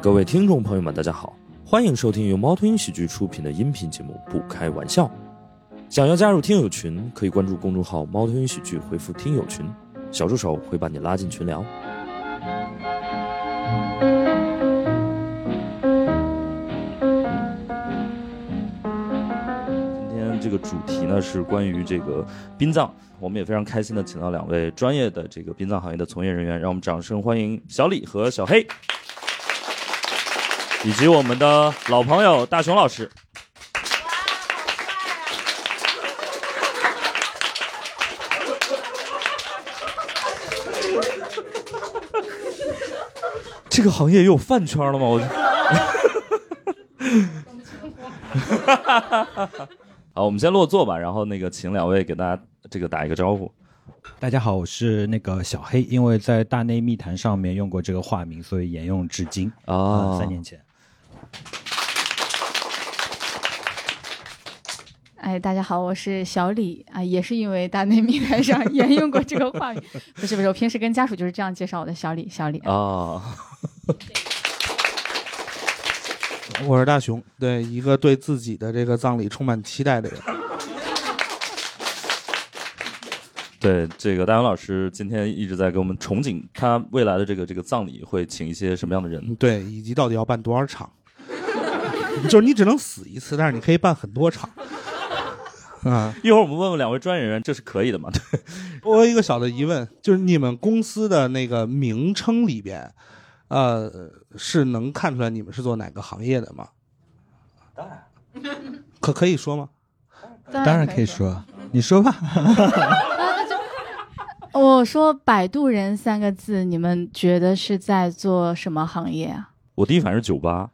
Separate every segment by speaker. Speaker 1: 各位听众朋友们，大家好，欢迎收听由猫头鹰喜剧出品的音频节目《不开玩笑》。想要加入听友群，可以关注公众号“猫头鹰喜剧”，回复“听友群”，小助手会把你拉进群聊。今天这个主题呢是关于这个殡葬，我们也非常开心的请到两位专业的这个殡葬行业的从业人员，让我们掌声欢迎小李和小黑，以及我们的老朋友大熊老师。这个行业有饭圈了吗？我。 好，我们先落座吧，然后那个请两位给大家这个打一个招呼。
Speaker 2: 大家好，我是那个小黑，因为在大内密谈上面用过这个化名，所以沿用至今啊、
Speaker 1: 哦
Speaker 2: 三年前。
Speaker 3: 哎，大家好，我是小李啊，也是因为大内密谈上 沿用过这个话语，不是不是，我平时跟家属就是这样介绍我的小李，小李。
Speaker 2: 哦
Speaker 1: 啊，
Speaker 4: 我是大熊，对一个对自己的这个葬礼充满期待的人。
Speaker 1: 对，这个大勇老师今天一直在给我们憧憬他未来的这个这个葬礼会请一些什么样的人？
Speaker 4: 对，以及到底要办多少场？ 就是你只能死一次，但是你可以办很多场。啊，
Speaker 1: 一会儿我们问问两位专业人员，这是可以的吗？对，
Speaker 4: 我有一个小的疑问，就是你们公司的那个名称里边，呃，是能看出来你们是做哪个行业的吗？
Speaker 1: 当然，
Speaker 4: 可可以说吗？
Speaker 2: 当然可以说，你说吧。
Speaker 3: 我说“摆渡人”三个字，你们觉得是在做什么行业啊？
Speaker 1: 我第一反应是酒吧，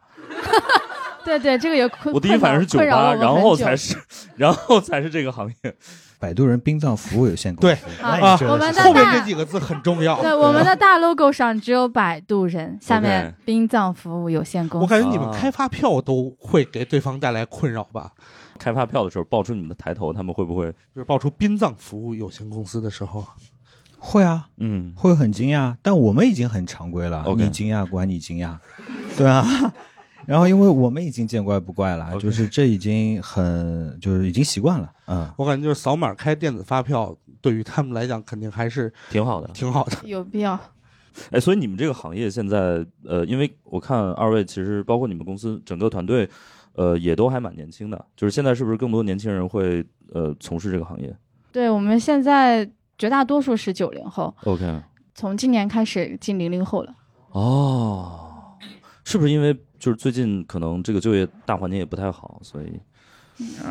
Speaker 3: 对对，这个也困
Speaker 1: 我第一反应是酒
Speaker 3: 困扰
Speaker 1: 吧，
Speaker 3: 了我
Speaker 1: 然
Speaker 3: 很
Speaker 1: 后
Speaker 3: 久
Speaker 1: 才是，然后才是这个行业。
Speaker 2: 摆渡人殡葬服务有限公
Speaker 4: 对
Speaker 2: 司，
Speaker 3: 啊
Speaker 2: 那你
Speaker 3: 我们
Speaker 2: 这
Speaker 3: 的
Speaker 4: 后面
Speaker 3: 大
Speaker 4: 这几个字很重要。
Speaker 3: 对我们的大 logo 上只有摆渡人，下面
Speaker 1: 嗯 OK
Speaker 3: 殡葬服务有限公
Speaker 4: 我
Speaker 3: 司。
Speaker 4: 感觉你们
Speaker 1: 啊
Speaker 4: 开发票都会给对方带来困扰吧？
Speaker 1: 开发票的时候报出你们的抬头，他们会不会？
Speaker 4: 就是报出殡葬服务有限公司的时候，
Speaker 2: 会啊，
Speaker 1: 嗯，
Speaker 2: 会很惊讶，但我们已经很常规了。
Speaker 1: OK
Speaker 2: 你惊讶管你惊讶，对啊。然后因为我们已经见怪不怪了
Speaker 1: OK
Speaker 2: 就是这已经很就是已经习惯了，嗯。
Speaker 4: 我感觉就是扫码开电子发票，对于他们来讲肯定还是
Speaker 1: 挺好的。
Speaker 4: 挺好的。
Speaker 3: 有必要？
Speaker 1: 哎，所以你们这个行业现在，呃，因为我看二位其实包括你们公司整个团队，呃，也都还蛮年轻的。就是现在是不是更多年轻人会呃从事这个行业
Speaker 3: 对我们现在绝大多数是九零后，
Speaker 1: ？OK，
Speaker 3: 从今年开始进零零后了。
Speaker 1: 哦，是不是因为就是最近可能这个就业大环境也不太好，所以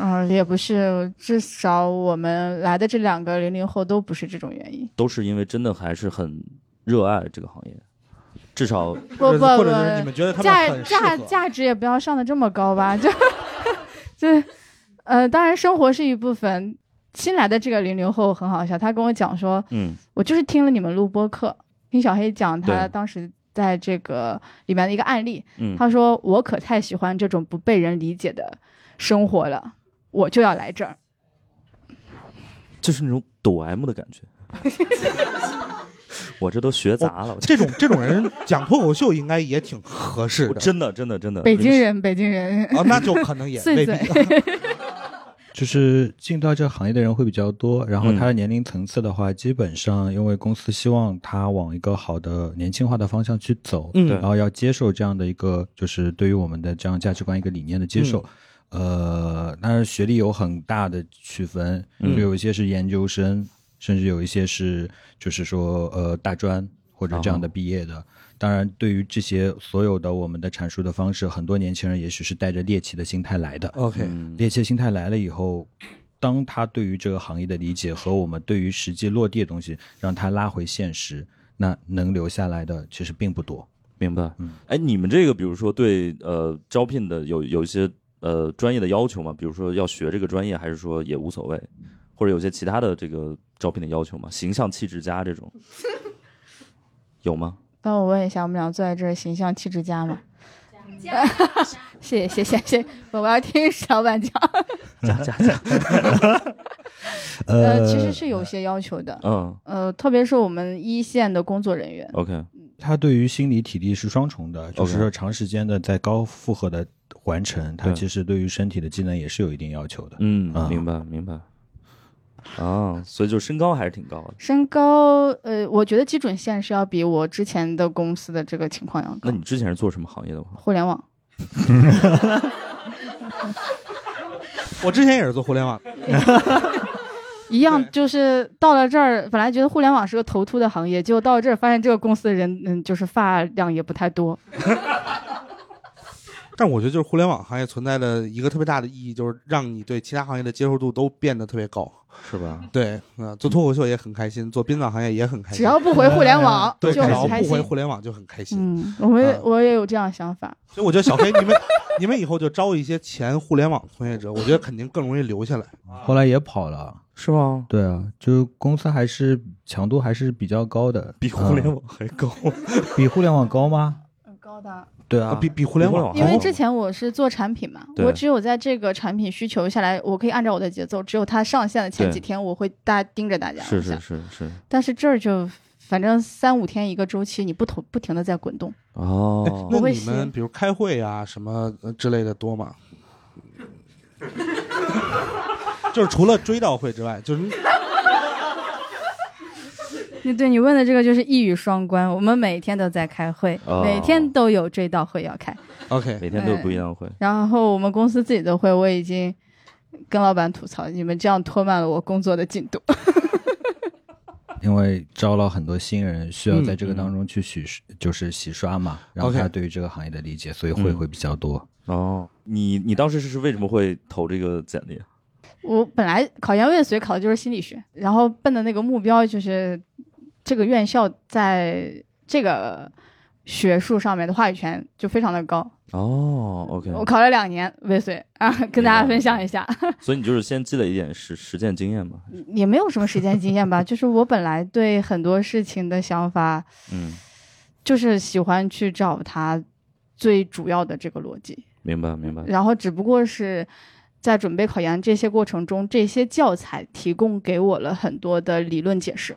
Speaker 3: 嗯，也不是，至少我们来的这两个零零后都不是这种原因。
Speaker 1: 都是因为真的还是很热爱这个行业，至少
Speaker 3: 不不
Speaker 4: 或者是你
Speaker 3: 不，
Speaker 4: 们觉得他
Speaker 3: 价
Speaker 4: 们很适
Speaker 3: 价
Speaker 4: 合？
Speaker 3: 价值也不要上的这么高吧？就就呃，当然生活是一部分。新来的这个零零后很好笑，他跟我讲说，
Speaker 1: 嗯
Speaker 3: 我就是听了你们录播课，听小黑讲他
Speaker 1: 对
Speaker 3: 当时在这个里面的一个案例，
Speaker 1: 嗯，
Speaker 3: 他说我可太喜欢这种不被人理解的生活了，我就要来这儿。
Speaker 1: 就是那种抖 M 的感觉。 我这都学杂了，我
Speaker 4: 这种这种人讲脱口秀应该也挺合适
Speaker 1: 我
Speaker 4: 的
Speaker 1: 真的真的真的
Speaker 3: 北京人，北京人，
Speaker 4: 啊，那就可能也
Speaker 3: 碎
Speaker 4: 未必
Speaker 3: 嘴。
Speaker 2: 就是进到这个行业的人会比较多，然后
Speaker 1: 嗯
Speaker 2: 他的年龄层次的话，基本上因为公司希望他往一个好的年轻化的方向去走，
Speaker 4: 嗯
Speaker 2: 然后要接受这样的一个就是对于我们的这样价值观一个理念的接受。呃，当然学历有很大的区分，
Speaker 1: 嗯
Speaker 2: 就有一些是研究生，甚至有一些是就是说呃大专或者这样的毕业的。当然，对于这些所有的我们的阐述的方式，很多年轻人也许是带着猎奇的心态来的，
Speaker 4: OK，
Speaker 1: 嗯
Speaker 2: 猎奇心态来了以后，当他对于这个行业的理解和我们对于实际落地的东西，让他拉回现实，那能留下来的其实并不多。
Speaker 1: 明白
Speaker 2: 嗯。
Speaker 1: 哎，你们这个比如说对呃招聘的有有一些呃专业的要求吗？比如说要学这个专业，还是说也无所谓，或者有些其他的这个招聘的要求吗？形象、气质佳这种有吗？
Speaker 3: 帮我问一下，我们俩坐在这儿，形象气质佳吗？ 谢谢谢谢谢，我要听老板讲。呃，其实是有些要求的，
Speaker 1: 嗯
Speaker 3: 呃，特别是我们一线的工作人员，
Speaker 1: ，OK，
Speaker 2: 它对于心理体力是双重的，就是
Speaker 1: OK
Speaker 2: 说长时间的在高负荷的完成，它
Speaker 1: 对
Speaker 2: 其实对于身体的机能也是有一定要求的。
Speaker 1: 嗯，
Speaker 2: 啊
Speaker 1: 明白明白。啊，所以就身高还是挺高的。
Speaker 3: 身高，呃，我觉得基准线是要比我之前的公司的这个情况要
Speaker 1: 那
Speaker 3: 高。
Speaker 1: 你之前是做什么行业的吗？
Speaker 3: 互联网，
Speaker 4: 我之前也是做互联网的，
Speaker 3: 一样就是到了这儿，本来觉得互联网是个头秃的行业，结果到了这儿发现这个公司的人，嗯，就是发量也不太多。
Speaker 4: 但我觉得就是互联网行业存在的一个特别大的意义，就是让你对其他行业的接受度都变得特别高。
Speaker 1: 是吧？
Speaker 4: 对，啊、做脱口秀也很开心，做殡葬行业也很开心，
Speaker 3: 只要不回互联网，
Speaker 4: 对，只
Speaker 3: 就
Speaker 4: 要
Speaker 3: 很开
Speaker 4: 不回
Speaker 3: 心。
Speaker 4: 互联网就很开心。
Speaker 3: 嗯，我也
Speaker 4: 嗯
Speaker 3: 我也有这样想法。
Speaker 4: 所以我觉得小黑，你们你们以后就招一些前互联网从业者，我觉得肯定更容易留下来。
Speaker 2: 后来也跑了，
Speaker 1: 是吗？
Speaker 2: 对啊，就是公司还是强度还是比较高的，
Speaker 1: 比互联
Speaker 2: 嗯
Speaker 1: 网还高。
Speaker 2: 比互联网高吗？
Speaker 3: 高的，
Speaker 2: 对
Speaker 4: 啊
Speaker 2: 啊，
Speaker 4: 比比互联网
Speaker 1: 比互
Speaker 3: 因
Speaker 1: 联
Speaker 3: 为
Speaker 1: 网
Speaker 3: 之前我是做产品嘛，
Speaker 1: 哦对
Speaker 3: 我只有在这个产品需求下来，我可以按照我的节奏，只有它上线的前
Speaker 1: 对
Speaker 3: 几天，我会大家盯着大家。
Speaker 1: 是是是是。
Speaker 3: 但是这儿就反正三五天一个周期，你不同不停的在滚动。
Speaker 4: 哎
Speaker 1: 哦，
Speaker 4: 那
Speaker 3: 我会
Speaker 4: 你们
Speaker 3: 信
Speaker 4: 比如开会啊什么呃之类的多吗？ 就是除了追悼会之外，就是
Speaker 3: 你对你问的这个就是一语双关，我们每天都在开会，
Speaker 1: 哦
Speaker 3: 每天都有追悼会要开，
Speaker 4: OK，
Speaker 1: 每天都有不一样的会。
Speaker 3: 然后我们公司自己的会，我已经跟老板吐槽，你们这样拖慢了我工作的进度。
Speaker 2: 因为招了很多新人，需要在这个
Speaker 1: 嗯
Speaker 2: 当中去洗，就是洗刷嘛，然后
Speaker 4: OK
Speaker 2: 他对于这个行业的理解，所以会
Speaker 1: 嗯
Speaker 2: 会比较多。
Speaker 1: 哦，你你当时是为什么会投这个简历？啊
Speaker 3: 我本来考研院所考的就是心理学，然后奔的那个目标就是这个院校在这个学术上面的话语权就非常的高。
Speaker 1: 哦，OK，
Speaker 3: 我考了两年未遂啊，跟大家分享一下，
Speaker 1: 所以你就是先积累一点实实践经验嘛。
Speaker 3: 也没有什么实践经 验吧，就是我本来对很多事情的想法
Speaker 1: 嗯，
Speaker 3: 就是喜欢去找它最主要的这个逻辑，
Speaker 1: 明白明白。
Speaker 3: 然后只不过是在准备考研这些过程中，这些教材提供给我了很多的理论解释。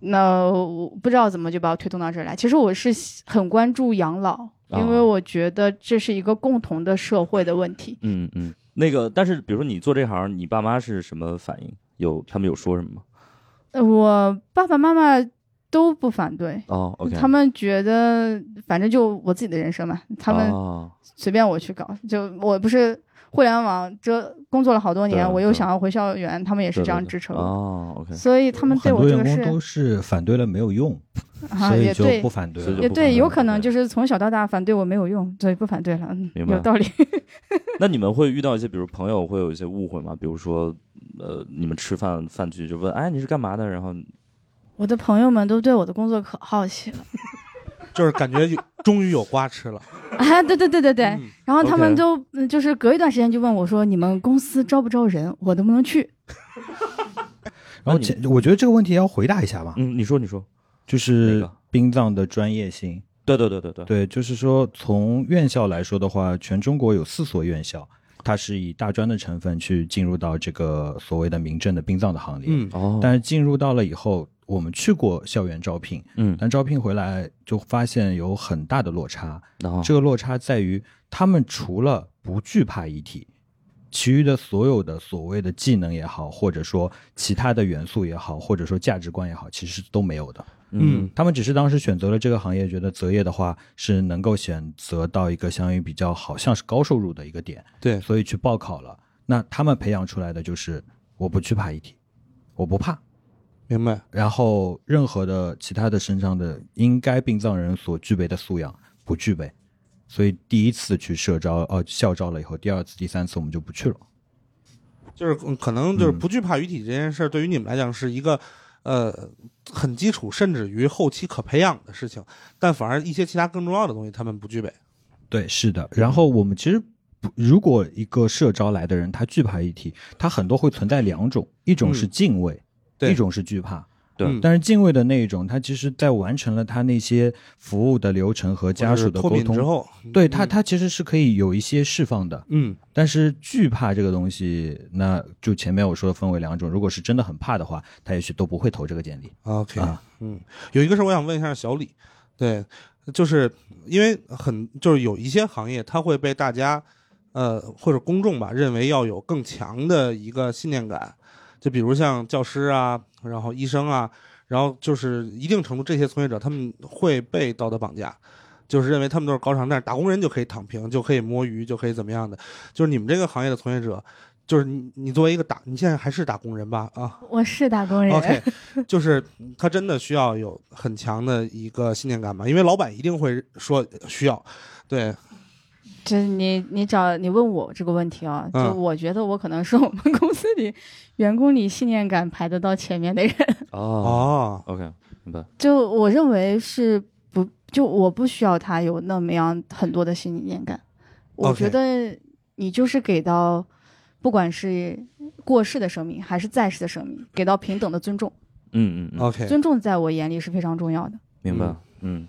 Speaker 3: 那我不知道怎么就把我推动到这儿来。其实我是喜很关注养老，因为
Speaker 1: 啊
Speaker 3: 我觉得这是一个共同的社会的问题。
Speaker 1: 嗯嗯，那个，但是比如说你做这行，你爸妈是什么反应？有他们有说什么吗？
Speaker 3: 呃我爸爸妈妈都不反对。
Speaker 1: 哦，OK，
Speaker 3: 他们觉得，反正就我自己的人生嘛，他们
Speaker 1: 哦
Speaker 3: 随便我去搞。就我不是互联网这工作了好多年，
Speaker 1: 对
Speaker 3: 我又
Speaker 1: 对
Speaker 3: 想要回校园，他们也是
Speaker 1: 对
Speaker 3: 这
Speaker 1: 对
Speaker 3: 样
Speaker 1: 对
Speaker 3: 支撑我。
Speaker 1: 哦，OK，
Speaker 3: 所以他们对
Speaker 2: 很
Speaker 3: 我
Speaker 2: 多
Speaker 3: 这
Speaker 2: 员工
Speaker 3: 个是
Speaker 2: 都是反对了没有用，
Speaker 3: 啊，
Speaker 2: 所以
Speaker 3: 也
Speaker 2: 就
Speaker 3: 对
Speaker 2: 不，反对
Speaker 1: 所以就
Speaker 2: 了
Speaker 3: 也
Speaker 1: 不。
Speaker 3: 对，
Speaker 1: 反
Speaker 3: 有
Speaker 1: 对
Speaker 3: 可能
Speaker 1: 对
Speaker 3: 就是从小到大反对我没有用，所以不反对了，嗯
Speaker 1: 明，白
Speaker 3: 有道理。
Speaker 1: 那你们会遇到一些，比如朋友会有一些误会吗？比如说，呃，你们吃饭饭局就问，哎，你是干嘛的？然后，
Speaker 3: 我的朋友们都对我的工作可好奇了，
Speaker 4: 就是感觉有终于有瓜吃了。
Speaker 3: 啊，对对对对对，
Speaker 4: 嗯
Speaker 3: 然后他
Speaker 1: OK
Speaker 3: 们都嗯就是隔一段时间就问我说，你们公司招不招人，我能不能去？
Speaker 2: 然后前，我觉得这个问题要回答一下吧，
Speaker 1: 嗯，你说，你说，
Speaker 2: 就
Speaker 1: 哪
Speaker 2: 是
Speaker 1: 个嗯
Speaker 2: 殡葬的专业性。
Speaker 1: 对对对对对，
Speaker 2: 对，就是说从院校来说的话，全中国有四所院校，它是以大专的成分去进入到这个所谓的民政的殡葬的行列。
Speaker 4: 嗯，
Speaker 1: 哦，
Speaker 2: 但是进入到了以后，我们去过校园招聘，
Speaker 1: 嗯，
Speaker 2: 但招聘回来就发现有很大的落差。
Speaker 1: 然后
Speaker 2: 这个落差在于，他们除了不惧怕遗体，其余的所有的所谓的技能也好，或者说其他的元素也好，或者说价值观也好，其实都没有的。
Speaker 1: 嗯
Speaker 2: 他们只是当时选择了这个行业，觉得择业的话是能够选择到一个相应比较好像是高收入的一个点，
Speaker 4: 对，
Speaker 2: 所以去报考了。那他们培养出来的就是我不惧怕遗体，我不怕，
Speaker 4: 明白。
Speaker 2: 然后任何的其他的身上的应该殡葬人所具备的素养不具备，所以第一次去社招，呃，校招了以后，第二次、第三次我们就不去了。
Speaker 4: 就是嗯可能就是
Speaker 2: 嗯
Speaker 4: 不惧怕遗体这件事儿，对于你们来讲是一个呃很基础，甚至于后期可培养的事情，但反而一些其他更重要的东西他们不具备。
Speaker 2: 对，是的。然后我们其实不，如果一个社招来的人他惧怕遗体，他很多会存在两种，一种是敬畏，
Speaker 4: 嗯对
Speaker 2: 一种是惧怕。
Speaker 1: 对
Speaker 4: 嗯
Speaker 2: 但是敬畏的那一种，他其实在完成了他那些服务的流程和家属的
Speaker 4: 或者
Speaker 2: 沟
Speaker 4: 是脱敏之
Speaker 2: 通，
Speaker 4: 后，
Speaker 2: 对他他其实是可以有一些释放的。
Speaker 4: 嗯
Speaker 2: 但是惧怕这个东西，那就前面我说的分为两种，如果是真的很怕的话，他也许都不会投这个简历。
Speaker 4: ，OK，
Speaker 2: 啊
Speaker 4: 嗯，有一个事儿我想问一下小李，对，就是因为很就是有一些行业，它会被大家呃或者公众吧认为要有更强的一个信念感，就比如像教师啊，然后医生啊，然后就是一定程度这些从业者他们会被道德绑架。就是认为他们都是高尚，但是打工人就可以躺平，就可以摸鱼，就可以怎么样的。就是你们这个行业的从业者，就是你，你作为一个打，你现在还是打工人吧？啊，
Speaker 3: 我是打 工人
Speaker 4: OK，就是他真的需要有很强的一个信念感嘛，因为老板一定会说需要。对，
Speaker 3: 就是你你找你问我这个问题啊，就
Speaker 4: 嗯
Speaker 3: 我觉得我可能是我们公司里员工里信念感排得到前面的人，
Speaker 1: 哦
Speaker 4: 哦，
Speaker 1: ，OK，明白，
Speaker 3: 就我认为是不就我不需要他有那么样很多的信念感，我
Speaker 4: OK
Speaker 3: 觉得你就是给到不管是过世的生命还是在世的生命，给到平等的尊重，
Speaker 1: 嗯嗯嗯，
Speaker 4: ，OK，
Speaker 3: 尊重在我眼里是非常重要的。
Speaker 1: 明白，嗯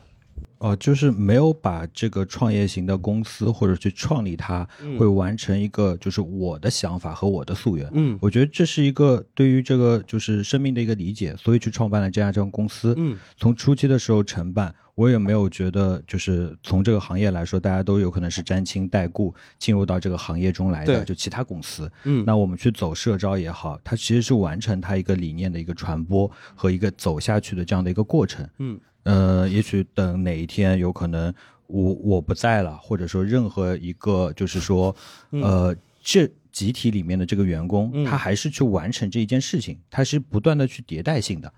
Speaker 2: 哦、就是没有把这个创业型的公司或者去创立它，
Speaker 4: 嗯
Speaker 2: 会完成一个就是我的想法和我的溯源。
Speaker 4: 嗯
Speaker 2: 我觉得这是一个对于这个就是生命的一个理解，所以去创办了这样一家公司。
Speaker 4: 嗯
Speaker 2: 从初期的时候承办，我也没有觉得就是从这个行业来说，大家都有可能是沾亲带故进入到这个行业中来的，
Speaker 4: 对
Speaker 2: 就其他公司。
Speaker 4: 嗯，
Speaker 2: 那我们去走社招也好，它其实是完成它一个理念的一个传播和一个走下去的这样的一个过程。
Speaker 4: 嗯，
Speaker 2: 呃，也许等哪一天有可能我我不在了，或者说任何一个就是说，
Speaker 1: 嗯
Speaker 2: 呃，这集体里面的这个员工，
Speaker 4: 嗯
Speaker 2: 他还是去完成这一件事情，他是不断的去迭代性的，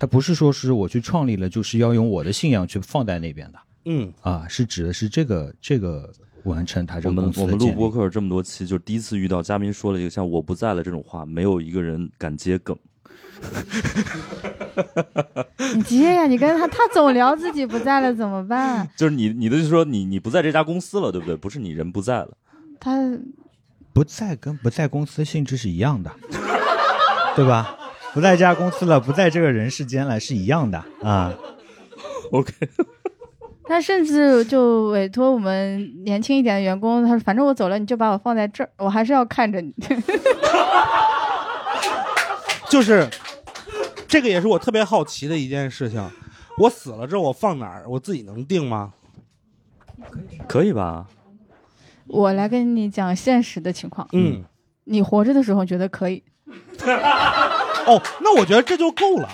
Speaker 2: 他不是说是我去创立了，就是要用我的信仰去放在那边的
Speaker 4: 嗯
Speaker 2: 啊，是指的是这个这个完成他这
Speaker 1: 我
Speaker 2: 个
Speaker 1: 们
Speaker 2: 公司
Speaker 1: 我
Speaker 2: 的
Speaker 1: 们录
Speaker 2: 建
Speaker 1: 播
Speaker 2: 立。
Speaker 1: 客这么多期，就是第一次遇到嘉宾说了一个像“我不在了”这种话，没有一个人敢接梗。
Speaker 3: 你接呀，你跟他他总聊自己不在了怎么办？啊
Speaker 1: 就是你你的就是说你你不在这家公司了，对不对？不是你人不在了，
Speaker 3: 他
Speaker 2: 不在跟不在公司性质是一样的， 对吧？不在这家公司了，不在这个人世间了，是一样的啊。
Speaker 1: OK，
Speaker 3: 他甚至就委托我们年轻一点的员工，他说：“反正我走了，你就把我放在这儿，我还是要看着你。
Speaker 4: 就是这个也是我特别好奇的一件事情。我死了之后我放哪儿，我自己能定吗？
Speaker 1: 可以吧？”
Speaker 3: 我来跟你讲现实的情况，
Speaker 4: 嗯，
Speaker 3: 你活着的时候觉得可以，
Speaker 4: 哦，那我觉得这就够了。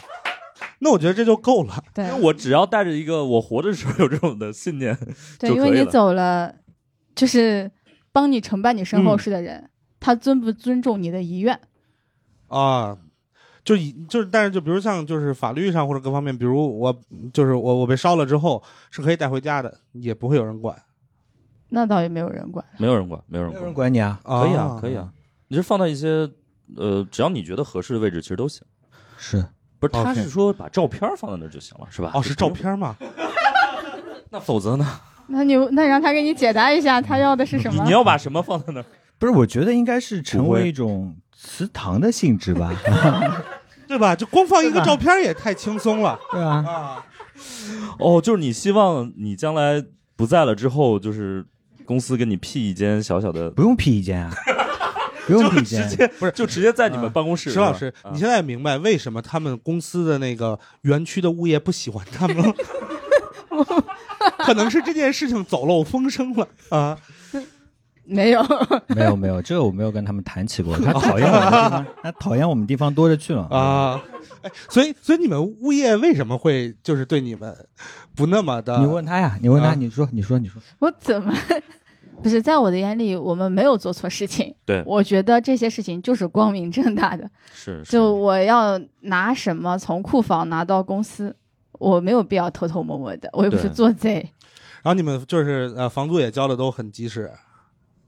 Speaker 4: 那我觉得这就够了。
Speaker 3: 对
Speaker 1: 因为我只要带着一个我活着时候有这种的信念，
Speaker 3: 对，
Speaker 1: 就
Speaker 3: 因为
Speaker 1: 可以
Speaker 3: 你
Speaker 1: 了
Speaker 3: 走了，就是帮你承办你身后
Speaker 4: 嗯
Speaker 3: 事的人，他尊不尊重你的遗愿？
Speaker 4: 啊，就以就是，但是就比如像就是法律上或者各方面，比如我就是我我被烧了之后是可以带回家的，也不会有人管。
Speaker 3: 那倒也没有人管。
Speaker 1: 没有人管，没有人
Speaker 2: 没有人
Speaker 1: 管，
Speaker 2: 管你啊，
Speaker 1: 可以啊，可以啊。你是放在一些呃，只要你觉得合适的位置，其实都行。
Speaker 2: 是
Speaker 1: 不是，他
Speaker 4: OK
Speaker 1: 是说把照片放在那儿就行了，是吧？
Speaker 4: 哦，是照，片吗？
Speaker 1: 那否则呢？
Speaker 3: 那你那让他给你解答一下，他要的是什
Speaker 1: 你
Speaker 3: 么
Speaker 1: 你？要把什么放在那儿？
Speaker 2: 不是？我觉得应该是成
Speaker 1: 骨灰
Speaker 2: 为一种祠堂的性质 吧。
Speaker 4: 对吧？就光放一个照片也太轻松了
Speaker 2: 对啊，
Speaker 4: 啊！
Speaker 1: 哦，就是你希望你将来不在了之后，就是公司给你辟一间小小的，
Speaker 2: 不用披一件 啊，不用披一件
Speaker 1: 直。接不是就直接在你们
Speaker 4: 啊
Speaker 1: 办公室。
Speaker 4: 石老师
Speaker 1: 是吧，啊
Speaker 4: 你现在明白为什么他们公司的那个园区的物业不喜欢他们 了？可能是这件事情走漏风声了啊！
Speaker 3: 没有，
Speaker 2: 没有没有，这个我没有跟他们谈起过。 他讨厌我们地方，他讨厌我们地方多着去了。
Speaker 4: 啊，哎，所以所以你们物业为什么会就是对你们不那么的？
Speaker 2: 你问他呀，你问
Speaker 4: 啊
Speaker 2: 他，你说，你说，你说，
Speaker 3: 我怎么？ 不是，在我的眼里，我们没有做错事情。
Speaker 1: 对
Speaker 3: 我觉得这些事情就是光明正大的。
Speaker 1: 是是
Speaker 3: 就我要拿什么从库房拿到公司，我没有必要偷偷摸摸的，我又不是
Speaker 1: 对
Speaker 3: 做贼。
Speaker 4: 然后你们就是呃，房租也交的都很及时。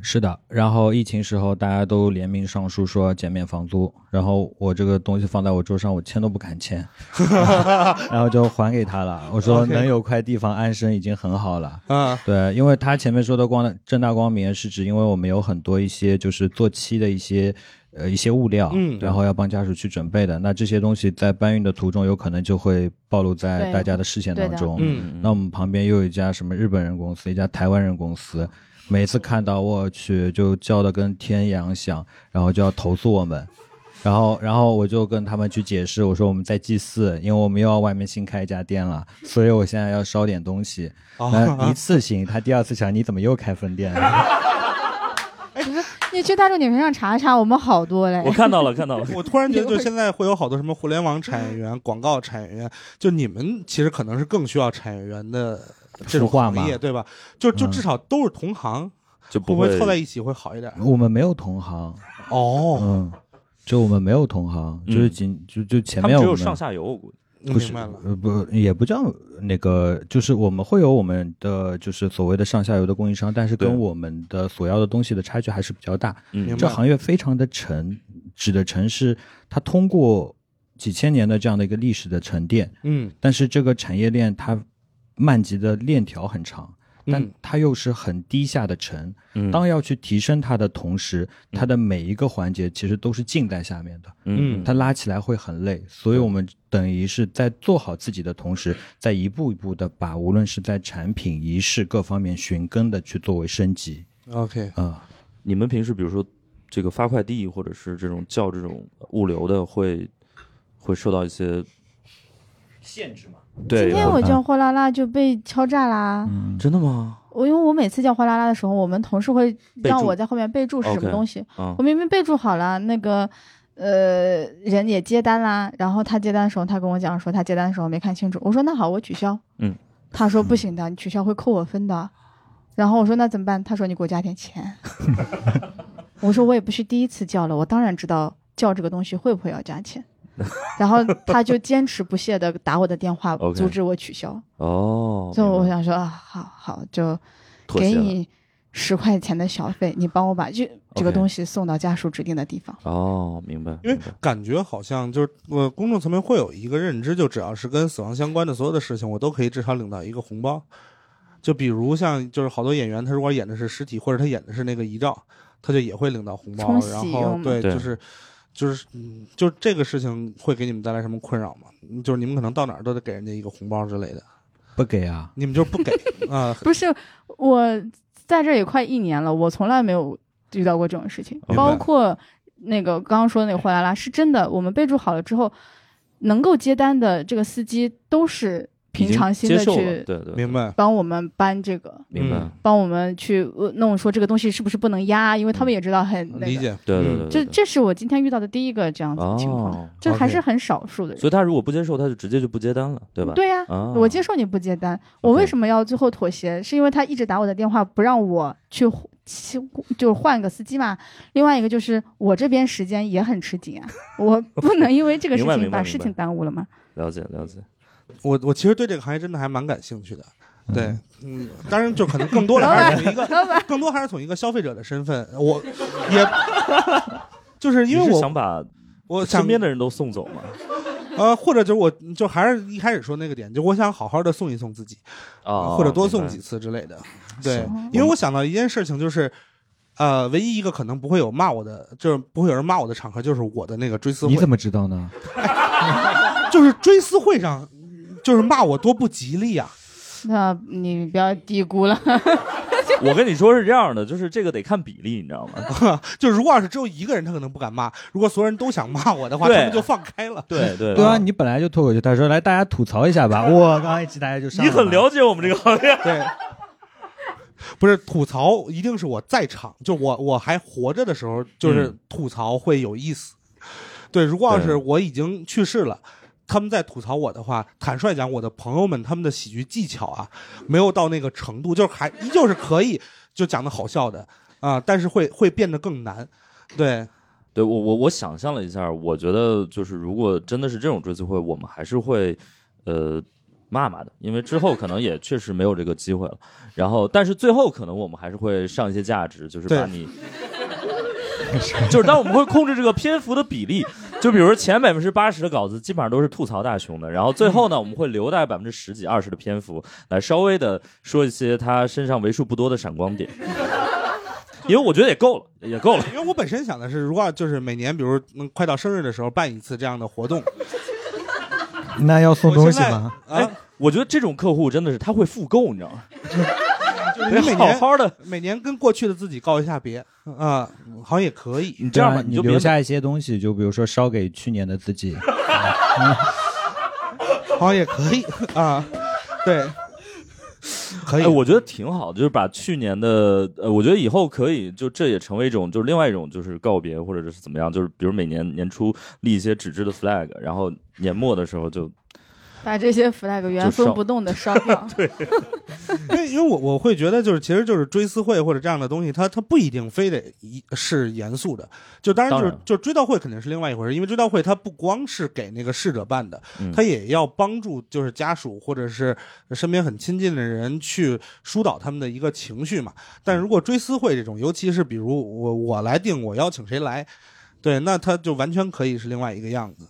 Speaker 2: 是的，然后疫情时候大家都联名上书说减免房租，然后我这个东西放在我桌上，我签都不敢 签，然后就还给他了。我说
Speaker 4: OK
Speaker 2: 能有块地方安身已经很好了。
Speaker 4: 啊，
Speaker 2: 对，因为他前面说的光正大光明是指，因为我们有很多一些就是做期的一些呃一些物料，
Speaker 4: 嗯
Speaker 2: 然后要帮家属去准备的。那这些东西在搬运的途中，有可能就会暴露在
Speaker 3: 对
Speaker 2: 大家的视线
Speaker 3: 对
Speaker 2: 当
Speaker 3: 的
Speaker 2: 中。
Speaker 4: 嗯
Speaker 2: 那我们旁边又有一家什么日本人公司，一家台湾人公司，每次看到我去就叫的跟天阳响，然后就要投诉我们。然后，然后我就跟他们去解释，我说我们在祭祀，因为我们又要外面新开一家店了，所以我现在要烧点东西。那一
Speaker 4: 哦，。
Speaker 2: 次性，他第二次想你怎么又开分店了？
Speaker 3: 你去大众点评上查查，我们好多嘞
Speaker 1: 我。看到了，看到了
Speaker 4: 我突然觉得，就现在会有好多什么互联网产业园、广告产业园，就你们其实可能是更需要产业园的这种
Speaker 2: 孵化
Speaker 4: 行业，
Speaker 2: 嘛
Speaker 4: 对吧？就就
Speaker 2: 嗯
Speaker 4: 至少都是同行，
Speaker 1: 就
Speaker 4: 会
Speaker 1: 不
Speaker 4: 不会凑在一起会好一点？
Speaker 2: 我们没有同行，
Speaker 4: 哦，
Speaker 2: 嗯，就我们没有同行，
Speaker 1: 嗯
Speaker 2: 就是仅、就就前
Speaker 1: 他
Speaker 2: 面
Speaker 1: 们
Speaker 2: 我
Speaker 1: 只
Speaker 2: 们
Speaker 1: 有上下游，我估计。
Speaker 4: 我
Speaker 2: 不是
Speaker 4: 嗯明白了。
Speaker 2: 呃不也不叫那个，就是我们会有我们的就是所谓的上下游的供应商，但是
Speaker 1: 对
Speaker 2: 跟我们的所要的东西的差距还是比较大。
Speaker 1: 嗯
Speaker 4: 明白
Speaker 2: 这行业非常的沉，指的沉是它通过几千年的这样的一个历史的沉淀，
Speaker 4: 嗯
Speaker 2: 但是这个产业链它漫集的链条很长，但
Speaker 4: 嗯
Speaker 2: 它又是很低下的沉。
Speaker 1: 嗯
Speaker 2: 当要去提升它的同时，它的每一个环节其实都是浸在下面的。
Speaker 1: 嗯
Speaker 4: 嗯
Speaker 2: 它拉起来会很累，所以我们等于是在做好自己的同时，在一步一步的把无论是在产品、仪式各方面寻根的去作为升级
Speaker 4: 嗯，OK，
Speaker 2: 啊、
Speaker 1: 你们平时比如说这个发快递或者是这种叫这种物流的，会会受到一些
Speaker 2: 限制嘛。
Speaker 1: 对
Speaker 3: 今天
Speaker 1: 有
Speaker 3: 我叫货拉拉就被敲诈啦！
Speaker 1: 真的吗？
Speaker 3: 我因为我每次叫货拉拉的时候，我们同事会让
Speaker 1: 备注
Speaker 3: 我在后面备注是什么
Speaker 1: OK
Speaker 3: 东西。
Speaker 1: 啊
Speaker 3: 我明明备注好了，那个呃人也接单啦，然后他接单的时候，他跟我讲说他接单的时候没看清楚，我说那好，我取消。
Speaker 1: 嗯，
Speaker 3: 他说不行的，你取消会扣我分的。然后我说那怎么办？他说你给我加 点钱。我说我也不是第一次叫了，我当然知道叫这个东西会不会要 加钱。然后他就坚持不懈的打我的电话
Speaker 1: OK
Speaker 3: 阻止我取消，
Speaker 1: 哦，
Speaker 3: 所以我
Speaker 1: 明白
Speaker 3: 想说啊，好好就
Speaker 1: 妥
Speaker 3: 给
Speaker 1: 协了
Speaker 3: 你十块钱的小费，你帮我把这这个
Speaker 1: OK
Speaker 3: 东西送到家属指定的地方。
Speaker 1: 哦，明白，
Speaker 4: 因为
Speaker 1: 明白
Speaker 4: 感觉好像就是我公众层面会有一个认知，就只要是跟死亡相关的所有的事情，我都可以至少领到一个红包。就比如像就是好多演员，他如果演的是尸体，或者他演的是那个遗照，他就也会领到红包。
Speaker 3: 冲喜
Speaker 4: 然
Speaker 3: 用
Speaker 4: 后
Speaker 3: 嘛
Speaker 4: 对，
Speaker 1: 对
Speaker 4: 就是就是嗯，就这个事情会给你们带来什么困扰吗？就是你们可能到哪儿都得给人家一个红包之类的，
Speaker 2: 不给啊，
Speaker 4: 你们就 是不给啊、
Speaker 3: 不是，我在这也快一年了，我从来没有遇到过这种事情，
Speaker 1: 白
Speaker 3: 包括那个刚刚说的那个货拉拉，是真的，我们备注好了之后，能够接单的这个司机都是
Speaker 1: 已
Speaker 3: 平
Speaker 1: 经
Speaker 3: 常心
Speaker 1: 接
Speaker 3: 的
Speaker 1: 受了
Speaker 3: 去
Speaker 1: 对对，
Speaker 4: 明白？
Speaker 3: 帮我们搬这个，
Speaker 1: 明白，
Speaker 4: 嗯
Speaker 3: 帮我们去呃弄说这个东西是不是不能压，因为
Speaker 1: 嗯
Speaker 3: 他们也知道很那
Speaker 4: 理
Speaker 3: 个。
Speaker 4: 解，
Speaker 1: 对对
Speaker 4: 嗯
Speaker 1: 对，
Speaker 3: 这
Speaker 1: 对对
Speaker 3: 这是我今天遇到的第一个这样子的情况，
Speaker 1: 哦，
Speaker 3: 这还
Speaker 4: OK
Speaker 3: 是很少数的人。
Speaker 1: 所以他如果不接受，他就直接就不接单了，对吧？
Speaker 3: 对呀、
Speaker 1: 啊，
Speaker 3: 我接受你不接单，我
Speaker 1: OK
Speaker 3: 为什么要最后妥协？是因为他一直打我的电话，不让我去换去就是换个司机嘛。另外一个就是我这边时间也很吃紧啊， 我不能因为这个事
Speaker 1: 明白
Speaker 3: 情
Speaker 1: 明白
Speaker 3: 把
Speaker 1: 明
Speaker 3: 事
Speaker 1: 白
Speaker 3: 情耽误了嘛。
Speaker 1: 了解了解，
Speaker 4: 我我其实对这个行业真的还蛮感兴趣的。对，嗯，当然就可能更多的还是从一个
Speaker 3: 老板，
Speaker 4: 更多还是从一个消费者的身份，我也就是因
Speaker 1: 你
Speaker 4: 为
Speaker 1: 是
Speaker 4: 我
Speaker 1: 想把
Speaker 4: 我想
Speaker 1: 身边的人都送走嘛？
Speaker 4: 呃，或者就是我就还是一开始说那个点，就我想好好的送一送自己，
Speaker 1: 啊，
Speaker 4: 哦或者多
Speaker 1: 明
Speaker 4: 送
Speaker 1: 白
Speaker 4: 几次之类的。对
Speaker 3: 行，
Speaker 4: 因为我想到一件事情，就是呃，唯一一个可能不会有骂我的，就是不会有人骂我的场合，就是我的那个追思会
Speaker 2: 你，怎么知道呢？
Speaker 4: 就是追思会上。就是骂我多不吉利啊！
Speaker 3: 那你不要低估了。
Speaker 1: 我跟你说是这样的，就是这个得看比例，你知道吗？
Speaker 4: 就如果要是只有一个人，他可能不敢骂；如果所有人都想骂我的话，他
Speaker 1: 对
Speaker 4: 们就放开了。
Speaker 1: 对对
Speaker 2: 对啊，你本来就脱口秀，他说来大家吐槽一 下吧，我刚刚一期大家就上
Speaker 1: 你
Speaker 2: 来
Speaker 1: 很了解我们这个行业，
Speaker 4: 对，不是吐槽，一定是我在场，就我我还活着的时候，就是
Speaker 1: 嗯
Speaker 4: 吐槽会有意思。对，如果要是
Speaker 1: 对
Speaker 4: 我已经去世了。他们在吐槽我的话，坦率讲，我的朋友们他们的喜剧技巧啊，没有到那个程度，就是还依旧是可以就讲的好笑的啊、但是会会变得更难。对，
Speaker 1: 对我我我想象了一下，我觉得就是如果真的是这种追思会，我们还是会呃骂骂的，因为之后可能也确实没有这个机会了。然后，但是最后可能我们还是会上一些价值，就是把
Speaker 4: 对
Speaker 1: 你。就是，但我们会控制这个篇幅的比例。就比如说前百分之八十的稿子基本上都是吐槽大熊的，然后最后呢，我们会留大概百分之十几、二十的篇幅来稍微的说一些他身上为数不多的闪光点。因为我觉得也够了，也够了。
Speaker 4: 因为我本身想的是，如果就是每年，比如嗯快到生日的时候办一次这样的活动，
Speaker 2: 那要送东西
Speaker 4: 我现在
Speaker 2: 吗？
Speaker 1: 哎，我觉得这种客户真的是他会复购，你知道吗？
Speaker 4: 啊就是你每
Speaker 1: 好
Speaker 4: 年
Speaker 1: 好的，
Speaker 4: 每年跟过去的自己告一下别啊，好像也可以。
Speaker 1: 你这样吧，
Speaker 2: 对啊你
Speaker 1: 就别
Speaker 2: 留下一些东西，就比如说烧给去年的自 己。
Speaker 4: 好像也可以啊，对，可以。
Speaker 1: 哎，我觉得挺好的，就是把去年的，呃，我觉得以后可以，就这也成为一种，就是另外一种，就是告别或者是怎么样，就是比如每年年初立一些纸质的 flag，然后年末的时候就
Speaker 3: 把这些 flag 原封不动的烧掉。
Speaker 4: 因为因为我我会觉得就是其实就是追思会或者这样的东西，它它不一定非得一是严肃的，就当然就是
Speaker 1: 当然
Speaker 4: 就追悼会肯定是另外一回事，因为追悼会它不光是给那个逝者办的，
Speaker 1: 嗯
Speaker 4: 它也要帮助就是家属或者是身边很亲近的人去疏导他们的一个情绪嘛。但如果追思会这种，尤其是比如我我来定我邀请谁来，对，那它就完全可以是另外一个样子，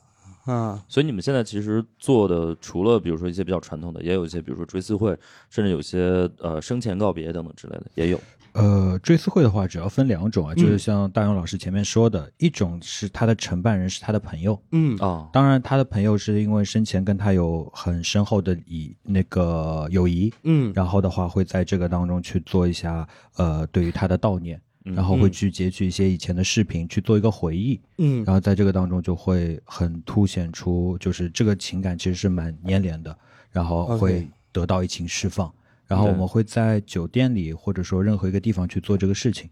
Speaker 4: 啊，
Speaker 1: 所以你们现在其实做的，除了比如说一些比较传统的，也有一些比如说追思会，甚至有些呃生前告别等等之类的也有。
Speaker 2: 呃，追思会的话，主要分两种啊，就是
Speaker 4: 嗯
Speaker 2: 像大勇老师前面说的，一种是他的承办人是他的朋友，
Speaker 4: 嗯
Speaker 1: 啊，
Speaker 2: 当然他的朋友是因为生前跟他有很深厚的以那个友谊，
Speaker 4: 嗯
Speaker 2: 然后的话会在这个当中去做一下呃对于他的悼念，
Speaker 1: 嗯
Speaker 2: 然后会
Speaker 4: 嗯
Speaker 2: 去截取一些以前的视频去做一个回忆，
Speaker 4: 嗯
Speaker 2: 然后在这个当中就会很凸显出，就是这个情感其实是蛮粘连的，然后
Speaker 4: OK
Speaker 2: 会得到一情释放。然后我们会在酒店里或者说任何一个地方去做这个事情，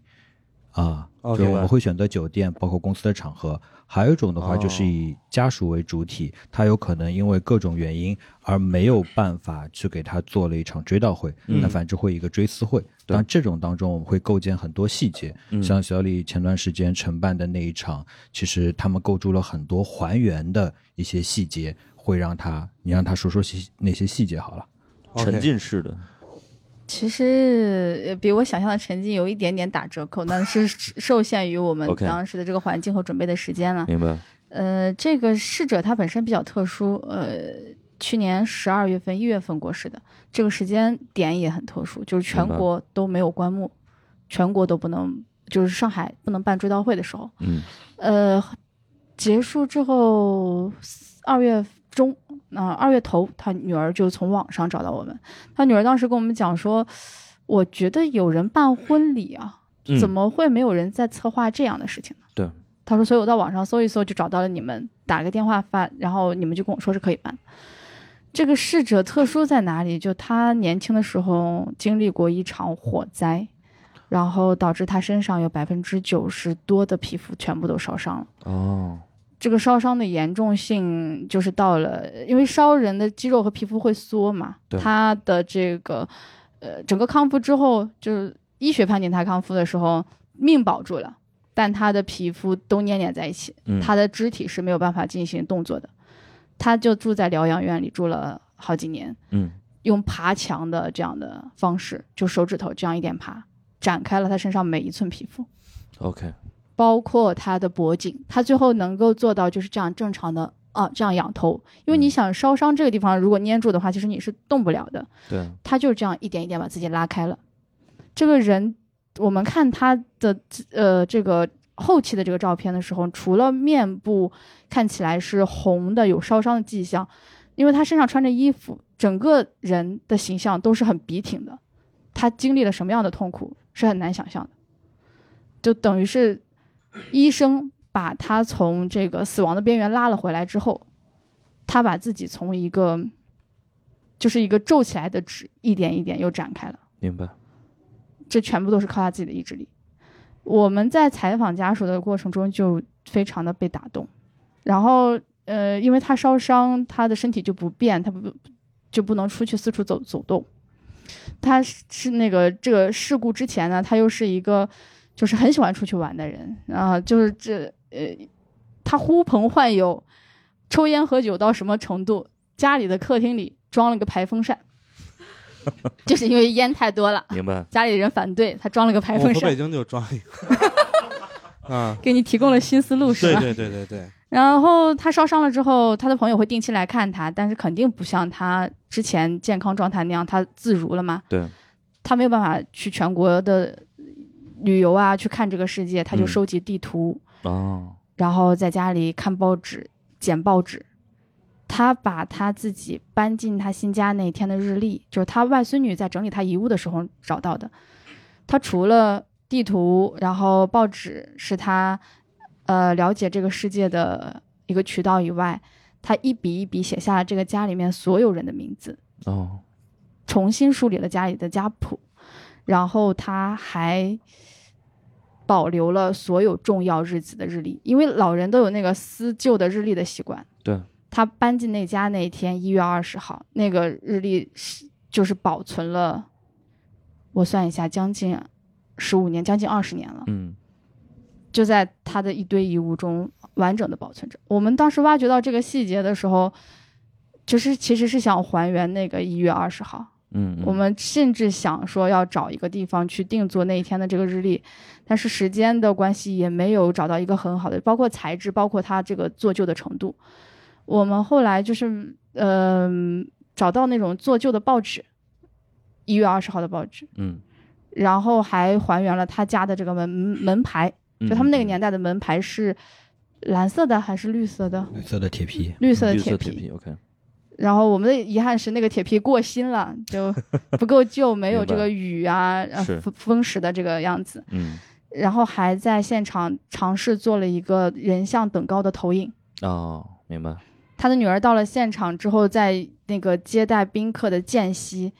Speaker 2: 啊，就
Speaker 4: OK
Speaker 2: 是我们会选择酒店，包括公司的场合。还有一种的话，
Speaker 1: 哦
Speaker 2: 就是以家属为主体，他有可能因为各种原因而没有办法去给他做了一场追悼会，
Speaker 1: 嗯
Speaker 2: 那反之会一个追思会。当然，这种当中我们会构建很多细节，
Speaker 1: 嗯
Speaker 2: 像小李前段时间承办的那一场，其实他们构筑了很多还原的一些细节，会让他你让他说说细那些细节好了。
Speaker 4: ，OK
Speaker 1: 沉浸式的
Speaker 3: 其实呃比我想象的沉浸有一点点打折扣，但是受限于我们
Speaker 1: OK
Speaker 3: 当时的这个环境和准备的时间了。
Speaker 1: 明白。
Speaker 3: 呃，这个逝者他本身比较特殊，呃，去年十二月份、一月份过世的，这个时间点也很特殊，就是全
Speaker 1: 明白
Speaker 3: 国都没有棺木，全国都不能，就是上海不能办追悼会的时候，
Speaker 1: 嗯，
Speaker 3: 呃，结束之后，二月中，啊、二月头，他女儿就从网上找到我们。他女儿当时跟我们讲说，我觉得有人办婚礼啊，
Speaker 1: 嗯
Speaker 3: 怎么会没有人在策划这样的事情呢？
Speaker 1: 对。
Speaker 3: 他说，所以我到网上搜一搜，就找到了你们，打个电话发，然后你们就跟我说是可以办。这个逝者特殊在哪里？就他年轻的时候经历过一场火灾，然后导致他身上有百分之九十多的皮肤全部都烧伤了。
Speaker 1: 哦，
Speaker 3: 这个烧伤的严重性就是到了，因为烧人的肌肉和皮肤会缩嘛
Speaker 1: 对，
Speaker 3: 他的这个呃整个康复之后，就是医学判定他康复的时候命保住了，但他的皮肤都粘连在一起，
Speaker 1: 嗯
Speaker 3: 他的肢体是没有办法进行动作的，他就住在疗养院里住了好几年，
Speaker 1: 嗯，
Speaker 3: 用爬墙的这样的方式，就手指头这样一点爬，展开了他身上每一寸皮肤。
Speaker 1: OK，
Speaker 3: 包括他的脖颈，他最后能够做到就是这样正常的啊，这样仰头，因为你想烧伤这个地方如果粘住的话，其实你是动不了的。
Speaker 1: 对，
Speaker 3: 他就是这样一点一点把自己拉开了。这个人，我们看他的呃这个后期的这个照片的时候，除了面部看起来是红的有烧伤的迹象，因为他身上穿着衣服，整个人的形象都是很笔挺的。他经历了什么样的痛苦是很难想象的，就等于是医生把他从这个死亡的边缘拉了回来之后，他把自己从一个就是一个皱起来的纸，一点一点又展开了。
Speaker 1: 明 白。
Speaker 3: 这全部都是靠他自己的意志力。我们在采访家属的过程中就非常的被打动，然后呃，因为他烧伤，他的身体就不便，他不就不能出去四处走走动。他是是那个这个事故之前呢，他又是一个就是很喜欢出去玩的人啊、就是这呃，他呼朋唤友，抽烟喝酒到什么程度？家里的客厅里装了个排风扇， 就是因为烟太多了。
Speaker 1: 明白，
Speaker 3: 家里人反对，他装了个排
Speaker 4: 我
Speaker 3: 风
Speaker 4: 回哦北
Speaker 3: 扇，
Speaker 4: 京就装一个。 啊，
Speaker 3: 给你提供了新思路，是
Speaker 4: 对
Speaker 3: 吧？
Speaker 4: 对对对对，
Speaker 3: 然后他烧伤了之后，他的朋友会定期来看他，但是肯定不像他之前健康状态那样，他自如了嘛。
Speaker 1: 对，
Speaker 3: 他没有办法去全国的旅游啊，去看这个世界，他就
Speaker 1: 嗯
Speaker 3: 收集地图，
Speaker 1: 哦，
Speaker 3: 然后在家里看报纸、剪报纸。他把他自己搬进他新家那天的日历，就是他外孙女在整理他遗物的时候找到的。他除了地图，然后报纸是他呃了解这个世界的一个渠道以外，他一笔一笔写下了这个家里面所有人的名字。
Speaker 1: 哦，
Speaker 3: 重新梳理了家里的家谱，然后他还保留了所有重要日子的日历，因为老人都有那个撕旧的日历的习惯。
Speaker 1: 对，
Speaker 3: 他搬进那家那一天，一月二十号，那个日历是就是保存了，我算一下，将近十五年，将近二十年了。
Speaker 1: 嗯，
Speaker 3: 就在他的一堆遗物中完整的保存着。我们当时挖掘到这个细节的时候，就是其实是想还原那个一月二十号，
Speaker 1: 嗯，嗯
Speaker 3: 我们甚至想说要找一个地方去定做那一天的这个日历，但是时间的关系也没有找到一个很好的，包括材质，包括它这个做旧的程度。我们后来就是嗯、找到那种做旧的报纸，一月二十号的报纸，
Speaker 1: 嗯，
Speaker 3: 然后还还原了他家的这个门门牌，
Speaker 1: 嗯
Speaker 3: 就他们那个年代的门牌是蓝色的还是绿色的？
Speaker 2: 绿色的铁皮，
Speaker 3: 绿
Speaker 1: 嗯
Speaker 3: 色的
Speaker 1: 绿
Speaker 3: 铁
Speaker 1: 色
Speaker 3: 皮。
Speaker 1: 皮，OK，
Speaker 3: 然后我们的遗憾是那个铁皮过新了， 就不够旧，没有
Speaker 1: 明白
Speaker 3: 这个雨啊、呃
Speaker 1: 是
Speaker 3: 风风蚀的这个样子。
Speaker 1: 嗯
Speaker 3: 然后还在现场尝试做了一个人像等高的投影。
Speaker 1: 哦，明白，
Speaker 3: 他的女儿到了现场之后，在那个接待宾客的间隙，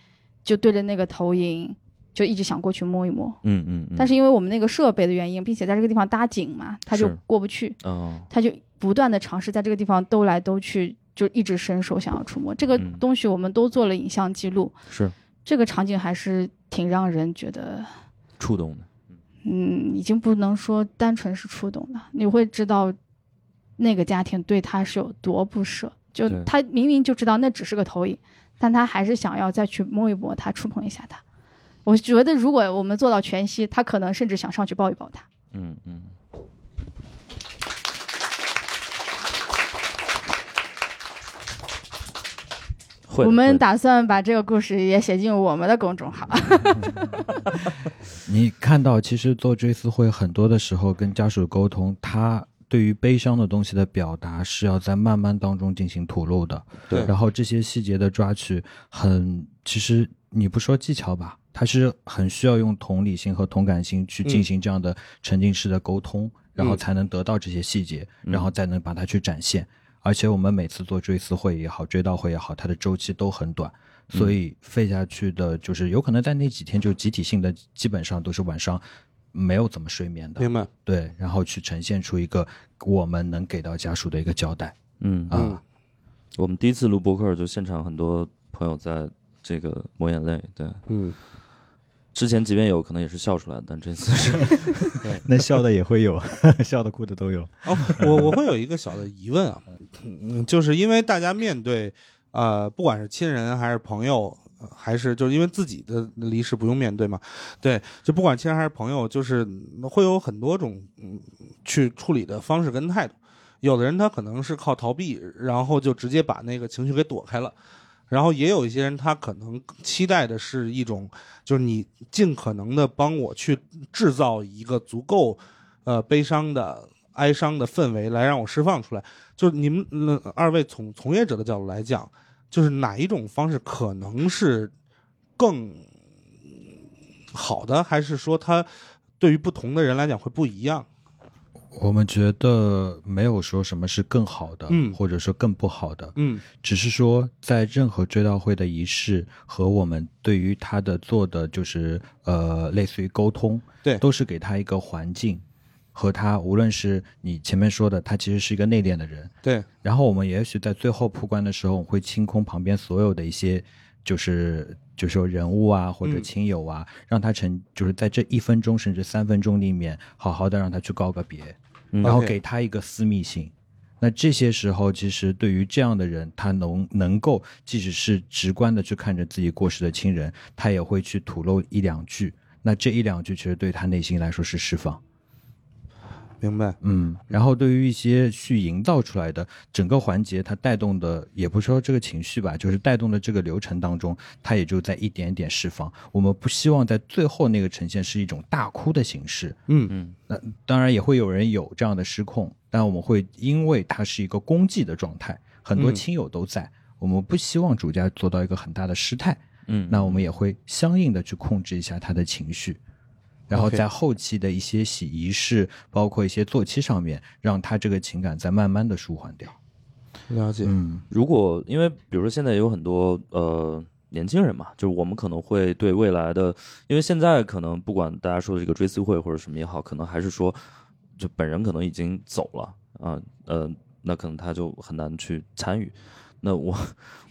Speaker 3: 就对着那个投影就一直想过去摸一摸，
Speaker 1: 嗯嗯嗯，
Speaker 3: 但是因为我们那个设备的原因，并且在这个地方搭景嘛，他就是过不去，
Speaker 1: 哦，
Speaker 3: 他就不断的尝试在这个地方兜来兜去，就一直伸手想要触摸。这个
Speaker 1: 嗯
Speaker 3: 东西我们都做了影像记录，
Speaker 1: 是
Speaker 3: 这个场景还是挺让人觉得，
Speaker 1: 触动的，
Speaker 3: 嗯，已经不能说单纯是触动了，你会知道那个家庭对他是有多不舍。就
Speaker 1: 对
Speaker 3: 他明明就知道那只是个投影，但他还是想要再去摸一摸他，触碰一下他。我觉得如果我们做到全息，他可能甚至想上去抱一抱他。
Speaker 1: 嗯嗯，会的
Speaker 3: 我
Speaker 1: 会
Speaker 3: 们
Speaker 1: 的
Speaker 3: 打算把这个故事也写进我们的公众号。
Speaker 2: 你看到，其实做追思会很多的时候跟家属沟通，他对于悲伤的东西的表达是要在慢慢当中进行吐露的。
Speaker 4: 对
Speaker 2: 然后这些细节的抓取很，其实你不说技巧吧，它是很需要用同理心和同感心去
Speaker 4: 嗯
Speaker 2: 进行这样的沉浸式的沟通，然后才能得到这些细节，
Speaker 4: 嗯
Speaker 2: 然后再能把它去展现。而且我们每次做追思会也好，追悼会也好，它的周期都很短，
Speaker 4: 嗯
Speaker 2: 所以废下去的就是有可能在那几天就集体性的，基本上都是晚上没有怎么睡眠的，
Speaker 4: 明白？
Speaker 2: 对，然后去呈现出一个我们能给到家属的一个交代
Speaker 1: 嗯
Speaker 2: 啊。
Speaker 4: 嗯
Speaker 1: 我们第一次录播客，就现场很多朋友在这个抹眼泪。对，
Speaker 4: 嗯，
Speaker 1: 之前即便有可能也是笑出来的，但这次是
Speaker 2: 那笑的也会有， 笑的哭的都有。
Speaker 4: 哦，我我会有一个小的疑问啊，嗯就是因为大家面对呃，不管是亲人还是朋友，呃还是就是因为自己的离世不用面对嘛，对，就不管亲人还是朋友，就是会有很多种嗯去处理的方式跟态度。有的人他可能是靠逃避，然后就直接把那个情绪给躲开了。然后也有一些人，他可能期待的是一种，就是你尽可能的帮我去制造一个足够，呃，悲伤的、哀伤的氛围来让我释放出来。就是你们、嗯二位从从业者的角度来讲，就是哪一种方式可能是更好的，还是说它对于不同的人来讲会不一样？
Speaker 2: 我们觉得没有说什么是更好的，
Speaker 4: 嗯
Speaker 2: 或者说更不好的，
Speaker 4: 嗯
Speaker 2: 只是说在任何追悼会的仪式和我们对于他的做的就是呃，类似于沟通，
Speaker 4: 对
Speaker 2: 都是给他一个环境和他，无论是你前面说的，他其实是一个内敛的人，
Speaker 4: 对，
Speaker 2: 然后我们也许在最后铺棺的时候，我们会清空旁边所有的一些，就是就是说人物啊或者
Speaker 4: 嗯
Speaker 2: 亲友啊，让他成就是在这一分钟甚至三分钟里面，好好的让他去告个别，
Speaker 1: 嗯
Speaker 2: 然后
Speaker 4: OK
Speaker 2: 给他一个私密性。那这些时候，其实对于这样的人，他能能够即使是直观的去看着自己过世的亲人，他也会去吐露一两句。那这一两句，其实对他内心来说是释放。
Speaker 4: 明白。
Speaker 2: 嗯，然后对于一些去营造出来的整个环节，它带动的也不是说这个情绪吧，就是带动的这个流程当中，它也就在一点一点释放。我们不希望在最后那个呈现是一种大哭的形式，
Speaker 4: 嗯
Speaker 1: 嗯
Speaker 2: 那当然也会有人有这样的失控，但我们会因为它是一个公祭的状态，很多
Speaker 4: 嗯
Speaker 2: 亲友都在，我们不希望主家做到一个很大的失态，
Speaker 1: 嗯，
Speaker 2: 那我们也会相应的去控制一下他的情绪，然后
Speaker 4: OK
Speaker 2: 在后期的一些洗仪式，包括一些坐骑上面，让他这个情感再慢慢的舒缓掉。
Speaker 4: 了解。
Speaker 2: 嗯
Speaker 1: 如果因为比如说现在有很多呃年轻人嘛，就是我们可能会对未来的，因为现在可能不管大家说的这个追思会或者什么也好，可能还是说就本人可能已经走了啊，呃，那可能他就很难去参与。那我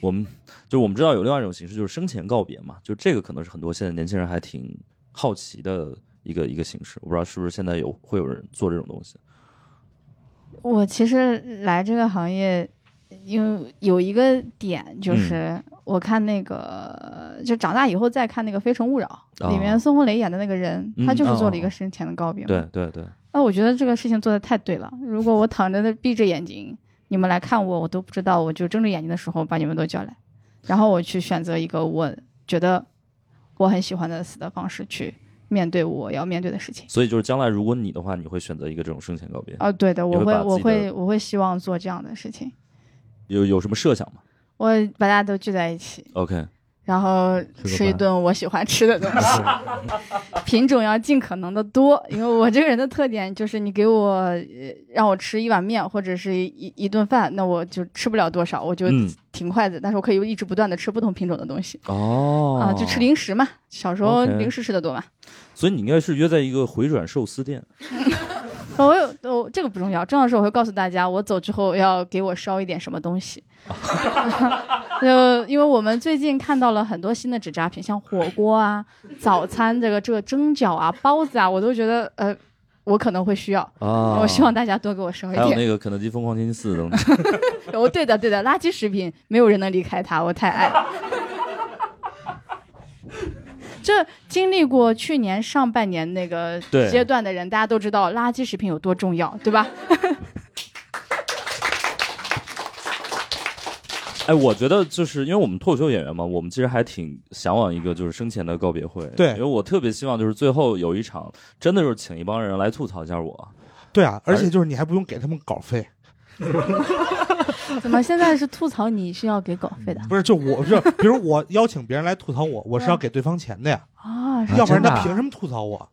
Speaker 1: 我们就我们知道有另外一种形式，就是生前告别嘛，就这个可能是很多现在年轻人还挺好奇的一个一个形式，我不知道是不是现在有会有人做这种东西。
Speaker 3: 我其实来这个行业，因为有一个点
Speaker 1: 嗯
Speaker 3: 就是，我看那个、就长大以后再看那个《非诚勿扰》，
Speaker 1: 哦
Speaker 3: 里面孙红雷演的那个人，
Speaker 1: 嗯
Speaker 3: 他就是做
Speaker 2: 哦
Speaker 3: 了一个生前的告别嘛。
Speaker 1: 对对对，
Speaker 3: 那我觉得这个事情做的太对了。如果我躺着的闭着眼睛，你们来看我，我都不知道，我就睁着眼睛的时候把你们都叫来，然后我去选择一个我觉得我很喜欢的死的方式去面对我要面对的事情。
Speaker 1: 所以就是将来如果你的话，你会选择一个这种生前告别，
Speaker 3: 啊，对的，我
Speaker 1: 你会
Speaker 3: 会
Speaker 1: 把自己的
Speaker 3: 我会我会希望做这样的事情，
Speaker 1: 有有什么设想吗
Speaker 3: 我把大家都聚在一起，
Speaker 1: ？OK，
Speaker 3: 然后
Speaker 2: 个
Speaker 3: 吃一
Speaker 2: 饭
Speaker 3: 顿我喜欢吃的东西，品种要尽可能的多，因为我这个人的特点就是你给我呃让我吃一碗面或者是一一顿饭，那我就吃不了多少，我就
Speaker 1: 嗯
Speaker 3: 停筷子，但是我可以一直不断的吃不同品种的东西。
Speaker 1: 哦
Speaker 3: 啊，就吃。零食嘛，小时候
Speaker 1: OK
Speaker 3: 零食吃的多嘛。
Speaker 1: 所以你应该是约在一个回转寿司店。
Speaker 3: 我有我这个不重要，重要的是我会告诉大家，我走之后要给我烧一点什么东西。 就因为我们最近看到了很多新的纸扎品，像火锅啊、早餐这个这个蒸饺啊、包子啊，我都觉得呃，我可能会需要。
Speaker 1: 啊
Speaker 3: 我希望大家多给我烧一
Speaker 1: 还有
Speaker 3: 点。
Speaker 1: 那个肯德基疯狂星期四等等。
Speaker 3: 哦，对的对的，垃圾食品没有人能离开它，我太爱。这经历过去年上半年那个
Speaker 1: 对
Speaker 3: 阶段的人，大家都知道垃圾食品有多重要，对吧？
Speaker 1: 哎，我觉得就是因为我们脱口秀演员嘛，我们其实还挺向往一个就是生前的告别会。
Speaker 4: 对
Speaker 1: 因为我特别希望就是最后有一场真的就是请一帮人来吐槽一下我。
Speaker 4: 对啊，而
Speaker 1: 而
Speaker 4: 且就是你还不用给他们稿费，
Speaker 2: 嗯
Speaker 3: 怎么现在是吐槽你需要给稿费的
Speaker 4: 不是就我是， 比如我邀请别人来吐槽我，我是要给对方钱的呀，
Speaker 3: 啊？是
Speaker 4: 要不
Speaker 2: 真
Speaker 4: 然
Speaker 2: 的
Speaker 4: 他
Speaker 2: 啊
Speaker 4: 凭什么吐槽我？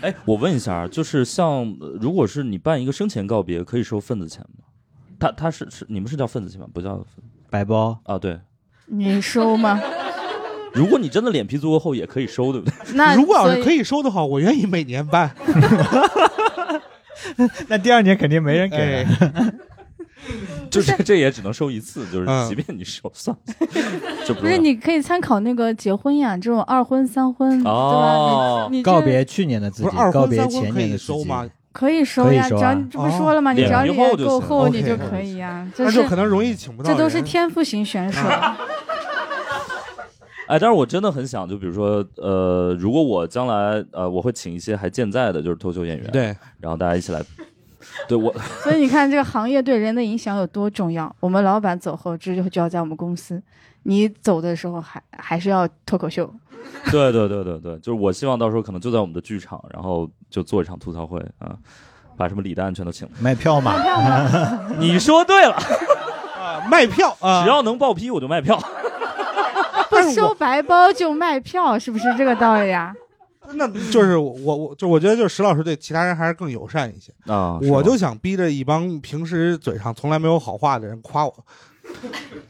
Speaker 1: 哎，我问一下啊，就是像呃如果是你办一个生前告别，可以收份子钱吗？他他是是你们是叫份子钱吗？不叫份
Speaker 2: 白包
Speaker 1: 啊，对。
Speaker 3: 你收吗？
Speaker 1: 如果你真的脸皮足够厚，也可以收，对不对？
Speaker 3: 那
Speaker 4: 如果要是
Speaker 3: 所
Speaker 4: 可
Speaker 3: 以
Speaker 4: 以收的话，我愿意每 年办。
Speaker 2: 那第二年肯定没人
Speaker 4: 哎，
Speaker 1: 就是 这也只能收一次，就是
Speaker 4: 嗯
Speaker 1: 即便你收 算了，就不
Speaker 3: 不是你可以参考那个结婚呀，这种二婚三婚，
Speaker 1: 哦
Speaker 3: 对吧？你你这
Speaker 2: 告别去年的自
Speaker 4: 不
Speaker 2: 己
Speaker 4: 是二，
Speaker 2: 告
Speaker 4: 婚
Speaker 2: 别
Speaker 4: 三婚
Speaker 2: 前
Speaker 4: 可
Speaker 2: 年
Speaker 4: 以
Speaker 2: 的自
Speaker 4: 收
Speaker 2: 己。
Speaker 4: 吗？
Speaker 3: 可以收呀，
Speaker 2: 可以收啊
Speaker 3: 只要你这不说了吗？你只要
Speaker 1: 脸皮厚
Speaker 3: 脸
Speaker 1: 就
Speaker 3: 够
Speaker 1: 行
Speaker 3: 厚，
Speaker 4: OK
Speaker 3: 你就可以呀。这
Speaker 4: 那
Speaker 3: 是
Speaker 4: 就可能容易请不到
Speaker 3: 这
Speaker 4: 人。
Speaker 3: 都是天赋型选手，
Speaker 1: 哎，但是我真的很想，就比如说，呃，如果我将来，呃，我会请一些还健在的，就是脱口秀演员，，
Speaker 4: 对，
Speaker 1: 然后大家一起来，对我，
Speaker 3: 所以你看这个行业对人的影响有多重要。我们老板走后，这就就要在我们公司。你走的时候还还是要脱口秀，
Speaker 1: 对对对对对，就是我希望到时候可能就在我们的剧场，然后就做一场吐槽会啊，把什么李诞全都请来。
Speaker 2: 卖票嘛，
Speaker 1: 你说对了，
Speaker 4: 啊卖票啊，
Speaker 1: 只要能报批我就卖票。
Speaker 3: 不收白包就卖票，是不是这个道理啊？
Speaker 4: 那就是我我我就我觉得就是石老师对其他人还是更友善一些。
Speaker 1: 啊，是吗
Speaker 4: 我就想逼着一帮平时嘴上从来没有好话的人夸我。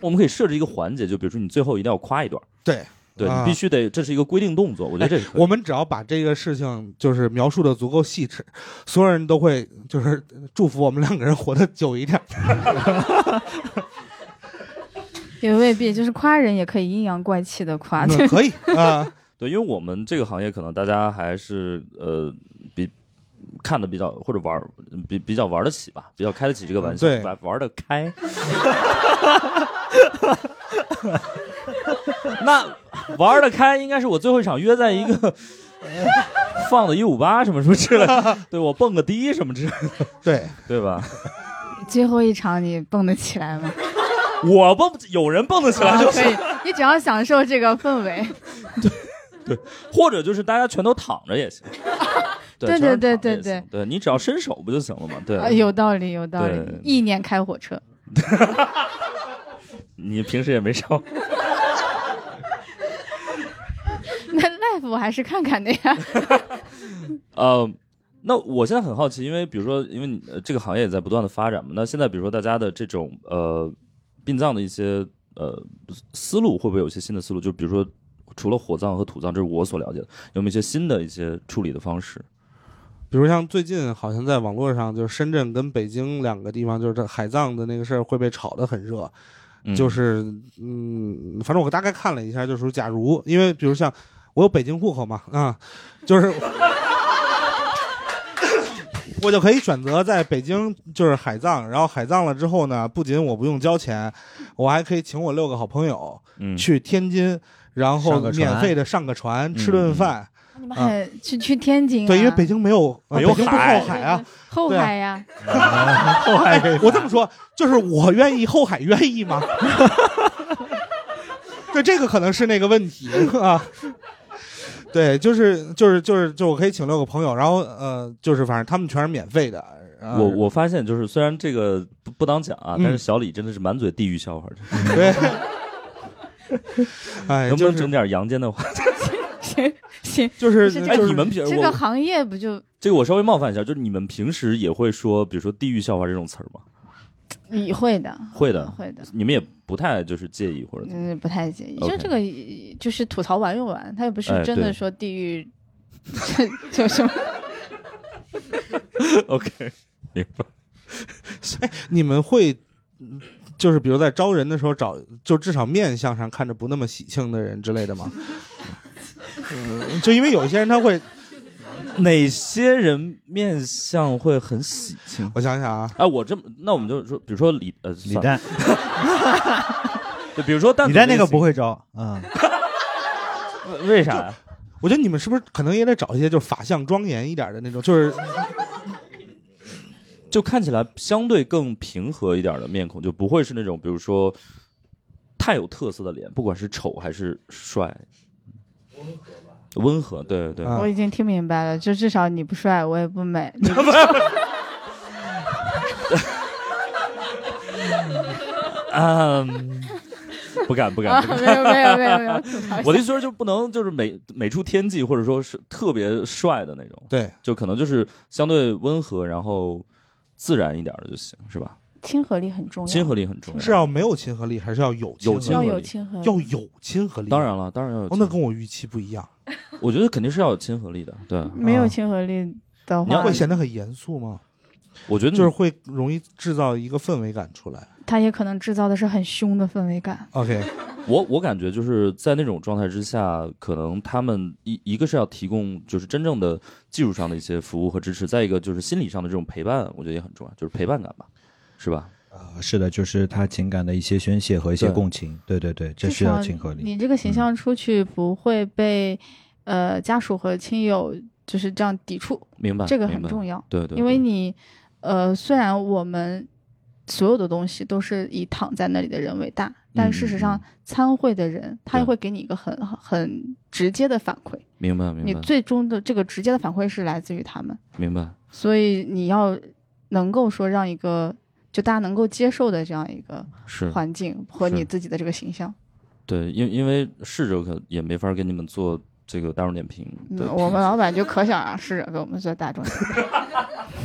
Speaker 1: 我们可以设置一个环节，就比如说你最后一定要夸一段，
Speaker 4: 对，
Speaker 1: 对
Speaker 4: 啊
Speaker 1: 你必须得，这是一个规定动作，我觉得这是可以
Speaker 4: 我们只要把这个事情就是描述的足够细致，所有人都会就是祝福我们两个人活得久一点。
Speaker 3: 也未必，就是夸人也可以阴阳怪气的夸。对
Speaker 4: 可以啊，
Speaker 1: 对，因为我们这个行业可能大家还是呃比看的比较或者玩儿比比较玩得起吧，比较开得起这个玩笑，
Speaker 4: 对
Speaker 1: 玩玩得开。那玩得开应该是我最后一场约在一个放的一五八什么什么之类的，对我蹦个迪什么之类的，
Speaker 4: 对，
Speaker 1: 对吧？
Speaker 3: 最后一场你蹦得起来吗？
Speaker 1: 我蹦不起有人蹦得起来
Speaker 3: 啊
Speaker 1: 就
Speaker 3: 可
Speaker 1: 是，
Speaker 3: 以，你只要享受这个氛围。
Speaker 1: 或者就是大家全都躺着也 行。
Speaker 3: 对
Speaker 1: 全都
Speaker 3: 对
Speaker 1: 躺着也
Speaker 3: 对对
Speaker 1: 行对，你只要伸手不就行了吗？对，
Speaker 3: 啊，有道理，有道理
Speaker 1: 对。
Speaker 3: 意念开火车，
Speaker 1: 你平时也没上，
Speaker 3: 那 live 我还是看看的
Speaker 4: 啊
Speaker 3: 呀。
Speaker 1: 呃，那我现在很好奇，因为比如说，因为你、呃、这个行业也在不断的发展嘛，那现在比如说大家的这种呃殡葬的一些呃思路，会不会有一些新的思路？就比如说，除了火葬和土葬，这是我所了解的，有没有一些新的一些处理的方式？
Speaker 4: 比如像最近好像在网络上，就是深圳跟北京两个地方，就是这海葬的那个事儿会被炒得很热。
Speaker 1: 嗯
Speaker 4: 就是嗯，反正我大概看了一下，就是说假如因为比如像我有北京户口嘛，啊，就是 我就可以选择在北京就是海葬，然后海葬了之后呢，不仅我不用交钱，我还可以请我六个好朋友
Speaker 1: 嗯，
Speaker 4: 去天津，然后
Speaker 2: 上个船
Speaker 4: 免费的上个船，
Speaker 1: 嗯
Speaker 4: 吃顿饭。
Speaker 3: 你们
Speaker 4: 啊
Speaker 3: 还去去天津啊？
Speaker 4: 对，因为北京没有呃
Speaker 1: 没有
Speaker 4: 北京不靠
Speaker 1: 海
Speaker 4: 海啊，
Speaker 3: 后
Speaker 4: 对啊
Speaker 3: 海呀，
Speaker 4: 后海、我这么说，就是我愿意，后海愿意吗？对，这个可能是那个问题啊。对，就是就是就是就我可以请六个朋友，然后呃，就是反正他们全是免费的。啊
Speaker 1: 我我发现就是虽然这个不不当讲啊，
Speaker 4: 嗯
Speaker 1: 但是小李真的是满嘴地域笑话，
Speaker 4: 对，哎，
Speaker 1: 能不
Speaker 4: 就
Speaker 1: 能
Speaker 4: 是
Speaker 1: 整点阳间的话？
Speaker 3: 行 行，
Speaker 4: 就是
Speaker 3: 是
Speaker 1: 哎
Speaker 4: 啊就，
Speaker 1: 你
Speaker 4: 是
Speaker 1: 们平
Speaker 3: 这个
Speaker 1: 我
Speaker 3: 行业不就
Speaker 1: 这个我稍微冒犯一下，就是你们平时也会说，比如说地域笑话这种词儿吗？
Speaker 3: 你会的，
Speaker 1: 会的，
Speaker 3: 会的，
Speaker 1: 你们也不太就是介意或者怎么
Speaker 3: 嗯，不太介意。
Speaker 1: OK
Speaker 3: 就这个就是吐槽玩用玩，他又不是
Speaker 1: 哎
Speaker 3: 真的
Speaker 1: 对
Speaker 3: 说地狱， 就什么。
Speaker 1: ？OK，明白。
Speaker 4: 你们会。嗯就是比如在招人的时候找，就至少面相上看着不那么喜庆的人之类的吗？嗯，就因为有些人他会，
Speaker 1: 哪些人面相会很喜庆？
Speaker 4: 我想想啊，
Speaker 1: 哎，我这么，那我们就说，比如说李呃，
Speaker 2: 李
Speaker 1: 算了，
Speaker 2: 诞，
Speaker 1: 就比如说蛋，
Speaker 2: 李诞那个不，会招，嗯，
Speaker 1: 呃为啥呀？
Speaker 4: 我觉得你们是不是可能也得找一些就是法相庄严一点的那种， 就是
Speaker 1: 就看起来相对更平和一点的面孔，就不会是那种比如说太有特色的脸，不管是丑还是帅，温和，对对对，
Speaker 4: 啊
Speaker 3: 我已经听明白了，就至少你不帅，我也不美。 你
Speaker 1: 嗯， 不敢不
Speaker 3: 啊
Speaker 1: 敢，不敢。
Speaker 3: 没有没有没有没有，吐槽一下
Speaker 1: 我的意思说就不能就是美美出天际，或者说是特别帅的那种，
Speaker 4: 对
Speaker 1: 就可能就是相对温和，然后自然一点的就行，是吧？
Speaker 3: 亲和力很重要，
Speaker 1: 亲和力很重要，
Speaker 4: 是啊要没有亲和力，还是要有
Speaker 1: 有
Speaker 4: 亲
Speaker 1: 亲
Speaker 4: 和
Speaker 1: 和
Speaker 3: 要
Speaker 1: 力
Speaker 3: 有
Speaker 4: 力？
Speaker 3: 亲和力，
Speaker 4: 要有亲和力。
Speaker 1: 当，然了，当然要有
Speaker 4: 哦
Speaker 1: 亲，
Speaker 4: 那跟我预期不一样。
Speaker 1: 我觉得肯定是要有亲和力的。 对，
Speaker 3: 没有
Speaker 4: 啊
Speaker 3: 亲和力的
Speaker 1: 你要
Speaker 3: 话
Speaker 4: 会，显得很严肃吗？
Speaker 1: 我觉得
Speaker 4: 就是会容易制造一个氛围感出来。
Speaker 3: 他也可能制造的是很凶的氛围感。
Speaker 4: OK，
Speaker 1: 我我感觉就是在那种状态之下，可能他们一一个是要提供就是真正的技术上的一些服务和支持，再一个就是心理上的这种陪伴，我觉得也很重要，就是陪伴感吧，是吧？
Speaker 2: 呃是的，就是他情感的一些宣泄和一些
Speaker 1: 对
Speaker 2: 共情，对对对，这
Speaker 3: 至
Speaker 2: 需要
Speaker 3: 少
Speaker 2: 亲和力。
Speaker 3: 你这个形象出去不会被
Speaker 1: 嗯
Speaker 3: 呃家属和亲友就是这样抵触，
Speaker 1: 明白，
Speaker 3: 这个很
Speaker 1: 啊明白
Speaker 3: 重要。
Speaker 1: 对对对，
Speaker 3: 因为你呃，虽然我们所有的东西都是以躺在那里的人为大，但事实
Speaker 1: 嗯
Speaker 3: 上
Speaker 1: 嗯
Speaker 3: 参会的人他也
Speaker 1: 对
Speaker 3: 会给你一个很很直接的反馈，
Speaker 1: 明白明
Speaker 3: 你
Speaker 1: 白
Speaker 3: 最终的这个直接的反馈是来自于他们，
Speaker 1: 明白，
Speaker 3: 所以你要能够说让一个就大家能够接受的这样一个
Speaker 1: 是
Speaker 3: 环境和
Speaker 1: 嗯是
Speaker 3: 你自己的这个形象。
Speaker 1: 对，因因为逝者可也没法给你们做这个大众点评，
Speaker 3: 嗯
Speaker 1: 对，，
Speaker 3: 我们老板就可想而知给我们做大众 啊点评，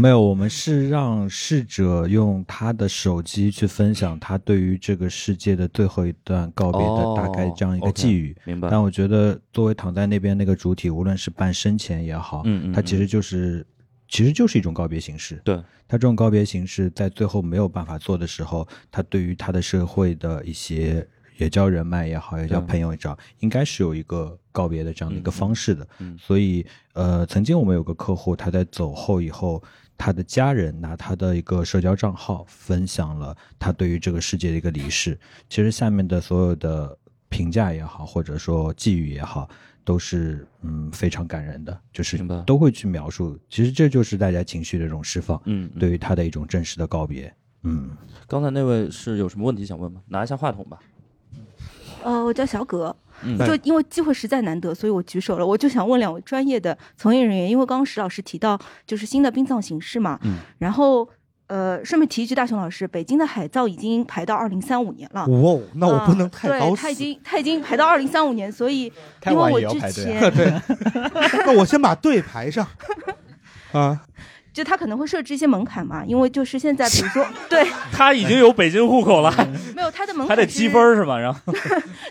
Speaker 2: 没有，我们是让逝者用他的手机去分享他对于这个世界的最后一段告别的大概这样一
Speaker 1: 哦
Speaker 2: 个
Speaker 1: ，OK
Speaker 2: 寄语。
Speaker 1: 明白，
Speaker 2: 但我觉得，作为躺在那边那个主体，无论是办生前也好，
Speaker 1: 嗯嗯
Speaker 2: 它其实就是，其实就是一种告别形式。
Speaker 1: 对
Speaker 2: 它这种告别形式在最后没有办法做的时候，它对于它的社会的一些也叫人脉也好，也叫
Speaker 1: 对
Speaker 2: 朋友也好，应该是有一个告别的这样的一个方式的。
Speaker 1: 嗯
Speaker 2: 所以，呃，曾经我们有个客户，他在走后以后。他的家人拿他的一个社交账号分享了他对于这个世界的一个离世，其实下面的所有的评价也好，或者说寄语也好，都是嗯非常感人的，就是
Speaker 1: 明白
Speaker 2: 都会去描述。其实这就是大家情绪的一种释放，
Speaker 1: 嗯，嗯
Speaker 2: 对于他的一种真实的告别。嗯，
Speaker 1: 刚才那位是有什么问题想问吗？拿一下话筒吧。
Speaker 5: 呃，我叫小葛，
Speaker 1: 嗯
Speaker 5: 就因为机会实在难得，所以我举手了。我就想问两位专业的从业人员，因为刚刚石老师提到就是新的殡葬形式嘛，
Speaker 1: 嗯
Speaker 5: 然后呃，顺便提一句，大雄老师，北京的海葬已经排到二零三五年了。嗯
Speaker 4: 哇、哦，那我不能太
Speaker 5: 对，
Speaker 4: 早
Speaker 5: 他已
Speaker 4: 死，
Speaker 5: 经他已经排到二零三五年，所以
Speaker 6: 开
Speaker 5: 因
Speaker 6: 完
Speaker 5: 为我
Speaker 6: 也要
Speaker 5: 之
Speaker 6: 排队啊
Speaker 5: 前
Speaker 4: 那我先把队排上。啊，
Speaker 5: 就他可能会设置一些门槛嘛，因为就是现在比如说对，
Speaker 1: 他已经有北京户口了，
Speaker 5: 没有他的门槛
Speaker 1: 还得
Speaker 5: 是
Speaker 1: 积分儿是吧？然后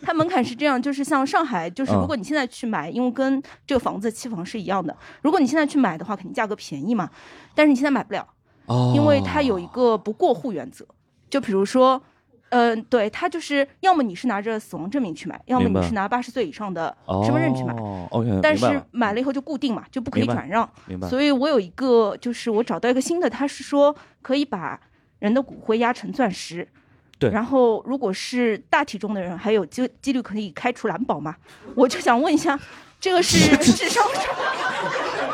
Speaker 5: 它门槛是这样，就是像上海，就是
Speaker 1: 嗯
Speaker 5: 如果你现在去买，因为跟这个房子的期房是一样的，如果你现在去买的话，肯定价格便宜嘛。但是你现在买不了，
Speaker 1: 哦
Speaker 5: 因为它有一个不过户原则，就比如说，嗯、对，它就是要么你是拿着死亡证明去买，要么
Speaker 1: 明白
Speaker 5: 你是拿八十岁以上的身份证去买。
Speaker 1: 哦，OK，
Speaker 5: 但
Speaker 1: 明白
Speaker 5: 是
Speaker 1: 了
Speaker 5: 买了以后就固定嘛，就不可以
Speaker 1: 明白
Speaker 5: 转让。
Speaker 1: 明白，
Speaker 5: 所以我有一个，就是我找到一个新的，它是说可以把人的骨灰压成钻石。
Speaker 1: 对
Speaker 5: 然后如果是大体重的人，还有几几率可以开除蓝宝嘛？我就想问一下，这 个是 智商税？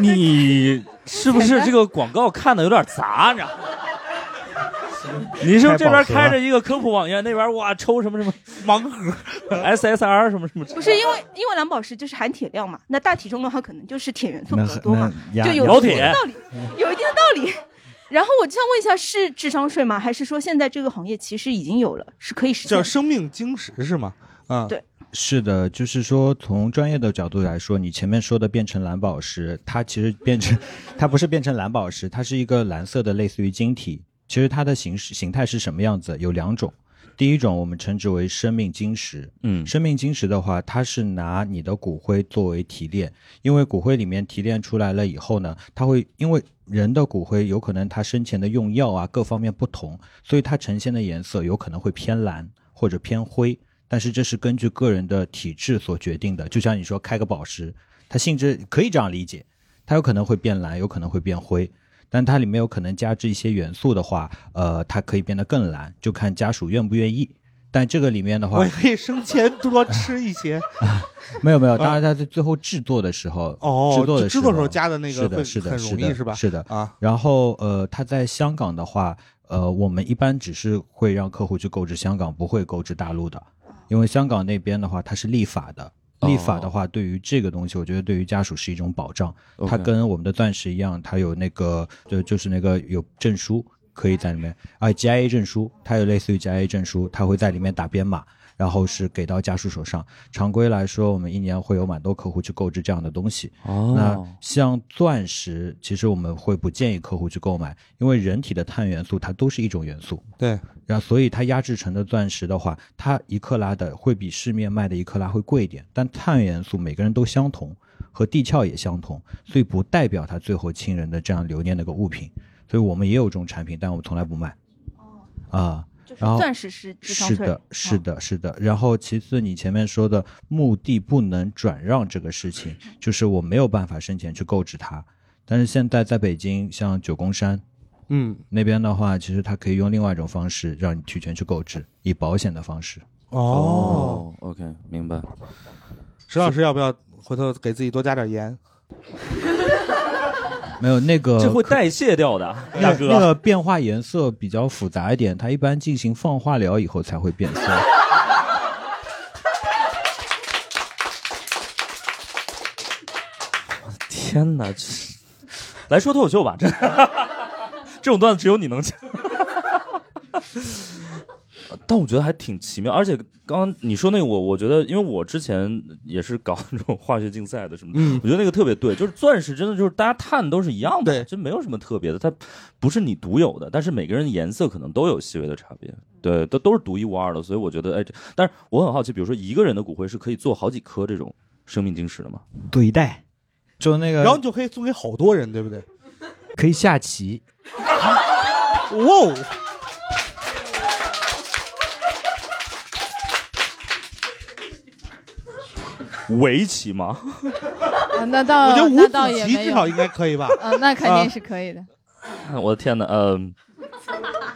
Speaker 1: 你是不是这个广告看的有点杂？你知道吗？你是不是这边开着一个科普网页，那边哇抽什么什么
Speaker 4: 盲盒
Speaker 1: SSR 什么什么？
Speaker 5: 不是因为因为蓝宝石就是含铁量嘛，那大体重的话可能就是铁元素比
Speaker 2: 那
Speaker 5: 较多嘛
Speaker 2: 那，压
Speaker 5: 就有
Speaker 1: 老
Speaker 5: 一定
Speaker 1: 铁
Speaker 5: 的道理，有一定的道理。然后我就想问一下，是智商税吗？还是说现在这个行业其实已经有了，是可以实
Speaker 4: 叫
Speaker 5: 现的？
Speaker 4: 生命晶石是吗？啊，
Speaker 5: 对
Speaker 2: 是的，就是说，从专业的角度来说，你前面说的变成蓝宝石，它其实变成，它不是变成蓝宝石，它是一个蓝色的，类似于晶体。其实它的形式形态是什么样子？有两种，第一种我们称之为生命晶石，
Speaker 1: 嗯
Speaker 2: 生命晶石的话，它是拿你的骨灰作为提炼，因为骨灰里面提炼出来了以后呢，它会因为人的骨灰有可能它生前的用药啊各方面不同，所以它呈现的颜色有可能会偏蓝或者偏灰，但是这是根据个人的体质所决定的。就像你说开个宝石，它性质可以这样理解，它有可能会变蓝，有可能会变灰。但它里面有可能加置一些元素的话，呃，它可以变得更蓝，就看家属愿不愿意。但这个里面的话，
Speaker 4: 我也可以生前多吃一 些。
Speaker 2: 没有没有，当然它在最后制作的时候，
Speaker 4: 啊哦，
Speaker 2: 制作的
Speaker 4: 就制
Speaker 2: 时
Speaker 4: 作
Speaker 2: 候
Speaker 4: 时候加的那个
Speaker 2: 是
Speaker 4: 会
Speaker 2: 的，是的，
Speaker 4: 很容易
Speaker 2: 的
Speaker 4: 是吧？
Speaker 2: 是的。
Speaker 4: 啊，
Speaker 2: 然后呃，它在香港的话，呃，我们一般只是会让客户去购置香港，不会购置大陆的，因为香港那边的话它是立法的。
Speaker 1: 哦
Speaker 2: 立法的话，对于这个东西，我觉得对于家属是一种保障。
Speaker 1: OK
Speaker 2: 它跟我们的钻石一样，它有那个就就是那个有证书可以在里面，啊 GIA 证书，它有类似于 GIA 证书，它会在里面打编码，然后是给到家属手上。常规来说，我们一年会有蛮多客户去购置这样的东西。那
Speaker 1: 哦，
Speaker 2: 像钻石，其实我们会不建议客户去购买，因为人体的碳元素它都是一种元素，
Speaker 4: 对，
Speaker 2: 然后所以它压制成的钻石的话，它一克拉的会比市面卖的一克拉会贵一点，但碳元素每个人都相同，和地壳也相同，所以不代表它最后亲人的这样留念的一个物品。所以我们也有这种产品，但我们从来不卖。啊、
Speaker 5: 就是
Speaker 2: 然后
Speaker 5: 钻石是智商
Speaker 2: 是
Speaker 5: 税。
Speaker 2: 的，是
Speaker 5: 哦
Speaker 2: 的，是的。然后其次，你前面说的墓地不能转让这个事情，就是我没有办法生前去购置它。但是现在在北京，像九宫山
Speaker 4: 嗯，
Speaker 2: 那边的话，其实它可以用另外一种方式让你提前去购置，以保险的方式。
Speaker 4: 哦，
Speaker 1: ，OK，明白。
Speaker 4: 石老师要不要回头给自己多加点盐？
Speaker 2: 没有那个
Speaker 1: 这会代谢掉的，大
Speaker 2: 那那
Speaker 1: 哥。啊
Speaker 2: 个变化颜色比较复杂一点，它一般进行放化疗以后才会变色。
Speaker 1: 天哪，这是来说脱口秀吧， 这这种段子只有你能讲。但我觉得还挺奇妙，而且刚刚你说那个我，我觉得，因为我之前也是搞那种化学竞赛的什么的，
Speaker 4: 嗯
Speaker 1: 我觉得那个特别对，就是钻石真的就是大家碳都是一样的，
Speaker 4: 对
Speaker 1: 这没有什么特别的，它不是你独有的，但是每个人颜色可能都有细微的差别，对，都都是独一无二的，所以我觉得，哎，这但是我很好奇，比如说一个人的骨灰是可以做好几颗这种生命晶石的吗？
Speaker 6: 赌一代
Speaker 2: 就那个，
Speaker 4: 然后你就可以送给好多人，对不对？
Speaker 6: 可以下棋，
Speaker 4: 哇哦，
Speaker 1: 围棋吗？
Speaker 3: 啊，那
Speaker 4: 我
Speaker 3: 倒
Speaker 4: 觉得五
Speaker 3: 那倒也
Speaker 4: 子棋
Speaker 3: 没
Speaker 4: 至
Speaker 3: 有
Speaker 4: 少，应该可以吧？
Speaker 3: 嗯，那肯
Speaker 4: 啊
Speaker 1: 呃
Speaker 3: 定是可以的。
Speaker 1: 我的天哪，嗯、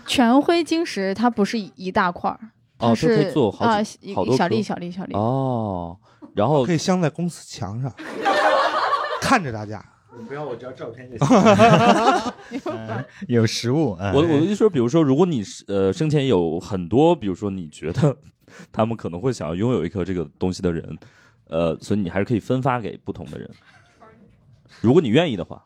Speaker 3: 全灰晶石它不是一大块儿，它
Speaker 1: 哦，它可以
Speaker 3: 是
Speaker 1: 做好
Speaker 3: 啊
Speaker 1: 几
Speaker 3: 一
Speaker 1: 好多
Speaker 3: 小
Speaker 1: 颗
Speaker 3: 粒小粒小粒。
Speaker 1: 哦，然后
Speaker 4: 可以镶在公司墙上，看着大家。
Speaker 6: 不要，我只要照片就行。 有实物，嗯
Speaker 1: 我我的意思说，比如说，如果你是呃生前有很多，比如说你觉得他们可能会想要拥有一颗这个东西的人，呃，所以你还是可以分发给不同的人，如果你愿意的话。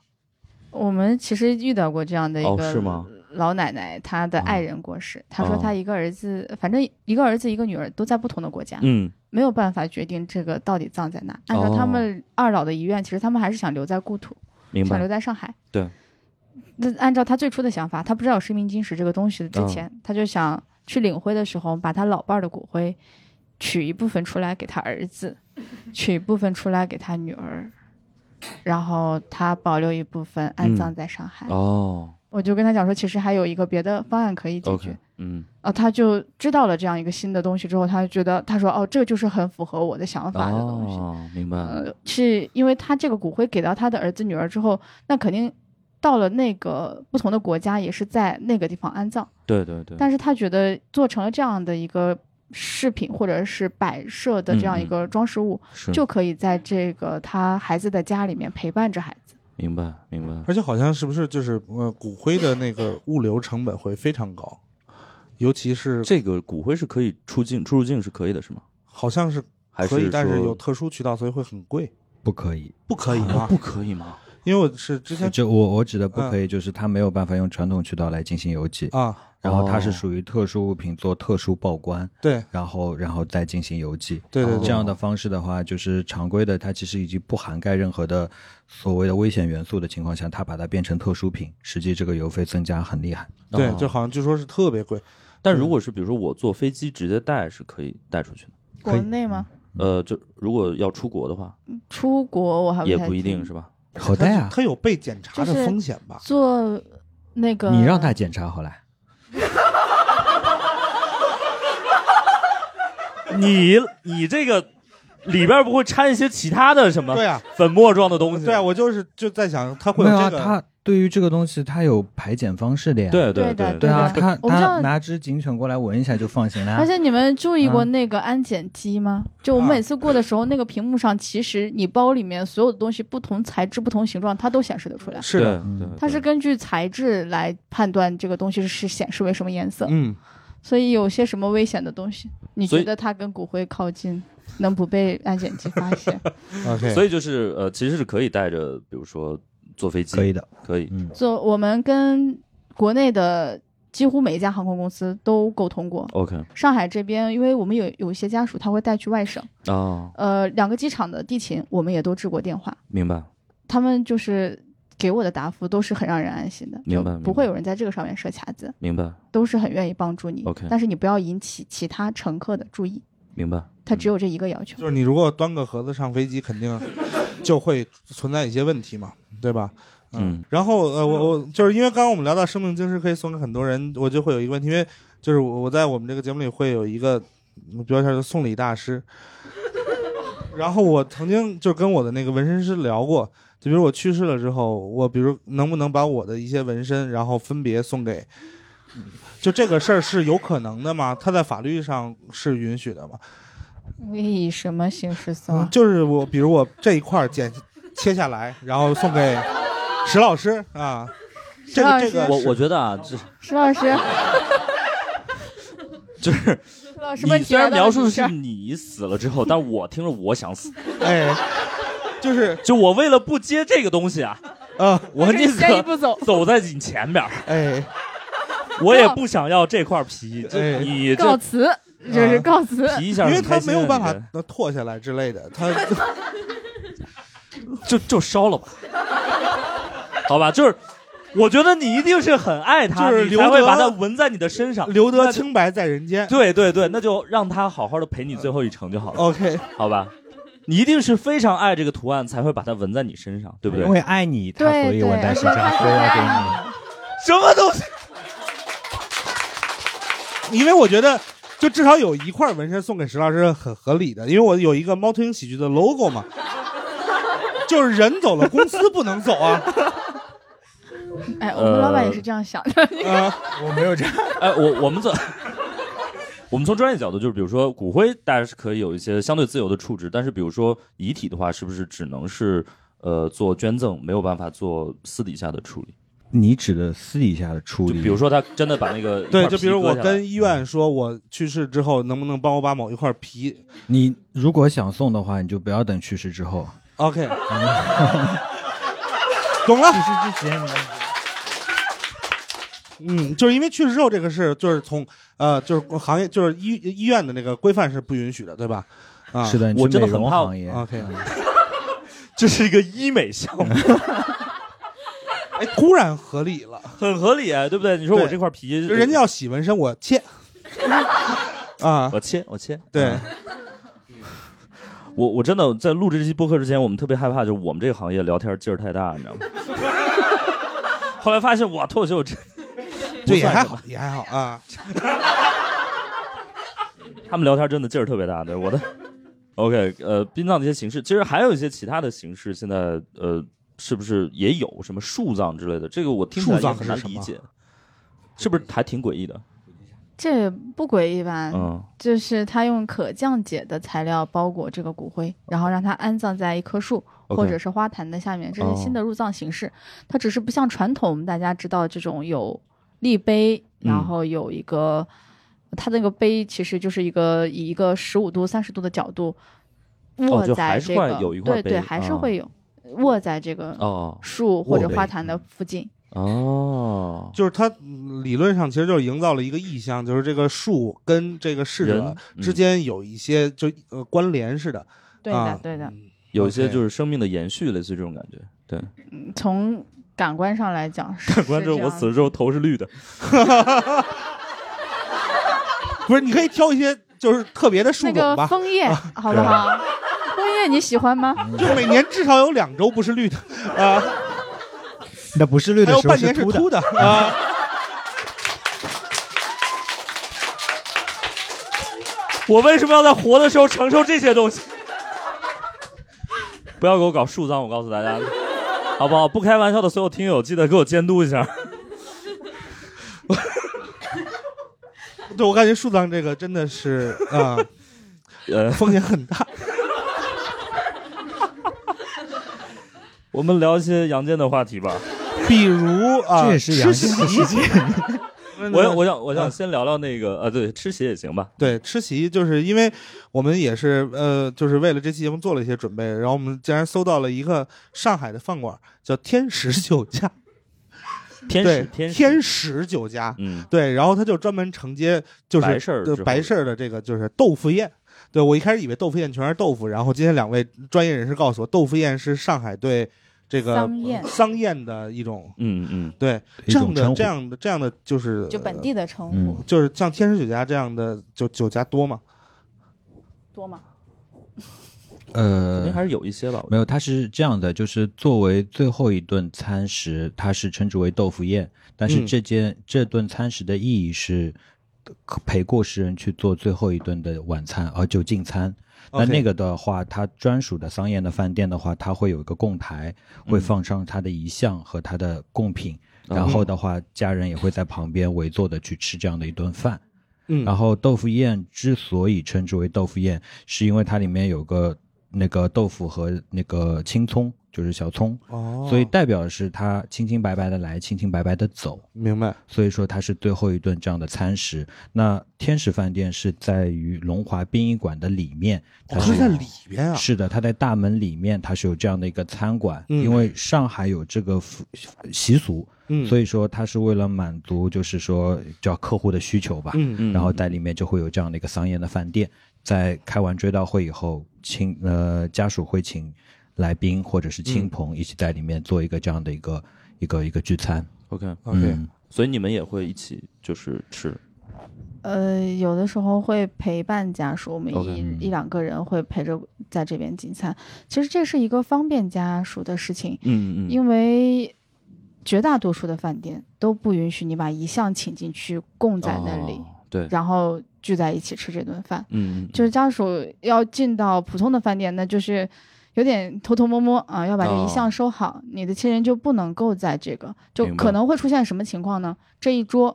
Speaker 3: 我们其实遇到过这样的一
Speaker 1: 哦
Speaker 3: 个
Speaker 1: 是吗
Speaker 3: 老奶奶，她的爱人过世，她说
Speaker 1: 哦
Speaker 3: 她一个儿子，反正一个儿子一个女儿都在不同的国家，
Speaker 1: 嗯，
Speaker 3: 没有办法决定这个到底葬在哪。按照
Speaker 1: 哦
Speaker 3: 他们二老的遗愿，其实他们还是想留在故土，
Speaker 1: 明
Speaker 3: 想留
Speaker 1: 白。
Speaker 3: 在上海。
Speaker 1: 对。
Speaker 3: 那按照他最初的想法，他不知道有生命金石这个东西
Speaker 1: 嗯
Speaker 3: 之前，他就想去领灰的时候，把他老伴儿的骨灰取一部分出来给他儿子，取一部分出来给他女儿，然后他保留一部分安葬在上海。
Speaker 1: 嗯哦
Speaker 3: 我就跟他讲说，其实还有一个别的方案可以解决。
Speaker 1: ，OK，嗯，
Speaker 3: 啊，他就知道了这样一个新的东西之后，他就觉得他说哦，这就是很符合我的想法的东西。
Speaker 1: 哦，明白了。
Speaker 3: 呃，是因为他这个骨灰给到他的儿子女儿之后，那肯定到了那个不同的国家，也是在那个地方安葬。
Speaker 1: 对对对，
Speaker 3: 但是他觉得做成了这样的一个饰品或者是摆设的这
Speaker 1: 嗯
Speaker 3: 样一个装饰物，
Speaker 1: 是
Speaker 3: 就可以在这个他孩子的家里面陪伴着孩子。
Speaker 1: 明白明白。
Speaker 4: 而且好像是不是就是呃，骨灰的那个物流成本会非常高，尤其是
Speaker 1: 这个骨灰是可以出境出入境是可以的，是吗？
Speaker 4: 好像是
Speaker 1: 还
Speaker 4: 可以，但是
Speaker 1: 说
Speaker 4: 有特殊渠道，所以会很贵。
Speaker 2: 不可以。
Speaker 4: 不可以
Speaker 1: 啊
Speaker 4: 吗
Speaker 1: 不？可以吗？
Speaker 4: 因为我是之前
Speaker 2: 就我我指的不可以，就是它没有办法用传统渠道来进行邮寄，
Speaker 4: 啊，
Speaker 2: 然后
Speaker 1: 嗯
Speaker 2: 它
Speaker 1: 哦
Speaker 2: 是属于特殊物品做特殊报关，
Speaker 4: 对
Speaker 2: 然后然后再进行邮寄。
Speaker 4: 对对
Speaker 1: 哦
Speaker 4: 对，
Speaker 2: 这样的方式的话，就是常规的，它其实已经不涵盖任何的所谓的危险元素的情况下，它把它变成特殊品，实际这个邮费增加很厉害。
Speaker 4: 对
Speaker 1: 哦，
Speaker 4: 就好像嗯据说是特别贵，
Speaker 1: 但如果是比如说我坐飞机直接带是可以带出去的，
Speaker 2: 可
Speaker 3: 国
Speaker 2: 以
Speaker 3: 内吗？
Speaker 1: 呃，就如果要出国的话
Speaker 3: 出国我还
Speaker 1: 也
Speaker 3: 太
Speaker 1: 不一定
Speaker 3: 清
Speaker 1: 是吧？
Speaker 2: 好带啊，
Speaker 4: 它有被检查
Speaker 3: 就
Speaker 4: 的
Speaker 3: 是
Speaker 4: 风险吧？
Speaker 3: 做那个
Speaker 2: 你让他检查好了。
Speaker 1: 你你这个里边不会掺一些其他的什么
Speaker 4: 对啊，
Speaker 1: 粉末状的东西？
Speaker 4: 对啊，我就是就在想，它会
Speaker 2: 没
Speaker 4: 有
Speaker 2: 有啊，
Speaker 4: 这个
Speaker 2: 他对于这个东西，他有排检方式的呀。
Speaker 1: 对
Speaker 3: 对
Speaker 1: 对
Speaker 3: 的
Speaker 2: 对啊，
Speaker 3: 对
Speaker 2: 他
Speaker 3: 我不知道
Speaker 2: 他拿只警犬过来闻一下就放行了啊
Speaker 3: 而。且你们注意过
Speaker 2: 嗯
Speaker 3: 那个安检机吗？就我们
Speaker 4: 啊
Speaker 3: 每次过的时候，那个屏幕上其实你包里面所有的东西，不同材质、不同形状，它都显示得出来。
Speaker 4: 是的，嗯
Speaker 1: 对对
Speaker 3: 它是根据材质来判断这个东西是显示为什么颜色，
Speaker 4: 嗯，
Speaker 3: 所以有些什么危险的东西，你
Speaker 1: 所以
Speaker 3: 觉得它跟骨灰靠近，能不被安检机发 现？
Speaker 4: OK，
Speaker 1: 所
Speaker 4: 以
Speaker 1: 以就是呃，其实是可以带着，比如说坐飞机
Speaker 2: 可以的，
Speaker 1: 可以
Speaker 2: 嗯，
Speaker 3: 做我们跟国内的几乎每一家航空公司都沟通过。
Speaker 1: ，OK
Speaker 3: 上海这边，因为我们有有一些家属他会带去外省，
Speaker 1: 哦，
Speaker 3: 呃，两个机场的地勤我们也都致过电话，
Speaker 1: 明白
Speaker 3: 他们就是给我的答复都是很让人安心的，
Speaker 1: 明白
Speaker 3: 就
Speaker 1: 明白
Speaker 3: 不会有人在这个上面设卡子，
Speaker 1: 明白
Speaker 3: 都是很愿意帮助你。
Speaker 1: OK
Speaker 3: 但是你不要引起其他乘客的注意，
Speaker 1: 明白，
Speaker 3: 他只有这一个要求。
Speaker 4: 就是你如果端个盒子上飞机，肯定就会存在一些问题嘛， 对吧？
Speaker 1: 嗯
Speaker 4: 然后呃，我我就是因为刚刚我们聊到生命晶石可以送给很多人，我就会有一个问题，因为就是我我在我们这个节目里会有一个嗯标签叫送礼大师。 然后我曾经就跟我的那个纹身师聊过，就比如我去世了之后，我比如能不能把我的一些纹身，然后分别送给，嗯就这个事儿是有可能的吗？他在法律上是允许的吗？
Speaker 3: 以嗯什么形式送
Speaker 4: 嗯，就是我，比如我这一块儿剪切下来，然后送 给石老师啊。这
Speaker 3: 老
Speaker 4: 个
Speaker 3: 师
Speaker 4: 这个
Speaker 1: 我
Speaker 4: 是
Speaker 1: 我觉得啊，这
Speaker 3: 石老师，
Speaker 1: 就是
Speaker 3: 石老师，
Speaker 1: 你虽然描述的是你死了之后，但我听着我想死，
Speaker 4: 哎，就是
Speaker 1: 就我为了不接这个东西啊，
Speaker 4: 啊，
Speaker 1: 我宁
Speaker 3: 先一
Speaker 1: 可
Speaker 3: 步走。
Speaker 1: 走在你前边儿，
Speaker 4: 哎，
Speaker 1: 我也不想要这块皮，
Speaker 4: 哎
Speaker 1: 这你
Speaker 3: 告
Speaker 1: 这
Speaker 3: 辞，这
Speaker 1: 嗯
Speaker 3: 是告辞。
Speaker 1: 皮一下
Speaker 4: 因
Speaker 1: 很开心啊，
Speaker 4: 为他没有办
Speaker 1: 你
Speaker 4: 法脱下来之类的， 他
Speaker 1: 这就就烧了吧， 好吧，就是。我觉得你一定是很爱他，
Speaker 4: 就是
Speaker 1: 你
Speaker 4: 留
Speaker 1: 才会
Speaker 4: 得
Speaker 1: 把它纹在你的身上。
Speaker 4: 留
Speaker 1: 那
Speaker 4: 得
Speaker 1: 就
Speaker 4: 清白在人间。
Speaker 1: 对对对，那就让他好好的陪你最后一程就好了，
Speaker 4: OK，
Speaker 1: 好吧？你一定是非常爱这个图案，才会把它纹在你身上，对不对
Speaker 2: 因？为爱你，他
Speaker 3: 对
Speaker 2: 所以我
Speaker 3: 对
Speaker 2: 才是
Speaker 3: 而
Speaker 2: 这
Speaker 3: 且
Speaker 2: 样
Speaker 3: 他
Speaker 2: 所以
Speaker 3: 是
Speaker 2: 要给
Speaker 3: 爱
Speaker 2: 你。
Speaker 1: 什么东西？
Speaker 4: 因为我觉得。就至少有一块纹身送给石老师很合理的，因为我有一个猫头鹰喜剧的 logo 嘛，就是人走了，公司不能走啊。
Speaker 3: 哎，我们老
Speaker 1: 呃
Speaker 3: 板也是这样想的。
Speaker 4: 呃
Speaker 6: 我没有这样。
Speaker 1: 哎，我我们从我们从专业角度，就是比如说骨灰，大家是可以有一些相对自由的处置，但是比如说遗体的话，是不是只能是呃做捐赠，没有办法做私底下的处理？
Speaker 2: 你指的私底下的处理，
Speaker 1: 比如说他真的把那个一
Speaker 4: 对，
Speaker 1: 块
Speaker 4: 就
Speaker 1: 皮
Speaker 4: 比如
Speaker 1: 割
Speaker 4: 我
Speaker 1: 下来
Speaker 4: 跟医院说，我去世之后能不能帮我把某一块皮
Speaker 2: 你如果想送的话，你就不要等去世之后。
Speaker 4: ？OK，懂了。
Speaker 6: 去世之前你们
Speaker 4: 嗯，就是因为去世之后这个事，就是从呃，就是行业，就是医医院的那个规范是不允许的，对吧？啊，
Speaker 2: 是的，你
Speaker 1: 我
Speaker 2: 是
Speaker 1: 真的
Speaker 2: 美
Speaker 1: 很
Speaker 2: 容
Speaker 1: 怕
Speaker 2: 行业。
Speaker 4: OK，
Speaker 1: 这是一个医美 项目，
Speaker 4: 哎，突然合理了，
Speaker 1: 很合理啊，对不对？你说我
Speaker 4: 对
Speaker 1: 这块皮，
Speaker 4: 就人家要洗纹身，我切。啊，
Speaker 1: 我切我切，
Speaker 4: 对，
Speaker 1: 我我真的在录这期播客之前，我们特别害怕，就是我们这个行业聊天劲儿太大，你知道吗？ 后来发现哇，脱口秀这
Speaker 4: 这也
Speaker 1: 算
Speaker 4: 还
Speaker 1: 什么
Speaker 4: 好，也还好啊。
Speaker 1: 他们聊天真的劲儿特别大，对我的。OK，呃，殡葬的一些形式，其实还有一些其他的形式，现在呃，是不是也有什么树葬之类的？这个我听起来
Speaker 4: 树葬
Speaker 1: 也很
Speaker 4: 是
Speaker 1: 难
Speaker 4: 什么
Speaker 1: 理解，是不是还挺诡异的？
Speaker 3: 这不诡异吧？
Speaker 1: 嗯，
Speaker 3: 就是他用可降解的材料包裹这个骨灰，然后让它安葬在一棵树
Speaker 1: OK 哦
Speaker 3: 或者是花坛的下面，这是新的入葬形式。它只是不像传统我们大家知道这种有立碑，
Speaker 1: 嗯
Speaker 3: 然后有一个、它那个碑其实就是一个以一个十五度、三十度的角度握
Speaker 1: 哦就
Speaker 3: 在
Speaker 1: 还是
Speaker 3: 这个，
Speaker 1: 会有一块
Speaker 3: 对对，
Speaker 1: 碑
Speaker 3: 还是
Speaker 1: 啊
Speaker 3: 会有、握在这个
Speaker 1: 哦
Speaker 3: 树或者
Speaker 2: 碑
Speaker 3: 花坛的附近。
Speaker 1: 哦，
Speaker 4: 就是它嗯理论上其实就是营造了一个意象，就是这个树跟这个逝者
Speaker 1: 人嗯
Speaker 4: 之间有一些就呃关联似的。
Speaker 3: 对的，
Speaker 4: 啊
Speaker 3: 对的。
Speaker 1: 有一些
Speaker 4: OK
Speaker 1: 就是生命的延续，类似于这种感觉。对，
Speaker 3: 嗯从感官上来讲，
Speaker 1: 感
Speaker 3: 感
Speaker 1: 官之后我死了之后头是绿的，
Speaker 4: 不是，你可以挑一些就是特别的树
Speaker 3: 那
Speaker 4: 种
Speaker 3: 个
Speaker 4: 吧，
Speaker 3: 枫叶，好不
Speaker 1: 啊
Speaker 3: 好？枫叶你喜欢吗？
Speaker 4: 就每年至少有两周不是绿的啊，
Speaker 2: 那不是绿的
Speaker 4: 还有
Speaker 2: 时候
Speaker 4: 半年是
Speaker 2: 秃的。
Speaker 4: 秃的啊。
Speaker 1: 我为什么要在活的时候承受这些东 西？不要给我搞树葬，我告诉大家，好不好？不开玩笑的所有听友，记得给我监督一下。
Speaker 4: 对，我感觉树葬这个真的是啊，
Speaker 1: 呃，
Speaker 4: 风险很大。
Speaker 1: 我们聊一些阳间的话题吧。
Speaker 4: 比如啊，
Speaker 2: 这也是
Speaker 4: 吃
Speaker 2: 阳间的
Speaker 4: 席，
Speaker 1: 我想，我想，我想
Speaker 4: 啊
Speaker 1: 先聊聊那个，呃，对，吃席也行吧。
Speaker 4: 对，吃席就是因为我们也是呃，就是为了这期节目做了一些准备，然后我们竟然搜到了一个上海的饭馆，叫天使酒家，
Speaker 1: 天
Speaker 4: 对
Speaker 1: 使，，天使，
Speaker 4: 天使酒家，
Speaker 1: 嗯，
Speaker 4: 对，然后他就专门承接就是
Speaker 1: 白事儿之
Speaker 4: 呃
Speaker 1: 后
Speaker 4: 白事儿的这个就是豆腐宴。对我一开始以为豆腐宴全是豆腐，然后今天两位专业人士告诉我，豆腐宴是上海对这个
Speaker 3: 丧宴
Speaker 4: 丧宴的一种
Speaker 1: 嗯嗯，
Speaker 4: 对
Speaker 2: 一
Speaker 4: 这样
Speaker 2: 种称
Speaker 4: 的
Speaker 2: 呼
Speaker 4: 这样的这样的就是
Speaker 3: 就本地的称
Speaker 2: 嗯
Speaker 3: 呼
Speaker 4: 就是像天使酒家这样的酒酒家多吗？
Speaker 3: 多吗？
Speaker 1: 肯
Speaker 4: 嗯
Speaker 1: 定
Speaker 2: 呃，
Speaker 1: 还是有一些吧。我
Speaker 2: 没有，它是这样的，就是作为最后一顿餐食，它是称之为豆腐宴，但是
Speaker 4: 嗯
Speaker 2: 这件、这顿餐食的意义是陪过世人去做最后一顿的晚餐，而就进餐。那
Speaker 4: OK
Speaker 2: 那个的话，它专属的桑宴的饭店的话，它会有一个供台，会
Speaker 4: 嗯
Speaker 2: 放上它的遗像和它的贡品，嗯然
Speaker 4: 嗯
Speaker 2: 后的话，家人也会在旁边围坐的去吃这样的一顿饭。
Speaker 4: 嗯
Speaker 2: 然后豆腐宴之所以称之为豆腐宴，是因为它里面有个那个豆腐和那个青葱，就是小葱，
Speaker 4: 哦
Speaker 2: 所以代表的是它清清白白的来，清清白白的走。
Speaker 4: 明白
Speaker 2: 所以说它是最后一顿这样的餐食。那天使饭店是在于龙华殡仪馆的里面，它
Speaker 4: 哦
Speaker 2: 是、
Speaker 4: 是在里边啊。
Speaker 2: 是的，它在大门里面，它是有这样的一个餐馆，
Speaker 4: 嗯
Speaker 2: 因为上海有这个习习俗，
Speaker 4: 嗯，
Speaker 2: 所
Speaker 4: 以
Speaker 2: 以说它是为了满足就是说叫客户的需求吧，
Speaker 4: 嗯
Speaker 1: 嗯
Speaker 2: 然后在里面就会有这样的一个桑宴的饭店，在开完追悼会以后，亲呃家属会请来宾或者是亲
Speaker 4: 嗯
Speaker 2: 朋一起在里面做一个这样的一个一个一个聚餐。
Speaker 1: OK，
Speaker 4: OK，
Speaker 2: 嗯
Speaker 1: 所以你们也会一起就是吃。
Speaker 3: 呃，有的时候会陪伴家属，我们
Speaker 1: OK 嗯
Speaker 3: 一一两个人会陪着在这边进餐。其实这是一个方便家属的事情，
Speaker 1: 嗯嗯
Speaker 3: 因为绝大多数的饭店都不允许你把遗像请进去供
Speaker 1: 嗯，
Speaker 3: 在那里，
Speaker 1: 哦对，
Speaker 3: 然后聚在一起吃这顿饭。
Speaker 1: 嗯，嗯
Speaker 3: 就是家属要进到普通的饭店，那就是有点偷偷摸摸啊，要把这一项收好，你的亲人就不能够在这个，就
Speaker 1: 哦明白
Speaker 3: 可能会出现什么情况呢？这一桌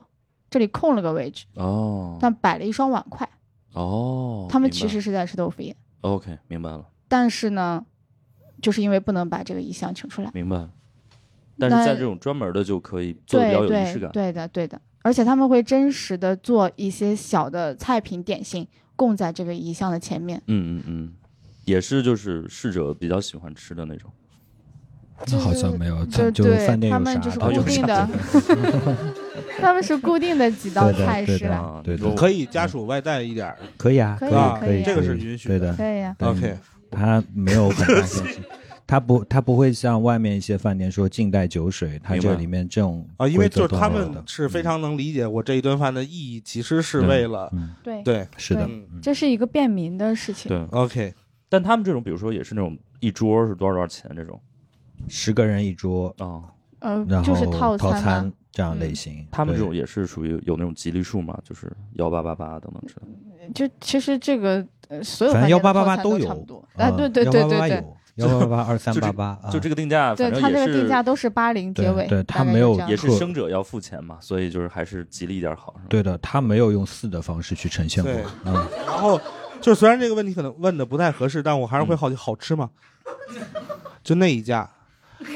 Speaker 3: 这里空了个位置，
Speaker 1: 哦
Speaker 3: 但摆了一双碗筷，
Speaker 1: 哦，
Speaker 3: 他们
Speaker 1: 明
Speaker 3: 其
Speaker 1: 白
Speaker 3: 实是在吃豆腐宴，
Speaker 1: OK，明白了，
Speaker 3: 但是呢，就是因为不能把这个一项请出来，
Speaker 1: 明白了。但是
Speaker 3: 那
Speaker 1: 在这种专门的就可以做的比
Speaker 3: 对
Speaker 1: 较有仪式
Speaker 3: 对
Speaker 1: 感。
Speaker 3: 对的对的，而且他们会真实的做一些小的菜品点心供在这个一项的前面，
Speaker 1: 嗯嗯嗯，也是就是侍者比较喜欢吃的那种。
Speaker 2: 那好像没有，
Speaker 3: 就
Speaker 2: 就
Speaker 3: 对
Speaker 2: 饭店
Speaker 3: 他
Speaker 2: 有
Speaker 3: 们
Speaker 2: 啥
Speaker 3: 就是
Speaker 2: 的
Speaker 1: 有
Speaker 3: 固
Speaker 1: 啥
Speaker 3: 定的，他们是固定的几道
Speaker 2: 对的
Speaker 3: 菜
Speaker 2: 对
Speaker 3: 式
Speaker 2: 的
Speaker 3: 了，
Speaker 1: 啊
Speaker 2: 对
Speaker 1: 你说
Speaker 2: 对
Speaker 1: 我
Speaker 4: 可以家属外带一点儿
Speaker 2: 可以啊，
Speaker 3: 可以
Speaker 2: 以
Speaker 4: 啊
Speaker 2: 可
Speaker 3: 可以啊
Speaker 4: 这个是允许
Speaker 2: 对
Speaker 4: 的
Speaker 2: 的，
Speaker 3: 可以呀、
Speaker 2: 嗯
Speaker 4: ，OK，
Speaker 2: 他没有很大 限制，他不他不会像外面一些饭店说净带酒水，他
Speaker 1: 明
Speaker 2: 这
Speaker 1: 白
Speaker 2: 里面这种
Speaker 4: 啊，因
Speaker 2: 规
Speaker 4: 为
Speaker 2: 则
Speaker 4: 就是
Speaker 2: 都
Speaker 4: 他
Speaker 2: 没有的嗯
Speaker 4: 们是非常能理解我这一顿饭的意义，其实是
Speaker 2: 对
Speaker 4: 为了
Speaker 2: 嗯
Speaker 3: 对，
Speaker 4: 对，
Speaker 2: 是的，
Speaker 4: 嗯
Speaker 3: 这是一个便民的事情。
Speaker 1: 对，
Speaker 4: ，OK，
Speaker 1: 但他们这种比如说也是那种一桌是多少多少钱这种
Speaker 2: 十个人一桌，
Speaker 1: 啊，
Speaker 3: 嗯、
Speaker 2: 然
Speaker 3: 就是
Speaker 2: 后套
Speaker 3: 餐嘛
Speaker 2: 餐这样类
Speaker 3: 嗯
Speaker 2: 型，
Speaker 1: 他们这
Speaker 2: 对
Speaker 1: 种也是属于有那种吉利数嘛，就是幺八八八等等之类的。
Speaker 3: 就其实这个呃，所有
Speaker 2: 反
Speaker 3: 饭
Speaker 2: 正
Speaker 3: 店的
Speaker 2: 188
Speaker 3: 套餐
Speaker 2: 都
Speaker 3: 都差
Speaker 2: 有
Speaker 3: 不多。啊，对对
Speaker 2: 幺
Speaker 3: 对
Speaker 2: 八八
Speaker 3: 对对，
Speaker 2: 有幺八八八二三
Speaker 1: 就这
Speaker 2: 八 八，啊
Speaker 1: 就这个定价，
Speaker 3: 对
Speaker 1: 反正
Speaker 3: 它这
Speaker 1: 也
Speaker 3: 个定价
Speaker 1: 是
Speaker 3: 都是八零结
Speaker 2: 对
Speaker 3: 尾，
Speaker 2: 对
Speaker 3: 大
Speaker 2: 它
Speaker 3: 概
Speaker 2: 没
Speaker 3: 是
Speaker 2: 有
Speaker 3: 这样
Speaker 1: 也
Speaker 2: 也
Speaker 1: 是
Speaker 2: 克
Speaker 1: 生者要付钱嘛，所以就是还是吉利一点好，是吧？
Speaker 2: 对的，他没有用四的方式去呈现过
Speaker 4: 对，
Speaker 2: 嗯，
Speaker 4: 然后就是虽然这个问题可能问的不太合适，但我还是会好奇好 吃吗？就那一家，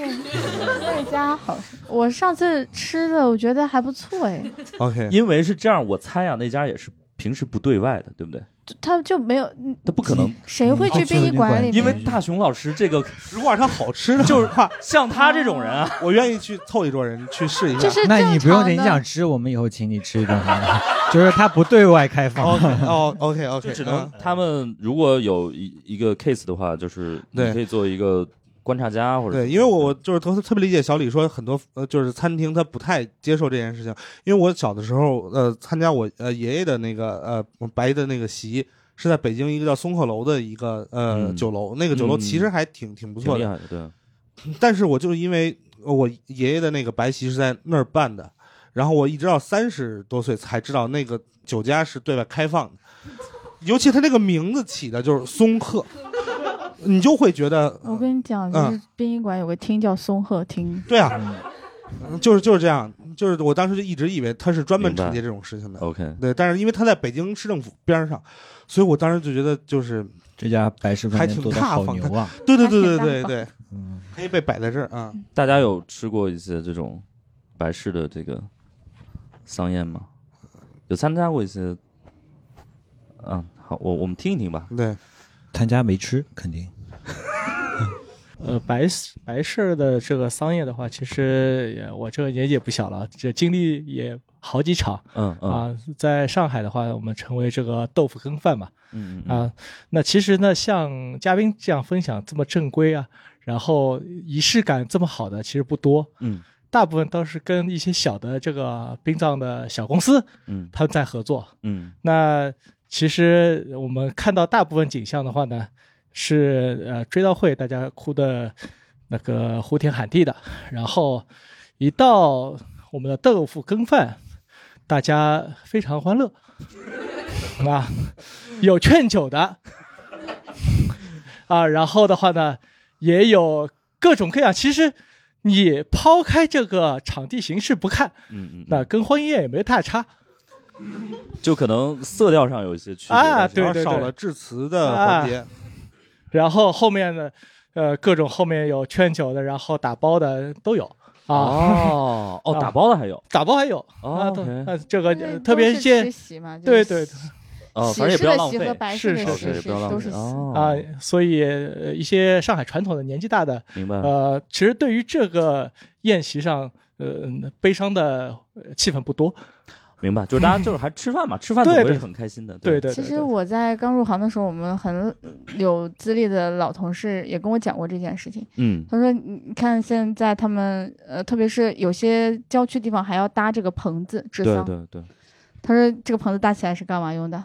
Speaker 3: 那家好吃。我上次吃的，我觉得还不错哎，
Speaker 4: OK，
Speaker 1: 因为是这样，我猜啊，那家也是平时不对外的，对不对？
Speaker 3: 就他就没有，嗯
Speaker 1: 他不可能，
Speaker 3: 谁会去
Speaker 2: 哦
Speaker 3: 殡仪馆里
Speaker 2: 嗯
Speaker 1: 因
Speaker 3: 面？
Speaker 1: 为大雄老师这个
Speaker 4: 如果它好吃的，就是话，
Speaker 1: 像他这种人啊，
Speaker 4: 我愿意去凑一桌人去试一
Speaker 3: 就
Speaker 4: 下。
Speaker 3: 是
Speaker 2: 那你
Speaker 3: 正
Speaker 2: 不用
Speaker 3: 常
Speaker 2: 你
Speaker 3: 的
Speaker 2: 想吃，我们以后请你吃一顿好了， 就是他不对外开放
Speaker 4: OK，。哦，OK，OK，、
Speaker 1: 就只能他们如果有一一个 case 的话，就是你
Speaker 4: 对
Speaker 1: 可以做一个观察家或者
Speaker 4: 对，因为我我就是特特别理解小李说很多呃，就是餐厅他不太接受这件事情，因为我小的时候呃参加我呃爷爷的那个呃我白的那个席。是在北京一个叫松鹤楼的一个呃、
Speaker 1: 嗯
Speaker 4: 酒楼，那个酒楼其实还挺、挺不
Speaker 1: 挺
Speaker 4: 错
Speaker 1: 厉
Speaker 4: 的，
Speaker 1: 害的，对，
Speaker 4: 但是我就是因为呃我爷爷的那个白席是在那儿办的，然后我一直到三十多岁才知道那个酒家是对外开放的，尤其他那个名字起的就是松鹤， 你就会觉得
Speaker 3: 我跟你讲，就
Speaker 4: 嗯
Speaker 3: 是殡仪馆有个厅叫松鹤厅，
Speaker 4: 对啊，就是就是这样，就是我当时就一直以为他是专门承接这种事情的，
Speaker 1: OK，
Speaker 4: 对，但是因为他在北京市政府边上，所以我当时就觉得就是，
Speaker 2: 这家白石饭
Speaker 4: 还
Speaker 2: 店
Speaker 4: 挺
Speaker 2: 做的
Speaker 4: 大
Speaker 2: 好
Speaker 4: 方的
Speaker 2: 牛啊！
Speaker 4: 对对对对
Speaker 5: 还
Speaker 4: 对
Speaker 5: 挺大
Speaker 4: 对，
Speaker 2: 嗯，
Speaker 4: 可以被摆在这儿啊，
Speaker 1: 大家有吃过一些这种白事的这个丧宴吗？有参加过一些？嗯，好，我我们听一听吧。
Speaker 4: 对，
Speaker 2: 他家没吃，肯定
Speaker 7: 呃，白事白事儿的这个商业的话，其实也我这个年纪也不小了，这经历也好几场
Speaker 1: 嗯嗯
Speaker 7: 啊。在上海的话，我们称为这个豆腐羹饭嘛
Speaker 1: 嗯嗯嗯
Speaker 7: 啊。那其实呢，像嘉宾这样分享这么正规啊，然后仪式感这么好的，其实不多。
Speaker 1: 嗯
Speaker 7: 大部分都是跟一些小的这个殡葬的小公司，
Speaker 1: 嗯
Speaker 7: 他们在合作。
Speaker 1: 嗯
Speaker 7: 那其实我们看到大部分景象的话呢，是呃追悼会大家哭的那个呼天喊地的，然后一到我们的豆腐羹饭，大家非常欢乐啊，有劝酒的啊，然后的话呢，也有各种各样，其实。你抛开这个场地形式不看，
Speaker 1: 嗯嗯，
Speaker 7: 那跟婚宴也没太差。
Speaker 1: 就可能色调上有一些区别
Speaker 7: 啊
Speaker 1: 但是
Speaker 7: 对
Speaker 1: 要
Speaker 4: 然后
Speaker 1: 是
Speaker 4: 少了致辞的环节，
Speaker 7: 然后后面呢，呃，各种后面有劝酒的，然后打包的都有啊，
Speaker 1: 哦哦，
Speaker 7: 啊
Speaker 1: 打包的还有
Speaker 7: 打包还有、啊，
Speaker 1: 哦
Speaker 7: 都
Speaker 1: OK
Speaker 7: 呃这个
Speaker 3: 因为
Speaker 7: 呃
Speaker 3: 都
Speaker 7: 特别
Speaker 3: 是
Speaker 7: 一
Speaker 3: 吃
Speaker 7: 些
Speaker 3: 席嘛，就
Speaker 7: 对
Speaker 3: 是
Speaker 7: 对
Speaker 1: 哦，
Speaker 3: 呃喜
Speaker 1: 反正也不
Speaker 3: 事
Speaker 1: 要
Speaker 3: 的
Speaker 1: 浪
Speaker 3: 席
Speaker 1: 费
Speaker 3: 和，白
Speaker 7: 是
Speaker 3: 事的
Speaker 7: 是
Speaker 3: 席
Speaker 1: 也不要浪
Speaker 3: 都
Speaker 1: 费
Speaker 3: 是席。
Speaker 1: 哦
Speaker 7: 啊，所以、呃一些上海传统的年纪大的，
Speaker 1: 明白
Speaker 7: 呃，其实对于这个宴席上，呃，悲伤的呃气氛不多，
Speaker 1: 明白，就是大家就是还吃饭嘛，吃饭总
Speaker 7: 对
Speaker 1: 归
Speaker 7: 对
Speaker 1: 是很开心的，
Speaker 7: 对对
Speaker 3: 其
Speaker 7: 对
Speaker 3: 实
Speaker 7: 对
Speaker 3: 我在刚入行的时候，我们很有资历的老同事也跟我讲过这件事情。
Speaker 1: 嗯
Speaker 3: 他说：“你你看现在他们呃，特别是有些郊区地方还要搭这个棚子治
Speaker 1: 对
Speaker 3: 丧。
Speaker 1: 对对，
Speaker 3: 他说这个棚子搭起来是干嘛用的？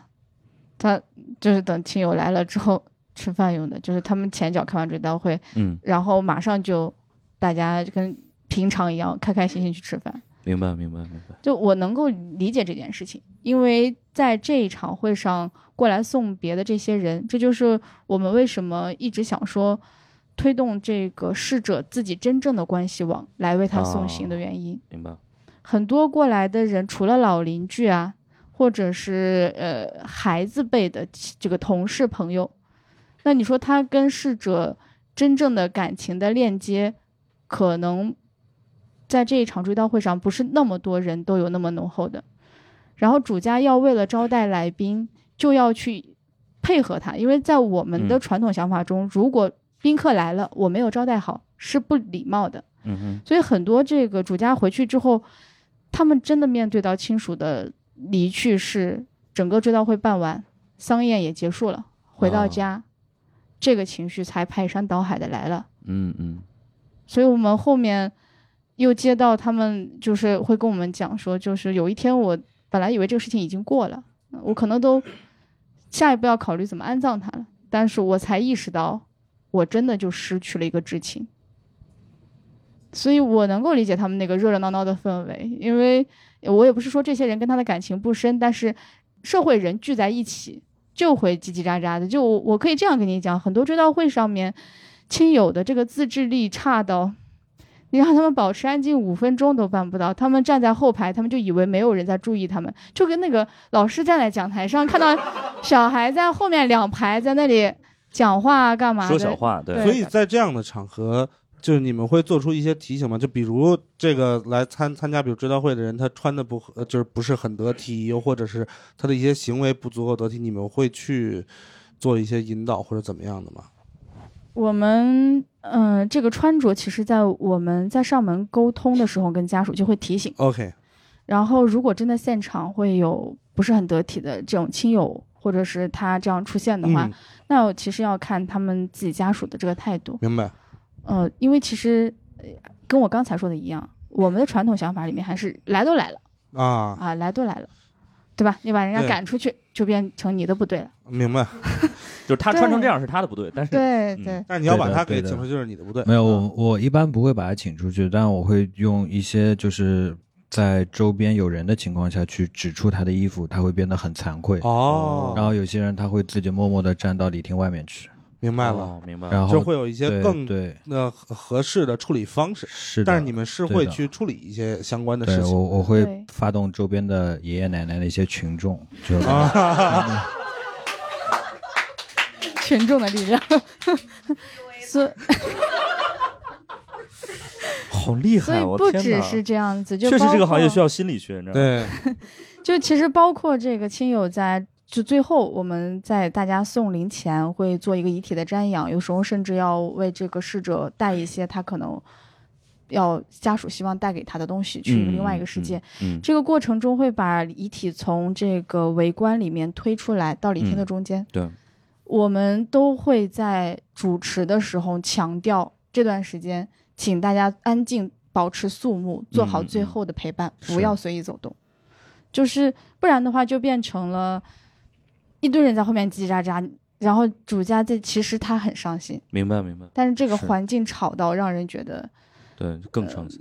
Speaker 3: 他就是等亲友来了之后吃饭用的，就是他们前脚开完追悼会，
Speaker 1: 嗯，
Speaker 3: 然后马上就大家就跟平常一样开开心心去吃饭。
Speaker 1: 明白明白明白，
Speaker 3: 就我能够理解这件事情，因为在这一场会上过来送别的这些人，这就是我们为什么一直想说，推动这个逝者自己真正的关系网来为他送行的原因。
Speaker 1: 明白。
Speaker 3: 很多过来的人，除了老邻居啊，或者是呃孩子辈的这个同事朋友，那你说他跟逝者真正的感情的链接，可能在这一场追悼会上，不是那么多人都有那么浓厚的。然后主家要为了招待来宾，就要去配合他，因为在我们的
Speaker 1: 嗯
Speaker 3: 传统想法中，如果宾客来了，我没有招待好是不礼貌的。
Speaker 1: 嗯哼，
Speaker 3: 所以很多这个主家回去之后，他们真的面对到亲属的离去是整个追悼会办完，丧宴也结束了，回到
Speaker 1: 哦
Speaker 3: 家，这个情绪才排山倒海的来了。
Speaker 1: 嗯嗯，
Speaker 3: 所以我们后面又接到他们就是会跟我们讲说，就是有一天我本来以为这个事情已经过了，我可能都下一步要考虑怎么安葬他了，但是我才意识到，我真的就失去了一个至亲。所以我能够理解他们那个热热闹闹的氛围，因为我也不是说这些人跟他的感情不深，但是社会人聚在一起就会叽叽喳喳的。就我我可以这样跟你讲，很多追悼会上面亲友的这个自制力差到，你让他们保持安静五分钟都办不到。他们站在后排，他们就以为没有人在注意他们，就跟那个老师站在讲台上看到小孩在后面两排在那里讲话啊干嘛的，
Speaker 1: 说小话，对，
Speaker 4: 所以在这样的场合，就是你们会做出一些提醒吗？就比如这个来参参加，比如追悼会的人，他穿的不合呃就是不是很得体，又或者是他的一些行为不足够得体，你们会去做一些引导或者怎么样的吗？
Speaker 3: 我们嗯、呃这个穿着其实，在我们呃在上门沟通的时候，跟家属就会提醒。
Speaker 4: OK，
Speaker 3: 然后，如果真的现场会有不是很得体的这种亲友，或者是他这样出现的话，
Speaker 4: 嗯
Speaker 3: 那我其实要看他们自己家属的这个态度。
Speaker 4: 明白。
Speaker 3: 呃，因为其实呃跟我刚才说的一样，我们的传统想法里面还是来都来了
Speaker 4: 啊，
Speaker 3: 啊，来都来 了，对吧？你把人家
Speaker 4: 对
Speaker 3: 赶出去，就变成你的不对了。
Speaker 4: 明白。
Speaker 1: 就是他穿成这样是他的不对，但是
Speaker 3: 对
Speaker 1: 嗯
Speaker 3: 对，
Speaker 4: 但是你要把
Speaker 2: 对的
Speaker 4: 他给
Speaker 2: 对的
Speaker 4: 请出去，就是你的不对。
Speaker 2: 没有，我我一般不会把他请出去，但我会用一些就是在周边有人的情况下去指出他的衣服，他会变得很惭愧。
Speaker 4: 哦，
Speaker 2: 然后有些人他会自己默默地站到礼厅外面去，
Speaker 4: 明白了，
Speaker 1: 哦，明白了，
Speaker 2: 然后
Speaker 4: 啊就会有一些
Speaker 2: 对
Speaker 4: 更
Speaker 2: 对
Speaker 4: 那合合适的处理方式。
Speaker 2: 是的，
Speaker 4: 但是你们是
Speaker 2: 对
Speaker 4: 会
Speaker 2: 的
Speaker 4: 去处理一些相关的
Speaker 2: 对
Speaker 4: 事情
Speaker 2: 我我会
Speaker 3: 对
Speaker 2: 发动周边的爷爷奶奶的一些群众，就
Speaker 4: 啊，
Speaker 3: 群众的力量。 所
Speaker 1: 好厉
Speaker 3: 所以
Speaker 1: 害，我
Speaker 3: 不
Speaker 1: 天
Speaker 3: 只
Speaker 1: 哪
Speaker 3: 是这样子，就
Speaker 1: 确实
Speaker 3: 包
Speaker 1: 这个行业
Speaker 3: 括
Speaker 1: 需要心理学，你知道吗？
Speaker 4: 对，
Speaker 3: 就其实包括这个亲友在，就最后我们在大家送灵前会做一个遗体的瞻仰，有时候甚至要为这个逝者带一些他可能要家属希望带给他的东西去
Speaker 1: 嗯
Speaker 3: 另外一个世界。，
Speaker 1: 嗯，嗯
Speaker 3: 这个过程中会把遗体从这个围观里面推出来到礼厅
Speaker 1: 嗯
Speaker 3: 的中间，
Speaker 1: 对，
Speaker 3: 我们都会在主持的时候强调这段时间，请大家安静，保持肃穆，做好最后的陪伴，
Speaker 1: 嗯是
Speaker 3: 不要随意走动。就是不然的话，就变成了一堆人在后面叽叽喳喳，然后主家这其实他很伤心，
Speaker 1: 明白明白，
Speaker 3: 但是这个
Speaker 1: 是
Speaker 3: 环境吵到让人觉得，
Speaker 1: 对，更伤心，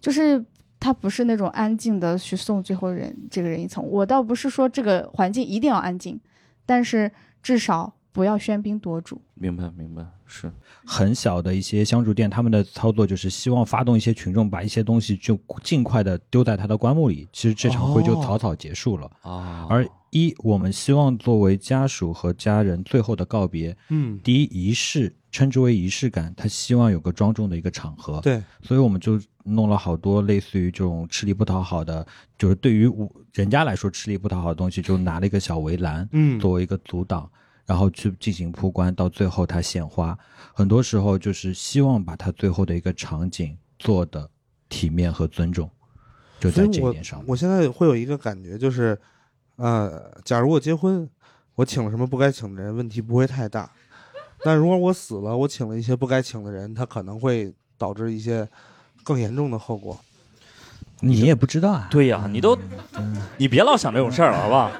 Speaker 3: 就是他不是那种安静的去送最后人这个人一层。我倒不是说这个环境一定要安静，但是至少不要喧宾夺主。
Speaker 1: 明白明白，是
Speaker 2: 很小的一些香烛店，他们的操作就是希望发动一些群众，把一些东西就尽快的丢在他的棺木里。其实这场会就
Speaker 1: 哦
Speaker 2: 草草结束了。
Speaker 1: 啊，
Speaker 2: 而一，我们希望作为家属和家人最后的告别，
Speaker 4: 嗯，
Speaker 2: 第一仪式称之为仪式感，他希望有个庄重的一个场合。
Speaker 4: 对，
Speaker 2: 所以我们就弄了好多类似于这种吃力不讨好的，就是对于我人家来说吃力不讨好的东西，就拿了一个小围栏，
Speaker 4: 嗯
Speaker 2: 作为一个阻挡，然后去进行铺关，到最后它献花。很多时候就是希望把它最后的一个场景做的体面和尊重，就
Speaker 4: 所
Speaker 2: 在
Speaker 4: 以
Speaker 2: 这一
Speaker 4: 我
Speaker 2: 点上面。
Speaker 4: 我现在会有一个感觉，就是，呃，假如我结婚，我请了什么不该请的人，问题不会太大；但如果我死了，我请了一些不该请的人，他可能会导致一些更严重的后果。
Speaker 2: 你也不知道啊，
Speaker 1: 对呀，你都你别老想这种事儿了，好不好？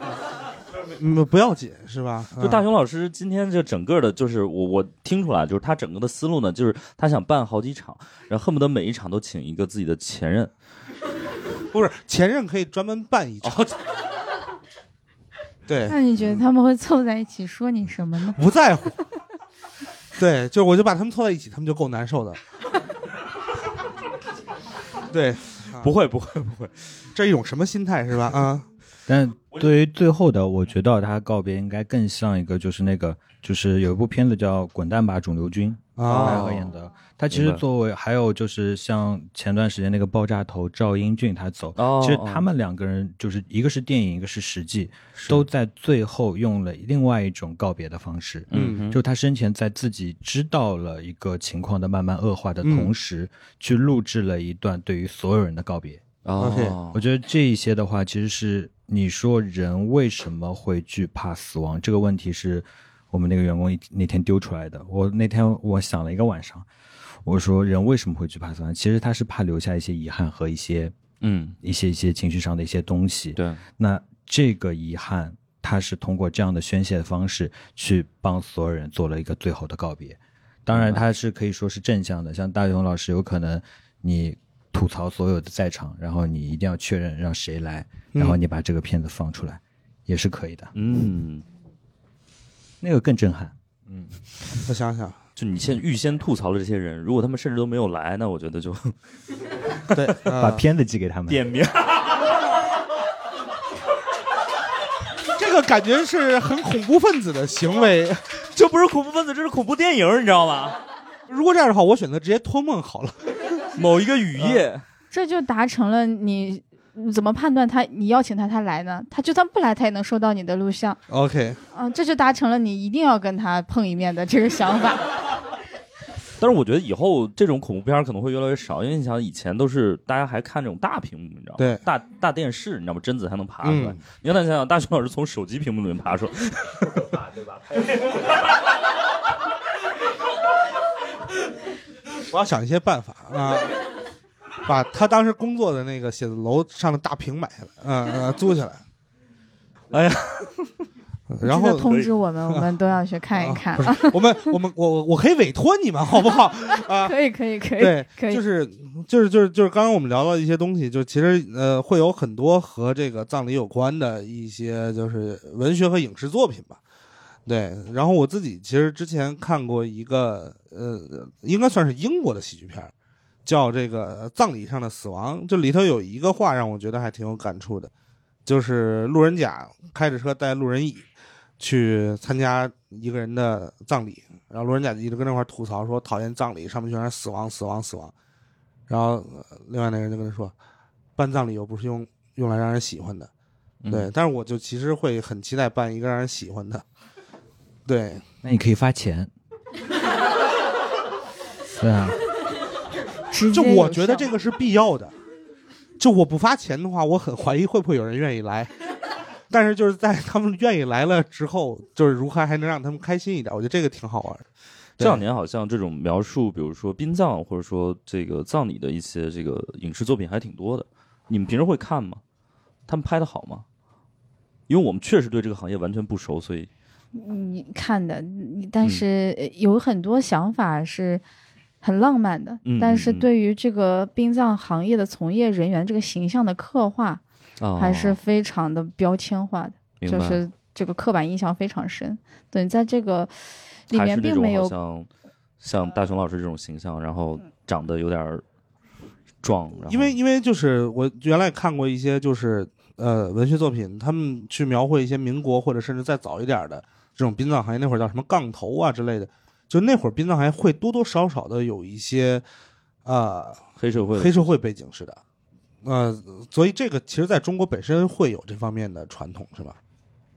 Speaker 4: 嗯，不要紧，是吧？
Speaker 1: 就
Speaker 4: 嗯
Speaker 1: 大雄老师今天这整个的，就是我我听出来，就是他整个的思路呢，就是他想办好几场，然后恨不得每一场都请一个自己的前任。
Speaker 4: 不是前任可以专门办一
Speaker 1: 哦
Speaker 4: 场，对，嗯
Speaker 3: 那你觉得他们会凑在一起说你什么呢？
Speaker 4: 不在乎。对，就是我就把他们凑在一起，他们就够难受的。对，
Speaker 1: 不会不会不会，
Speaker 4: 这一种什么心态是吧？啊，
Speaker 2: 但对于最后的，我觉得他告别应该更像一个，就是那个，就是有一部片子叫《滚蛋吧，肿瘤君》，
Speaker 4: 哦
Speaker 2: 白河演的。他其实
Speaker 1: 明白
Speaker 2: 作为还有就是像前段时间那个爆炸头赵英俊他走，
Speaker 1: 哦
Speaker 2: 其实
Speaker 1: 哦
Speaker 2: 他们两个人就是一个是电影，一个是实际，都在最后用了另外一种告别的方式。
Speaker 1: 嗯哼
Speaker 2: 就他生前在自己知道了一个情况的慢慢恶化的
Speaker 1: 嗯
Speaker 2: 同时，去录制了一段对于所有人的告别。
Speaker 1: 哦
Speaker 2: 我觉得这一些的话，其实是你说人为什么会惧怕死亡这个问题，是我们那个员工一那天丢出来的。我那天我想了一个晚上，我说人为什么会惧怕死亡？其实他是怕留下一些遗憾和一些
Speaker 1: 嗯，
Speaker 2: 一些一些情绪上的一些东西。
Speaker 1: 对，
Speaker 2: 那这个遗憾，他是通过这样的宣泄的方式去帮所有人做了一个最后的告别。当然，他是可以说是正向的，像大勇老师，有可能你吐槽所有的在场，然后你一定要确认让谁来，然后你把这个片子放出来，也是可以的。
Speaker 1: 嗯，
Speaker 2: 那个更震撼。
Speaker 4: 我想想，
Speaker 1: 就你先预先吐槽了这些人，如果他们甚至都没有来，那我觉得就
Speaker 4: 对，呃
Speaker 2: 把片子寄给他们，
Speaker 1: 点名。
Speaker 4: 这个感觉是很恐怖分子的 行为。
Speaker 1: 这不是恐怖分子，这是恐怖电影，你知道吗？
Speaker 4: 如果这样的话，我选择直接托梦好了。 啊
Speaker 1: 某一个雨夜，
Speaker 3: 这就达成了你你怎么判断他？你邀请他，他来呢？他就算不来，他也能收到你的录像
Speaker 4: OK，
Speaker 3: 啊、这就达成了你一定要跟他碰一面的这个想法。
Speaker 1: 但是我觉得以后这种恐怖片儿可能会越来越少，因为你想以前都是大家还看这种大屏幕，你知道吗？
Speaker 4: 对
Speaker 1: 大大电视，你知道吗？贞子才能爬出来。
Speaker 4: 嗯
Speaker 1: 你看他想想，大雄老师从手机屏幕里面爬出来，
Speaker 4: 我要想一些办法啊，把他当时工作的那个写字楼上的大屏买下来，嗯、呃租下来。
Speaker 1: 哎呀，
Speaker 4: 然
Speaker 3: 记
Speaker 4: 后哦
Speaker 3: 得通知我们，我们都要去看一 看。啊、
Speaker 4: 我们我们我我可以委托你们好不好？啊，
Speaker 3: 可以，可以，可以，
Speaker 4: 对，
Speaker 3: 可以，
Speaker 4: 就是就是就是就是刚刚我们聊到一些东西，就其实呃会有很多和这个葬礼有关的一些就是文学和影视作品吧。对，然后我自己其实之前看过一个呃，应该算是英国的喜剧片儿，叫这个《葬礼上的死亡》，就里头有一个话让我觉得还挺有感触的，就是路人甲开着车带路人乙去参加一个人的葬礼，然后路人甲就一直跟那块儿吐槽说讨厌葬礼，上面全是死亡、死亡、死亡。然后呃另外那个人就跟他说，办葬礼又不是用用来让人喜欢的，
Speaker 1: 嗯
Speaker 4: 对。但是我就其实会很期待办一个让人喜欢的，对。
Speaker 2: 那你可以发钱。 对啊，
Speaker 3: 直
Speaker 4: 就
Speaker 3: 接
Speaker 4: 我
Speaker 3: 有
Speaker 4: 觉得
Speaker 3: 效
Speaker 4: 这个是必 要的。就我不发钱的话，我很怀疑会不会有人愿意 来。但是就是在他们愿意来了之后，就是如何还能让他们开心一点，我觉得这个挺好玩的。
Speaker 1: 这两年好像这种描述，比如说殡葬或者说这个葬礼的一些这个影视作品还挺多的。你们平时会看吗？他们拍的好吗？因为我们确实对这个行业完全不熟，所以
Speaker 3: 你看的，你但
Speaker 1: 嗯
Speaker 3: 是呃有很多想法是很浪漫的，
Speaker 1: 嗯
Speaker 3: 但是
Speaker 1: 嗯嗯
Speaker 3: 对于这个殡葬行业的从业人员这个形象的刻画，
Speaker 4: 哦
Speaker 1: 啊
Speaker 3: 还是非常的标签化的，
Speaker 1: 明白
Speaker 3: 就是这个刻板印象非常深。对，在这个里
Speaker 1: 还
Speaker 3: 面
Speaker 1: 是那
Speaker 3: 并
Speaker 1: 种
Speaker 3: 没
Speaker 1: 好
Speaker 3: 有
Speaker 1: 像像大熊老师这种形象，然后长得有点儿壮，然后
Speaker 4: 因为因为就是我原来看过一些就是呃文学作品，他们去描绘一些民国或者甚至再早一点的这种殡葬行业，那会儿叫什么杠头啊之类的，就那会儿殡葬行业会多多少少的有一些呃
Speaker 1: 黑社会
Speaker 4: 黑社会背景是的，呃，所以这个其实在中国本身会有这方面的传统，是吧？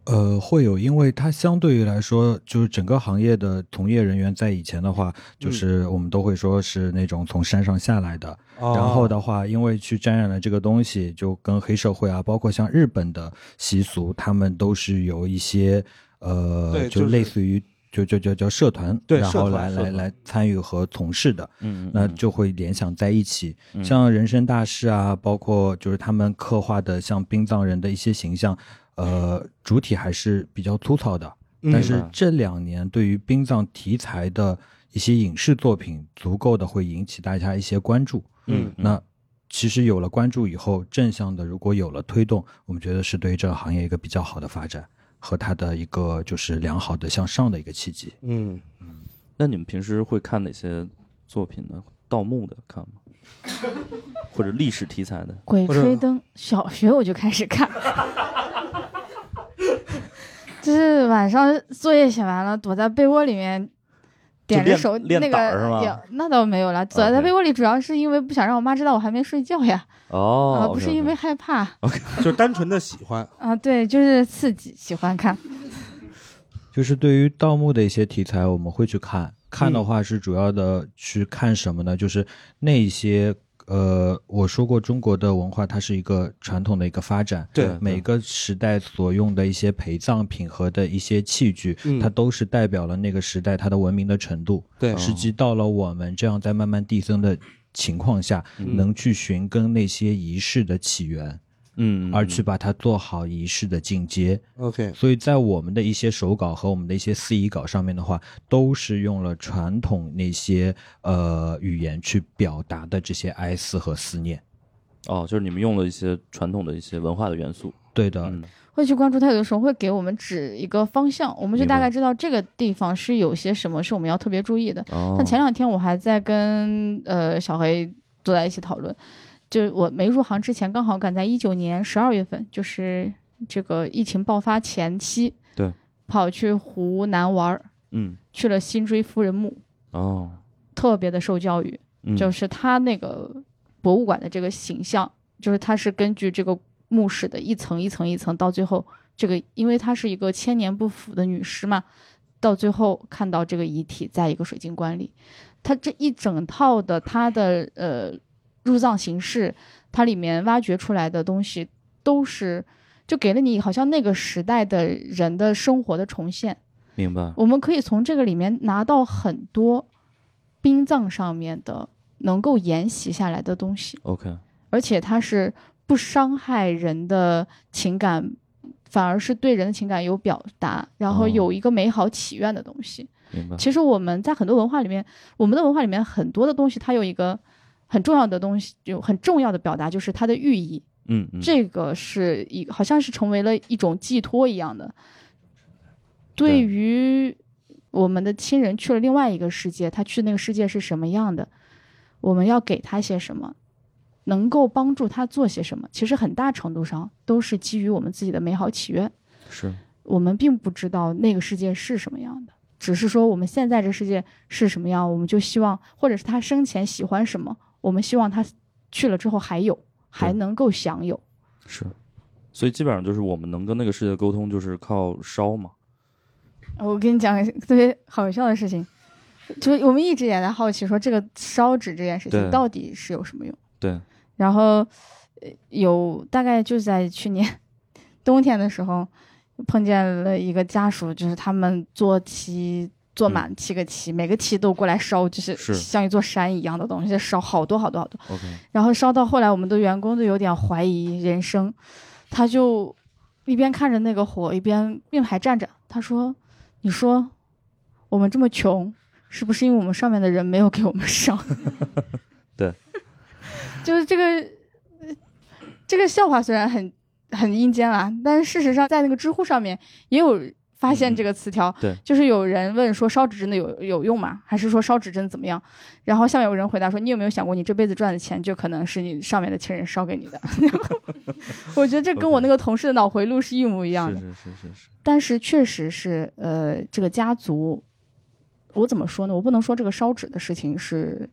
Speaker 2: 呃，会有，因为它相对于来说，就是整个行业的从业人员在以前的话，
Speaker 4: 嗯
Speaker 2: 就是我们都会说是那种从山上下来的，然
Speaker 4: 哦
Speaker 2: 后的话，因为去沾染了这个东西，就跟黑社会啊，包括像日本的习俗，他们都是有一些呃
Speaker 4: 对，
Speaker 2: 就
Speaker 4: 就是
Speaker 2: 类似于就就就叫社团，
Speaker 4: 对
Speaker 2: 然
Speaker 4: 社
Speaker 2: 后
Speaker 4: 团
Speaker 2: 来
Speaker 4: 社
Speaker 2: 来
Speaker 4: 团
Speaker 2: 来参与和从事的，
Speaker 1: 嗯嗯
Speaker 2: 那
Speaker 1: 嗯
Speaker 2: 就会联想在一起。
Speaker 1: 嗯
Speaker 2: 像人生大事啊，包括就是他们刻画的像殡葬人的一些形象，呃，主体还是比较粗糙的。但
Speaker 4: 嗯
Speaker 2: 是这两年对于殡葬题材的一些影视作品，足够的会引起大家一些关注。
Speaker 4: 嗯
Speaker 2: 那其实有了关注以后，正向的如果有了推动，我们觉得是对于这个行业一个比较好的发展和它的一个就是良好的向上的一个契机。
Speaker 4: 嗯，
Speaker 1: 那你们平时会看哪些作品呢？盗墓的看吗？或者历史题材的？
Speaker 3: 鬼
Speaker 1: 或者
Speaker 3: 吹灯，小学我就开始看， 就是晚上作业写完了，躲在被窝里面，点着
Speaker 1: 练
Speaker 3: 手
Speaker 1: 练
Speaker 3: 那
Speaker 1: 胆儿是
Speaker 3: 个
Speaker 1: 吗啊
Speaker 3: 也那倒没有了，躲在被窝里主要是因为不想让我妈知道我还没睡觉呀，啊，
Speaker 1: 哦，
Speaker 3: 不是因为害怕
Speaker 1: OK，
Speaker 4: 就单纯的喜欢。
Speaker 3: 啊，对，就是刺激，喜欢看。
Speaker 2: 就是对于盗墓的一些题材，我们会去看。看
Speaker 6: 嗯
Speaker 2: 的话是主要的去看什么呢？就是那些呃，我说过中国的文化它是一个传统的一个发展，
Speaker 6: 对对
Speaker 2: 每个时代所用的一些陪葬品和的一些器具，
Speaker 6: 嗯哦
Speaker 2: 它都是代表了那个时代它的文明的程度。
Speaker 6: 对
Speaker 1: 哦
Speaker 2: 实际到了我们这样在慢慢递增的情况下，
Speaker 6: 嗯
Speaker 2: 能去寻根那些仪式的起源。
Speaker 1: 嗯
Speaker 2: 而去把它做好仪式的进阶。
Speaker 4: OK
Speaker 2: 所以在我们的一些手稿和我们的一些司仪稿上面的话，都是用了传统那些呃语言去表达的这些哀思和思念。
Speaker 1: 哦，就是你们用了一些传统的一些文化的元素。
Speaker 2: 对的，
Speaker 1: 嗯
Speaker 3: 会去关注，他有的时候会给我们指一个方向，我们就
Speaker 1: 明白
Speaker 3: 大概知道这个地方是有些什么是我们要特别注意的。
Speaker 1: 哦
Speaker 3: 像前两天我还在跟呃小黑坐在一起讨论，就是我没入行之前，刚好赶在一九年十二月份，就是这个疫情爆发前夕，
Speaker 1: 对，
Speaker 3: 跑去湖南玩儿，
Speaker 1: 嗯，
Speaker 3: 去了新追夫人墓，
Speaker 1: 哦，
Speaker 3: 特别的受教育，
Speaker 1: 嗯
Speaker 3: 就是他那个博物馆的这个形象，就是它是根据这个墓室的一层一层一层，到最后这个，因为她是一个千年不腐的女尸嘛，到最后看到这个遗体在一个水晶棺里，它这一整套的它的呃入葬形式，它里面挖掘出来的东西都是。就给了你好像那个时代的人的生活的重现，
Speaker 1: 明白。
Speaker 3: 我们可以从这个里面拿到很多殡葬上面的能够沿袭下来的东西，
Speaker 1: OK，
Speaker 3: 而且它是不伤害人的情感，反而是对人的情感有表达，然后
Speaker 1: 哦嗯
Speaker 3: 有一个美好祈愿的东西。
Speaker 1: 明白。
Speaker 3: 其实我们在很多文化里面，我们的文化里面很多的东西，它有一个很重要的东西，有很重要的表达，就是它的寓意。
Speaker 1: 嗯嗯，
Speaker 3: 这个是一好像是成为了一种寄托一样的。对于我们的亲人去了另外一个世界，他去那个世界是什么样的，我们要给他些什么，能够帮助他做些什么，其实很大程度上都是基于我们自己的美好祈愿。
Speaker 1: 是
Speaker 3: 我们并不知道那个世界是什么样的，只是说我们现在这世界是什么样，我们就希望，或者是他生前喜欢什么，我们希望他去了之后还有，还能够享有。
Speaker 1: 是，所以基本上就是我们能跟那个世界沟通，就是靠烧嘛。
Speaker 3: 我跟你讲个特别好笑的事情，就是我们一直也在好奇说这个烧纸这件事
Speaker 1: 对
Speaker 3: 情到底是有什么用。
Speaker 1: 对，
Speaker 3: 然后呃有大概就在去年冬天的时候，碰见了一个家属，就是他们做七做满七个七，每个七都过来烧，就是
Speaker 8: 是
Speaker 3: 像一座山一样的东西，烧好多好多好多。
Speaker 1: OK，
Speaker 3: 然后烧到后来，我们的员工都有点怀疑人生，他就一边看着那个火，一边并排站着。他说：“你说我们这么穷，是不是因为我们上面的人没有给我们烧？”
Speaker 1: 对，
Speaker 3: 就是这个呃这个笑话虽然很很阴间啦，但是事实上在那个知乎上面也有发现这个词条，
Speaker 1: 嗯对
Speaker 3: 就是有人问说烧纸真的有有用吗？还是说烧纸真的怎么样？然后下面有人回答说，你有没有想过你这辈子赚的钱就可能是你上面的亲人烧给你的？ 我觉得这跟我那个同事的脑回路是一模一样的。
Speaker 1: 是是是是，
Speaker 3: 但是确实是，呃，这个家族，我怎么说呢？我不能说这个烧纸的事情是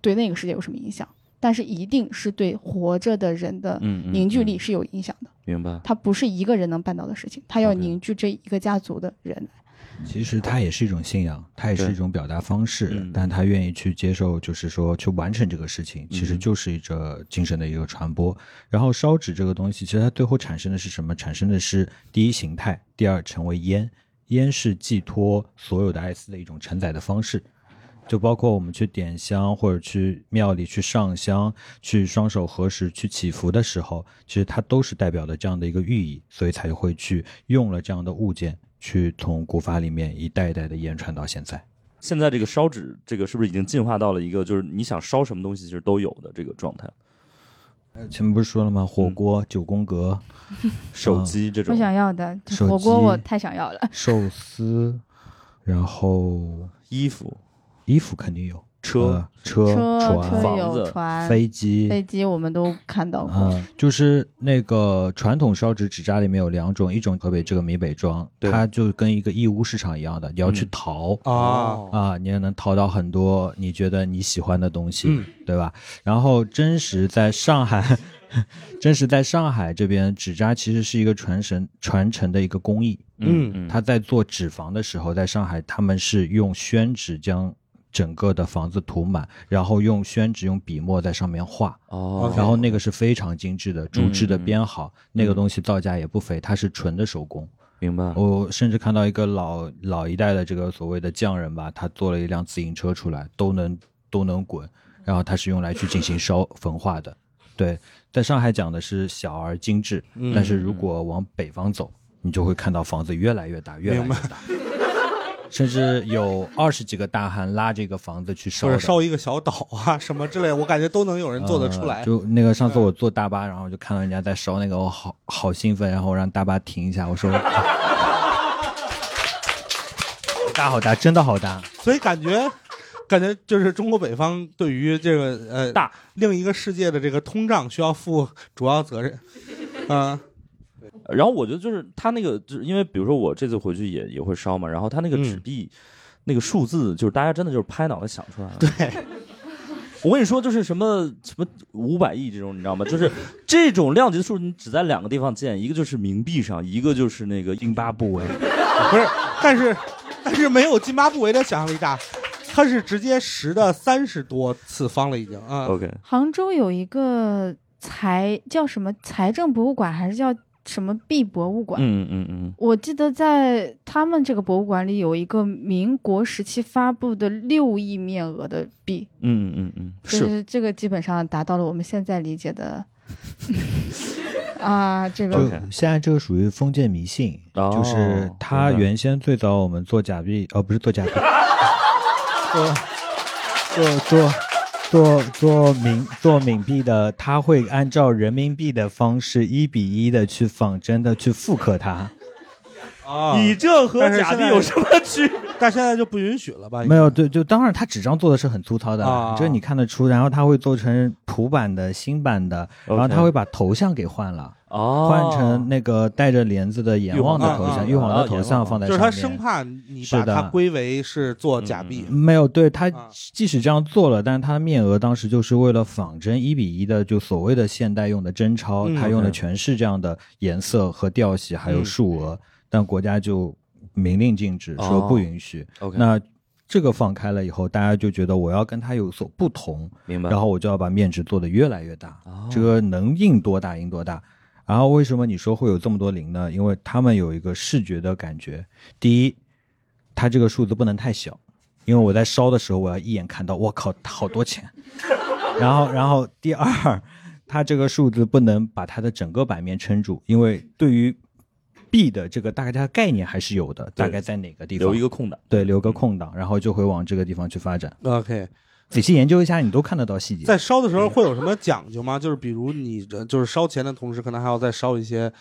Speaker 3: 对那个世界有什么影响，但是一定是对活着的人的
Speaker 1: 嗯嗯
Speaker 3: 凝聚力是有影响的。
Speaker 1: 明白。
Speaker 3: 它不是一个人能办到的事情，它要凝聚这一个家族的人来。
Speaker 2: 其实它也是一种信仰，它也是一种表达方式，但他愿意去接受，就是说去完成这个事情，其实
Speaker 1: 嗯
Speaker 2: 就是一个精神的一个传播。然后烧纸这个东西，其实它最后产生的是什么？产生的是第一形态，第二成为烟，烟是寄托所有的艾斯的一种承载的方式。就包括我们去点香或者去庙里去上香、去双手合十、去祈福的时候，其实它都是代表的这样的一个寓意，所以才会去用了这样的物件，去从古法里面一代一代的延传到现在。
Speaker 1: 现在这个烧纸，这个是不是已经进化到了一个就是你想烧什么东西其实都有的这个状态？
Speaker 2: 呃前面不是说了吗？火锅、九宫格、
Speaker 1: 嗯
Speaker 2: 嗯
Speaker 1: 手机这
Speaker 3: 我想要的
Speaker 2: 手
Speaker 3: 火锅，我
Speaker 2: 机
Speaker 3: 太想要了。
Speaker 2: 寿司，然后
Speaker 1: 衣服，
Speaker 2: 衣服肯定有，
Speaker 1: 车
Speaker 2: 呃、车、
Speaker 3: 车
Speaker 2: 船、
Speaker 3: 车
Speaker 1: 房
Speaker 3: 有
Speaker 1: 子
Speaker 3: 船、
Speaker 2: 飞机，
Speaker 3: 飞机，我们都看到过。
Speaker 2: 嗯，就是那个传统烧纸纸扎里面有两种，一种河北这个米北庄，
Speaker 1: 对
Speaker 2: 它就跟一个义乌市场一样的，你要去
Speaker 1: 嗯
Speaker 2: 淘。
Speaker 4: 啊，
Speaker 2: 啊，你也能淘到很多你觉得你喜欢的东西，
Speaker 4: 嗯
Speaker 2: 对吧？然后真实在上海， 真实在上海这边纸扎其实是一个传承传承的一个工艺。
Speaker 1: 嗯
Speaker 4: 嗯
Speaker 1: 嗯，
Speaker 2: 他在做纸房的时候，在上海他们是用宣纸将整个的房子涂满，然后用宣纸用笔墨在上面画。
Speaker 1: 哦，嗯
Speaker 2: 然后那个是非常精致的，竹制的编好，那个东西造价也不菲，它是纯的手工。
Speaker 1: 明
Speaker 4: 嗯
Speaker 1: 白，
Speaker 2: 我甚至看到一个老老一代的这个所谓的匠人吧，他做了一辆自行车出来，都能都能滚，然后它是用来去进行烧焚化的。对，在上海讲的是小而精致，
Speaker 4: 嗯
Speaker 2: 但是如果往北方走，你就会看到房子越来越大，越来越
Speaker 4: 明白
Speaker 2: 大。 甚至有二十几个大汉拉着一个房子去烧
Speaker 4: 或者
Speaker 2: 的，
Speaker 4: 烧一个小岛啊什么之类，我感觉都能有人做得出来嗯
Speaker 2: 呃。就那个上次我坐大巴，然后就看到人家在烧那个，我好好兴奋，然后我让大巴停一下，我 说。大好大，真的好大！
Speaker 4: 所以感觉，感觉就是中国北方对于这个呃
Speaker 1: 大
Speaker 4: 另一个世界的这个通胀需要负主要责任。啊，
Speaker 1: 然后我觉得就是他那个，就是因为比如说我这次回去也也会烧嘛，然后他那个纸
Speaker 2: 嗯
Speaker 1: 币、那个数字，就是大家真的就是拍脑袋想出来的。对，我跟你说，就是什么什么五百亿这种，你知道吗？就是这种量级的数，你只在两个地方见，一个就是冥币上，一个就是那个津巴布韦。
Speaker 4: 不是，但是但是没有津巴布韦的想象力大，它是直接十的三十多次方了已经
Speaker 2: 哦
Speaker 4: 啊。
Speaker 1: OK，
Speaker 3: 杭州有一个财叫什么财政博物馆，还是叫什么币博物馆？
Speaker 1: 嗯嗯嗯
Speaker 3: 我记得在他们这个博物馆里有一个民国时期发布的六亿面额的币，
Speaker 1: 嗯嗯嗯嗯，
Speaker 3: 就是是这个基本上达到了我们现在理 解的啊，这
Speaker 2: 就
Speaker 3: 个
Speaker 1: OK
Speaker 2: 现在这个属于封建迷信，
Speaker 1: 哦
Speaker 2: 就是它
Speaker 1: 明白
Speaker 2: 原先最早我们做假币，哦，不是做假 币，做做做做做冥做冥币的，它会按照人民币的方式一比一的去仿真的去复刻它。
Speaker 4: 啊，
Speaker 1: 这
Speaker 4: 但是现在
Speaker 1: 么区别？
Speaker 4: 但现在就不允许了吧？
Speaker 2: 没有，对，就当然他纸张做的是很粗糙的，
Speaker 4: 啊
Speaker 2: 这你看得出。然后他会做成普版的、新版的，然后
Speaker 1: OK
Speaker 2: 他会把头像给换了，
Speaker 1: 哦，
Speaker 2: 换成那个带着帘子的阎王的头像，
Speaker 4: 玉
Speaker 2: 玉
Speaker 4: 皇
Speaker 2: 皇
Speaker 1: 啊
Speaker 2: 的
Speaker 1: 啊
Speaker 2: 头像放在
Speaker 4: 就
Speaker 2: 上
Speaker 4: 是
Speaker 2: 面。
Speaker 4: 他生怕你把
Speaker 2: 是的嗯
Speaker 4: 它归为是做假币。
Speaker 2: 没有，对他
Speaker 4: 啊
Speaker 2: 即使这样做了，但是他的面额当时就是为了仿真一比一的，就所谓的现代用的真钞，
Speaker 4: 嗯
Speaker 2: 他用的全是这样的颜色和调系，还有数额，但国家就明令禁止，说
Speaker 4: 哦
Speaker 2: 不允许。
Speaker 1: OK，
Speaker 2: 那这个放开了以后，大家就觉得我要跟他有所不同，
Speaker 1: 明白。
Speaker 2: 然后我就要把面值做得越来越大，
Speaker 1: 哦
Speaker 2: 这个能印多大印多大。然后为什么你说会有这么多零呢？因为他们有一个视觉的感觉。第一，它这个数字不能太小，因为我在烧的时候，我要一眼看到，我靠，好多钱。 然后，然后第二，它这个数字不能把它的整个版面撑住，因为对于币的这个大概它的概念还是有的，
Speaker 1: 对
Speaker 2: 大概在哪个地方
Speaker 1: 留一个空档，
Speaker 2: 对留个空档，然后就会往这个地方去发展。
Speaker 4: OK，
Speaker 2: 仔细研究一下，你都看得到细节。
Speaker 4: 在烧的时候会有什么讲究吗？就是比如你呃就是烧钱的同时，可能还要再烧一些，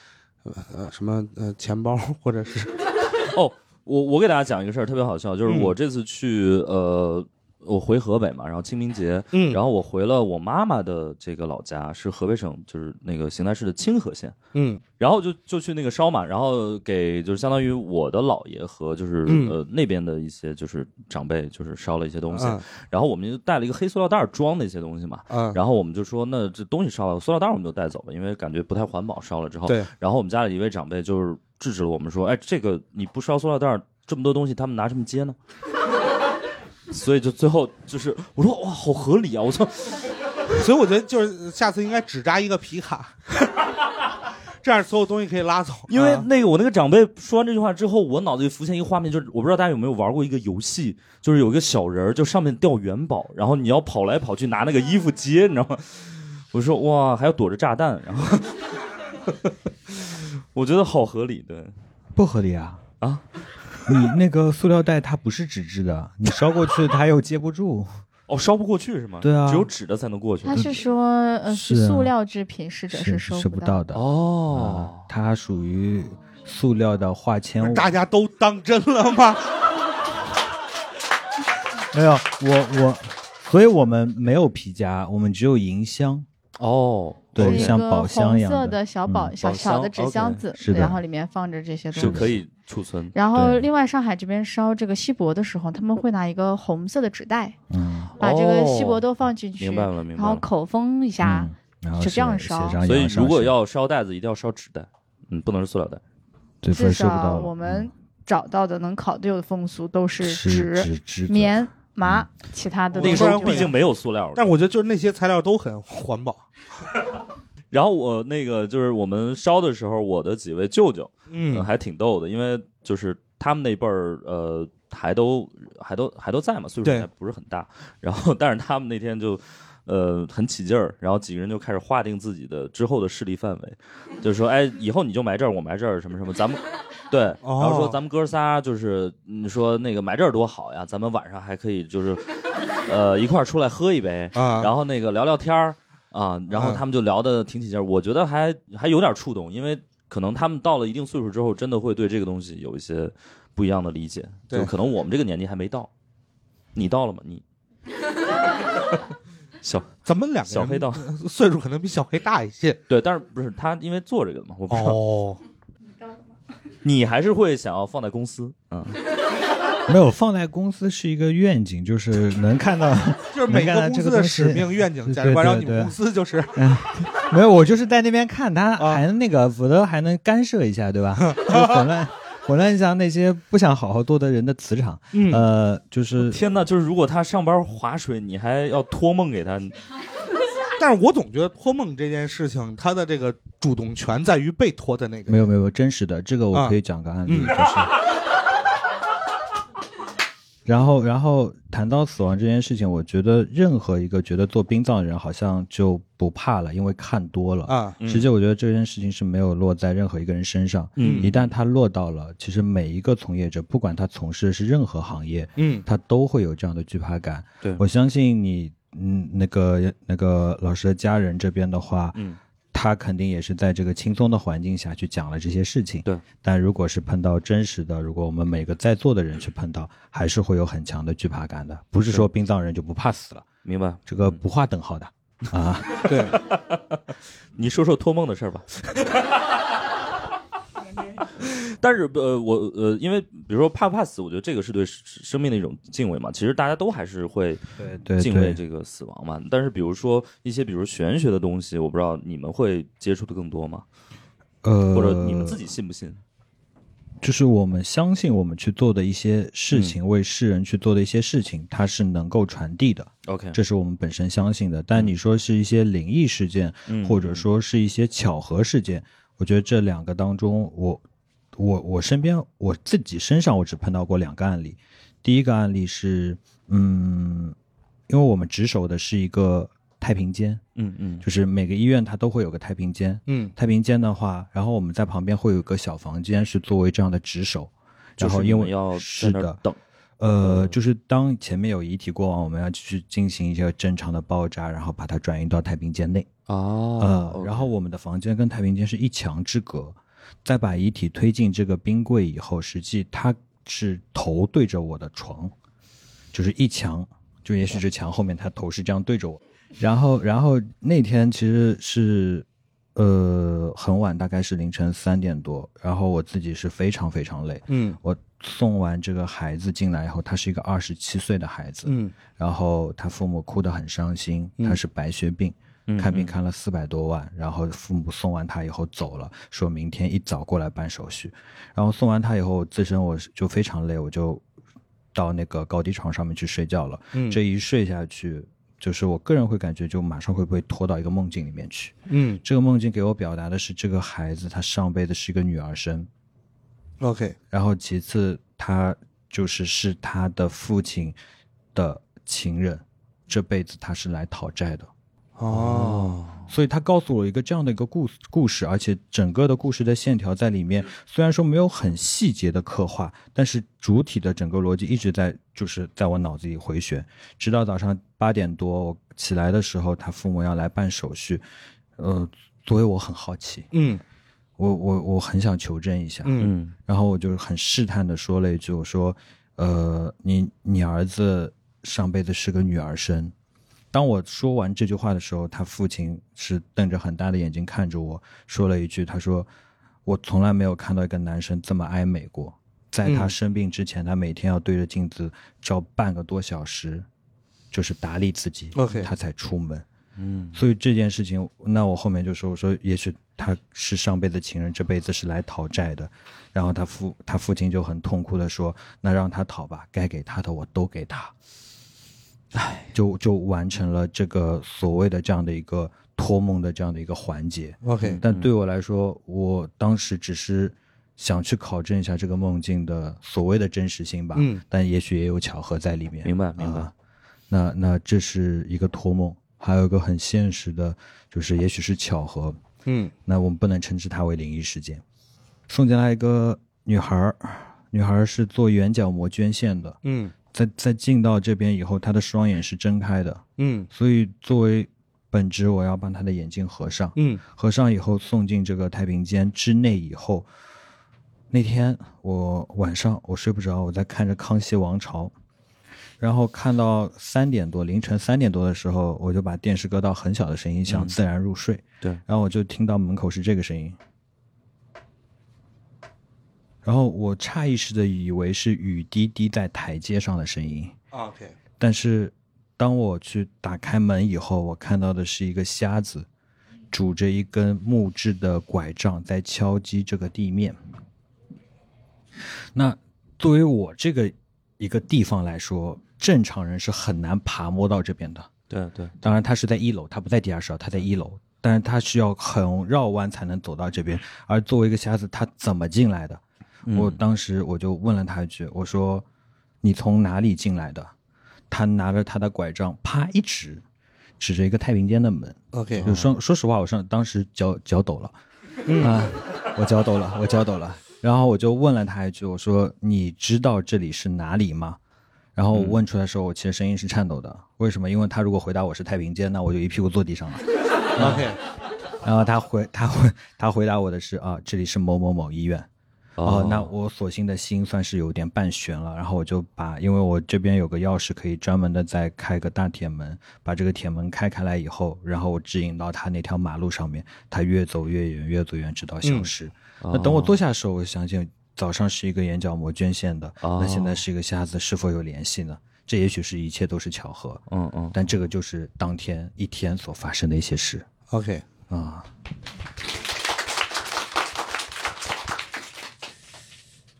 Speaker 4: 呃呃什么呃钱包 或者是
Speaker 1: 哦，我我给大家讲一个事儿，特别好笑，就是
Speaker 4: 嗯
Speaker 1: 我这次去、呃，我回河北嘛，然后清明节，
Speaker 4: 嗯
Speaker 1: 然后我回了我妈妈的这个老家，是河北省就是那个邢台市的清河县，
Speaker 4: 嗯
Speaker 1: 然后就就去那个烧嘛，然后给就是相当于我的姥爷和就是、
Speaker 4: 嗯
Speaker 1: 呃那边的一些就是长辈就是烧了一些东西，
Speaker 4: 嗯
Speaker 1: 然后我们就带了一个黑塑料袋儿装那些东西嘛，
Speaker 4: 嗯
Speaker 1: 然后我们就说，那这东西烧了，塑料袋我们就带走吧，因为感觉不太环保，烧了之后。
Speaker 4: 对。
Speaker 1: 然后我们家里一位长辈就是制止了我们说，哎，这个你不烧塑料袋儿，这么多东西，他们拿什么接呢？ 所以就最后就是我说哇，好合理啊！我说
Speaker 4: 所以我觉得就是下次应该只扎一个皮卡， 这样所有东西可以拉走。
Speaker 1: 因为
Speaker 4: 啊
Speaker 1: 那个我那个长辈说完这句话之后，我脑子里浮现一个画面，就是我不知道大家有没有玩过一个游戏，就是有一个小人儿，就上面掉元宝，然后你要跑来跑去拿那个衣服接，你知道吗？ 我说哇，还要躲着炸弹，然后 我觉得好合理，对。
Speaker 2: 不合理啊！
Speaker 1: 啊，
Speaker 2: 你那个塑料袋它不是纸质的，你烧过去它又接不住。
Speaker 1: 哦，烧不过去是吗？
Speaker 2: 对啊
Speaker 1: 只有纸的才能过去。
Speaker 3: 他是说呃
Speaker 2: 是啊
Speaker 3: 塑料制品 是者
Speaker 2: 是
Speaker 3: 收
Speaker 2: 收不到
Speaker 3: 到
Speaker 2: 的啊
Speaker 1: 哦，
Speaker 2: 它属于塑料的化纤物。
Speaker 4: 大家都当真了吗？
Speaker 2: 没有，我我，所以我们没有皮夹，我们只有银箱。
Speaker 1: 哦，
Speaker 3: 是
Speaker 2: 对，
Speaker 3: 一
Speaker 2: 像
Speaker 3: 个
Speaker 2: 宝箱一样
Speaker 3: 红色的小宝、
Speaker 2: 嗯
Speaker 3: 小小的纸箱子，
Speaker 2: 是的
Speaker 3: 然后里面放着这些东西，
Speaker 1: 是可以储存。
Speaker 3: 然后，
Speaker 2: 对
Speaker 3: 另外上海这边烧这个锡箔的时候，他们会拿一个红色的纸袋，
Speaker 2: 嗯，
Speaker 3: 把这个锡箔
Speaker 1: 哦
Speaker 3: 都放进去，
Speaker 1: 明白了明白
Speaker 3: 然后
Speaker 1: 了
Speaker 3: 口封一下。
Speaker 2: 嗯然后
Speaker 3: 就这样
Speaker 2: 写
Speaker 3: 烧
Speaker 2: 写上
Speaker 1: 所以如
Speaker 2: 洋哎上
Speaker 1: 果
Speaker 2: 是
Speaker 1: 要烧袋子，一定要烧纸袋，嗯，不能是塑料袋。
Speaker 2: 对分
Speaker 3: 至
Speaker 2: 儿收不到
Speaker 3: 少
Speaker 2: 了，
Speaker 3: 我们
Speaker 2: 嗯
Speaker 3: 找到的能考究的风俗都是
Speaker 2: 是
Speaker 3: 纸、
Speaker 2: 纸纸
Speaker 3: 棉、麻，其他的都
Speaker 4: 那个
Speaker 1: 那
Speaker 4: 时
Speaker 1: 时
Speaker 4: 候
Speaker 1: 候
Speaker 3: 不
Speaker 1: 毕
Speaker 3: 会
Speaker 1: 竟没有塑料的，
Speaker 4: 但我觉得就是那些材料都很环保。
Speaker 1: 然后我那个就是我们烧的时候，我的几位舅舅，嗯，
Speaker 4: 嗯，
Speaker 1: 还挺逗的，因为就是他们那辈儿，呃，还都还都还都在嘛，岁数
Speaker 4: 对
Speaker 1: 还不是很大。然后，但是他们那天就，呃，很起劲儿，然后几个人就开始划定自己的之后的势力范围，就是说，哎，以后你就埋这儿，我埋这儿，什么什么，咱们。对，然
Speaker 4: 哦
Speaker 1: 后说咱们哥仨就是，你说那个埋这儿多好呀，咱们晚上还可以就是，呃，一块儿出来喝一杯，
Speaker 4: 啊
Speaker 1: 然后那个聊聊天儿啊，然后
Speaker 4: 嗯
Speaker 1: 他们就聊的挺起劲儿，我觉得还还有点触动，因为可能他们到了一定岁数之后，真的会对这个东西有一些不一样的理解，
Speaker 4: 对
Speaker 1: 就可能我们这个年纪还没到，你到了吗？你小
Speaker 4: 咱们两个
Speaker 1: 小黑
Speaker 4: 人
Speaker 1: 到，
Speaker 4: 岁数可能比小黑大一些。
Speaker 1: 对，但是不是他因为做这个的嘛，我不知道，
Speaker 4: 哦，
Speaker 1: 你还是会想要放在公司， 嗯，
Speaker 2: 没有放在公司是一个愿景，就是能看到
Speaker 4: 就是
Speaker 2: 能
Speaker 4: 每
Speaker 2: 看
Speaker 4: 个
Speaker 2: 到
Speaker 4: 公
Speaker 2: 这
Speaker 4: 司
Speaker 2: 个
Speaker 4: 的
Speaker 2: 东
Speaker 4: 使
Speaker 2: 西
Speaker 4: 命愿景
Speaker 2: 对
Speaker 4: 价值观，
Speaker 2: 对
Speaker 4: 然后你们
Speaker 2: 对
Speaker 4: 公司就是
Speaker 2: 没有，我就是在那边看他
Speaker 4: 啊
Speaker 2: 还那个，否则还能干涉一下，对 吧？就混乱混乱一下那些不想好好做的人的磁场。
Speaker 4: 嗯
Speaker 2: 呃，就是
Speaker 1: 天呐，就是如果他上班划水，你还要托梦给他，
Speaker 4: 但是我总觉得托梦这件事情，它的这个主动权在于被托的那个
Speaker 2: 没
Speaker 4: 人。
Speaker 2: 有没有真实的，这个我可以讲个案例，
Speaker 4: 嗯
Speaker 2: 就是。然后，然后谈到死亡这件事情，我觉得任何一个觉得做殡葬的人好像就不怕了，因为看多了。
Speaker 4: 啊，
Speaker 2: 实际我觉得这件事情是没有落在任何一个人身上，
Speaker 1: 嗯
Speaker 2: 一旦它落到了，其实每一个从业者，不管他从事的是任何行业，
Speaker 4: 嗯，
Speaker 2: 他都会有这样的惧怕感。
Speaker 1: 对
Speaker 2: 我相信你，嗯，那个那个老师的家人这边的话，
Speaker 1: 嗯，
Speaker 2: 他肯定也是在这个轻松的环境下去讲了这些事情。
Speaker 1: 对，
Speaker 2: 但如果是碰到真实的，如果我们每个在座的人去碰到，还是会有很强的惧怕感的。不是说殡葬人就不怕死了，
Speaker 1: 明白？
Speaker 2: 这个不划等号的啊。
Speaker 4: 对，
Speaker 1: 你说说托梦的事儿吧。 但是呃，我呃，因为比如说怕不怕死，我觉得这个是对生生命的一种敬畏嘛。其实大家都还是会
Speaker 2: 对对
Speaker 1: 敬畏
Speaker 2: 对，
Speaker 1: 这个死亡嘛。但是比如说一些比如玄学的东西，我不知道你们会接触的更多吗？
Speaker 2: 呃，
Speaker 1: 或者你们自己信不信？
Speaker 2: 就是我们相信我们去做的一些事情，
Speaker 1: 嗯
Speaker 2: 为世人去做的一些事情，它是能够传递的，
Speaker 1: OK，
Speaker 2: 这是我们本身相信的。但你说是一些灵异事件，
Speaker 1: 嗯
Speaker 2: 或者说是一些巧合事件，我觉得这两个当中，我我我身边我自己身上我只碰到过两个案例。第一个案例是，嗯，因为我们值守的是一个太平间，
Speaker 1: 嗯嗯
Speaker 2: 就是每个医院它都会有个太平间，
Speaker 4: 嗯，
Speaker 2: 太平间的话，然后我们在旁边会有个小房间是作为这样的值守，
Speaker 1: 就
Speaker 2: 然
Speaker 1: 是
Speaker 2: 后
Speaker 1: 你
Speaker 2: 因
Speaker 1: 们
Speaker 2: 为
Speaker 1: 要在
Speaker 2: 是
Speaker 1: 那儿
Speaker 2: 的，
Speaker 1: 等，嗯
Speaker 2: 呃，就是当前面有遗体过往，我们要去进行一些正常的包扎，然后把它转移到太平间内。
Speaker 1: 哦
Speaker 2: 呃，然后我们的房间跟太平间是一墙之隔，再把遗体推进这个冰柜以后，实际它是头对着我的床，就是一墙，就也许这墙后面他头是这样对着我。然后，然后那天其实是，呃，很晚，大概是凌晨三点多，然后我自己是非常非常累。
Speaker 4: 嗯
Speaker 2: 我送完这个孩子进来以后，他是一个二十七岁的孩子，
Speaker 4: 嗯，
Speaker 2: 然后他父母哭得很伤心，他是白血病，
Speaker 1: 嗯
Speaker 2: 看病看了四百多万，然后父母送完他以后走了，说明天一早过来办手续。然后送完他以后，自身我是就非常累，我就到那个高低床上面去睡觉了。
Speaker 4: 嗯
Speaker 2: 这一睡下去，就是我个人会感觉就马上会被拖到一个梦境里面去。
Speaker 4: 嗯
Speaker 2: 这个梦境给我表达的是，这个孩子他上辈子是一个女儿身，
Speaker 4: ，OK，
Speaker 2: 然后其次他就是是他的父亲的情人，这辈子他是来讨债的，
Speaker 4: 哦，
Speaker 2: 所以他告诉我一个这样的一个故故事，而且整个的故事的线条在里面，虽然说没有很细节的刻画，但是主体的整个逻辑一直在就是在我脑子里回旋，直到早上八点多我起来的时候，他父母要来办手续，呃，所以我很好奇，
Speaker 4: 嗯
Speaker 2: 我我我很想求证一下，
Speaker 4: 嗯
Speaker 1: 嗯
Speaker 2: 然后我就很试探的说了一句，我说，呃，你你儿子上辈子是个女儿身。当我说完这句话的时候，他父亲是瞪着很大的眼睛看着我，说了一句：“他说我从来没有看到一个男生这么爱美过。在他
Speaker 6: 嗯
Speaker 2: 生病之前，他每天要对着镜子照半个多小时，就是打理自己
Speaker 4: OK
Speaker 2: 他才出门。
Speaker 1: 嗯，
Speaker 2: 所以这件事情，那我后面就说，我说也许他是上辈子情人，这辈子是来讨债的。然后他父他父亲就很痛苦的说，那让他讨吧，该给他的我都给他。唉，就就完成了这个所谓的这样的一个托梦的这样的一个环节。
Speaker 4: OK
Speaker 2: 但对我来说，我当时只是想去考证一下这个梦境的所谓的真实性吧。
Speaker 1: 嗯
Speaker 2: 但也许也有巧合在里面。
Speaker 1: 明白明白
Speaker 2: 啊那那这是一个托梦，还有一个很现实的，就是也许是巧合。
Speaker 4: 嗯，
Speaker 2: 那我们不能称之它为灵异事件。送进来一个女孩儿，女孩儿是做圆角膜捐献的。
Speaker 4: 嗯，
Speaker 2: 在在进到这边以后，她的双眼是睁开的。
Speaker 4: 嗯
Speaker 2: 所以作为本职，我要帮她的眼睛合上。
Speaker 4: 嗯，
Speaker 2: 合上以后送进这个太平间之内以后，那天我晚上我睡不着，我在看着《康熙王朝》，然后看到三点多，凌晨三点多的时候，我就把电视搁到很小的声音，想
Speaker 1: 嗯
Speaker 2: 自然入睡。
Speaker 1: 对，
Speaker 2: 然后我就听到门口是这个声音，然后我差意识的以为是雨滴滴在台阶上的声音，
Speaker 4: OK，
Speaker 2: 但是当我去打开门以后，我看到的是一个瞎子拄着一根木质的拐杖在敲击这个地面。那作为我这个一个地方来说，正常人是很难爬摸到这边的。
Speaker 1: 对对，
Speaker 2: 当然他是在一楼，他不在地下室啊，他在一楼，但是他需要很绕弯才能走到这边。而作为一个瞎子，他怎么进来的？我当时我就问了他一句，我说：“你从哪里进来的？”他拿着他的拐杖，啪一指，指着一个太平间的门。
Speaker 4: OK
Speaker 2: 就嗯说说实话，我上当时脚脚抖了，啊，我脚抖了，我脚抖了。然后我就问了他一句，我说：“你知道这里是哪里吗？”然后我问出来的时候，我其实声音是颤抖的。为什么？因为他如果回答我是太平间，那我就一屁股坐地上了。
Speaker 4: OK，
Speaker 2: 然后他回他回他回答我的是啊，这里是某某某医院。
Speaker 1: 哦
Speaker 2: 啊那我索性的心算是有点半悬了，然后我就把，因为我这边有个钥匙，可以专门的再开个大铁门，把这个铁门开开来以后，然后我指引到他那条马路上面，他越走越远，越走越远，直到消失。
Speaker 1: 嗯
Speaker 2: 那等我
Speaker 1: 哦
Speaker 2: 坐下的时候，我相信早上是一个眼角膜捐献的，
Speaker 1: 哦
Speaker 2: 那现在是一个瞎子，是否有联系呢？这也许是一切都是巧合，
Speaker 1: 嗯嗯，
Speaker 2: 但这个就是当天一天所发生的一些事。
Speaker 4: OK
Speaker 2: 啊。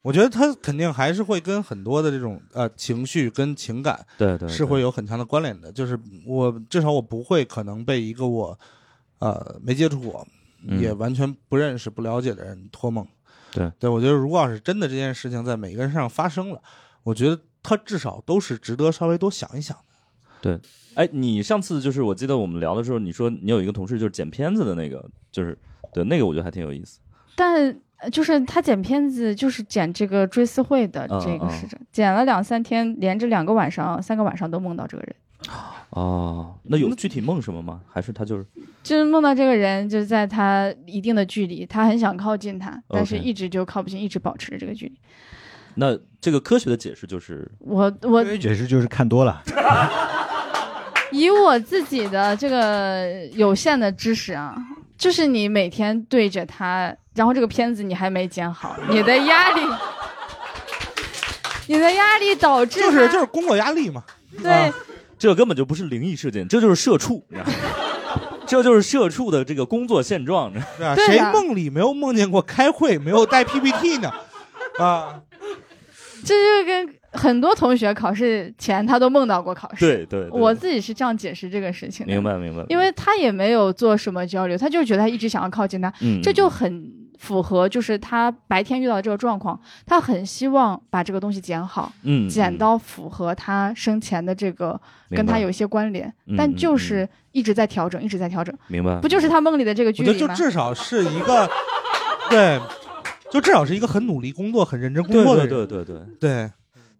Speaker 4: 我觉得他肯定还是会跟很多的这种呃情绪跟情感，
Speaker 1: 对对
Speaker 4: 是会有很强的关联的。就是我至少我不会可能被一个我呃没接触过，
Speaker 1: 嗯
Speaker 4: 也完全不认识、不了解的人托梦。
Speaker 1: 对
Speaker 4: 对，我觉得如果要是真的这件事情在每个人身上发生了，我觉得他至少都是值得稍微多想一想的。
Speaker 1: 对，哎，你上次就是我记得我们聊的时候，你说你有一个同事就是剪片子的那个，就是对那个我觉得还挺有意思。
Speaker 3: 但呃就是他剪片子，就是剪这个追思会的
Speaker 1: 嗯
Speaker 3: 这个
Speaker 1: 嗯
Speaker 3: 事情，剪了两三天，连着两个晚上、三个晚上都梦到这个人，
Speaker 1: 哦，那有具体梦什么吗？还是他就是
Speaker 3: 就是梦到这个人就在他一定的距离，他很想靠近他，但是
Speaker 1: OK
Speaker 3: 一直就靠不近，一直保持着这个距离。
Speaker 1: 那这个科学的解释就是
Speaker 3: 我我
Speaker 2: 解释就是看多了，
Speaker 3: 以我自己的这个有限的知识啊，就是你每天对着它，然后这个片子你还没剪好，你的压力，你的压力导致
Speaker 4: 就
Speaker 3: 它
Speaker 4: 是就是工作压力嘛。
Speaker 3: 对、
Speaker 1: 这根本就不是灵异事件，这就是社畜，你知道吗 这就是社畜的这个工作现状。你知道吗
Speaker 4: 对啊，
Speaker 3: 对
Speaker 4: 谁
Speaker 3: 呀
Speaker 4: 梦里没有梦见过开会没有带 PPT 呢？啊，
Speaker 3: 这就跟很多同学考试前他都梦到过考试。
Speaker 1: 对对，对
Speaker 3: 我自己是这样解释这个事情的，
Speaker 1: 明白明白，
Speaker 3: 因为他也没有做什么交流，他就是觉得他一直想要靠近他，
Speaker 1: 嗯
Speaker 3: 这就很符合就是他白天遇到的这个状况，他很希望把这个东西剪好，
Speaker 1: 嗯
Speaker 3: 剪到符合他生前的这个
Speaker 1: 明
Speaker 3: 跟他
Speaker 1: 白
Speaker 3: 有一些关联
Speaker 1: 嗯，
Speaker 3: 但
Speaker 1: 嗯
Speaker 3: 就是一直在调整，一直在调整，
Speaker 1: 明白，
Speaker 3: 不就是他梦里的这个
Speaker 4: 我
Speaker 3: 距
Speaker 4: 觉得
Speaker 3: 离
Speaker 4: 就
Speaker 3: 吗？
Speaker 4: 至少是一个，对，就至少是一个很努力工作、很认真工作的人。
Speaker 1: 对对对对对。
Speaker 4: 对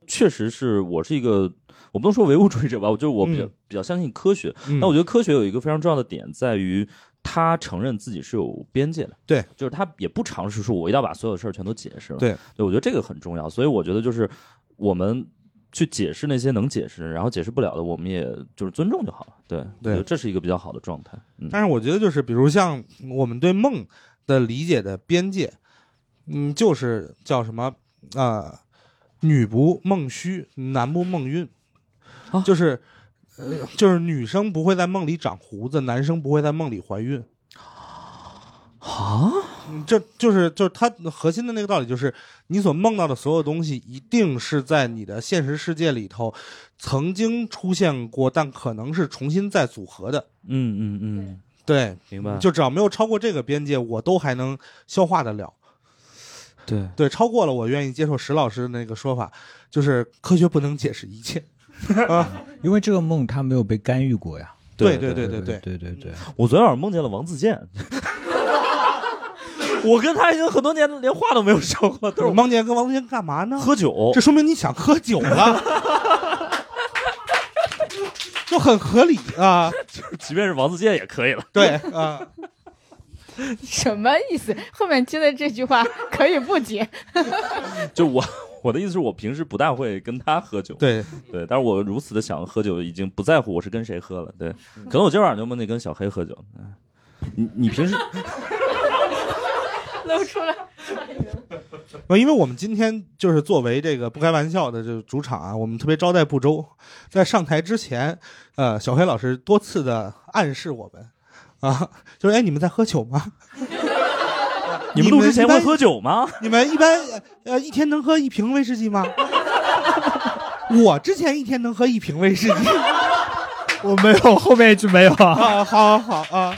Speaker 1: 确实是我是一个，我不能说唯物主义者吧，我就是我比较、
Speaker 4: 嗯
Speaker 1: 比较相信科学。
Speaker 4: 嗯
Speaker 1: 那我觉得科学有一个非常重要的点在于。他承认自己是有边界的，
Speaker 4: 对，
Speaker 1: 就是他也不尝试说我一定要把所有事儿全都解释了，
Speaker 4: 对，
Speaker 1: 对我觉得这个很重要，所以我觉得就是我们去解释那些能解释，然后解释不了的，我们也就是尊重就好了。对，
Speaker 4: 对
Speaker 1: 我觉得这是一个比较好的状态。嗯，
Speaker 4: 但是我觉得就是，比如像我们对梦的理解的边界，嗯，就是叫什么呃，女不梦虚，男不梦孕，
Speaker 1: 哦
Speaker 4: 就是呃，就是女生不会在梦里长胡子，男生不会在梦里怀孕。
Speaker 1: 啊，
Speaker 4: 这就是就是它核心的那个道理，就是你所梦到的所有东西，一定是在你的现实世界里头曾经出现过，但可能是重新再组合的。
Speaker 1: 嗯嗯嗯，
Speaker 4: 对，
Speaker 1: 明白。
Speaker 4: 就只要没有超过这个边界，我都还能消化得了。
Speaker 1: 对
Speaker 4: 对，超过了我愿意接受石老师的那个说法，就是科学不能解释 一切。
Speaker 2: 因为这个梦他没有被干预过呀。
Speaker 4: 对
Speaker 1: 对
Speaker 4: 对对
Speaker 2: 对对对对，
Speaker 1: 我昨天晚上梦见了王自健， 我跟他已经很多年连话都没有说过，都是
Speaker 4: 梦见跟王自健干嘛呢？
Speaker 1: 喝酒
Speaker 4: 这。说明你想喝酒 了，就很合理啊。
Speaker 1: 即便是王自健也可以了。
Speaker 4: 对啊，
Speaker 3: 什么意思？后面接的这句话可以不接。
Speaker 1: 就我 我的意思是我平时不大会跟他喝酒，
Speaker 4: 对，
Speaker 1: 对，但是我如此的想喝酒，已经不在乎我是跟谁喝了。对，可能我今晚上就梦见跟小黑喝酒。嗯你你平时
Speaker 3: 露出来。
Speaker 4: 因为我们今天就是作为这个不开玩笑的这个主场啊，我们特别招待不周。在上台之前，呃，小黑老师多次的暗示我们，啊，就是哎，你们在喝酒吗？
Speaker 1: 你们录之前会喝酒吗？
Speaker 4: 你们一般呃一天能喝一瓶威士忌吗？ 我之前一天能喝一瓶威士忌
Speaker 6: 我没有，后面一句没有啊。
Speaker 4: 啊，好好好啊，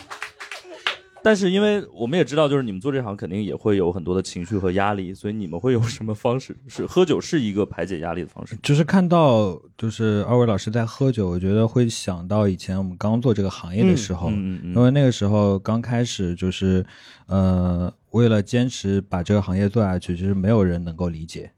Speaker 1: 但是因为我们也知道，就是你们做这行肯定也会有很多的情绪和压力，所以你们会有什么方式？是喝酒是一个排解压力的方式。
Speaker 2: 就是看到就是二位老师在喝酒，我觉得会想到以前我们刚做这个行业的时候，
Speaker 1: 嗯嗯
Speaker 2: 因
Speaker 1: 嗯，
Speaker 2: 为那个时候刚开始就是，呃，为了坚持把这个行业做下去，就是没有人能够理解，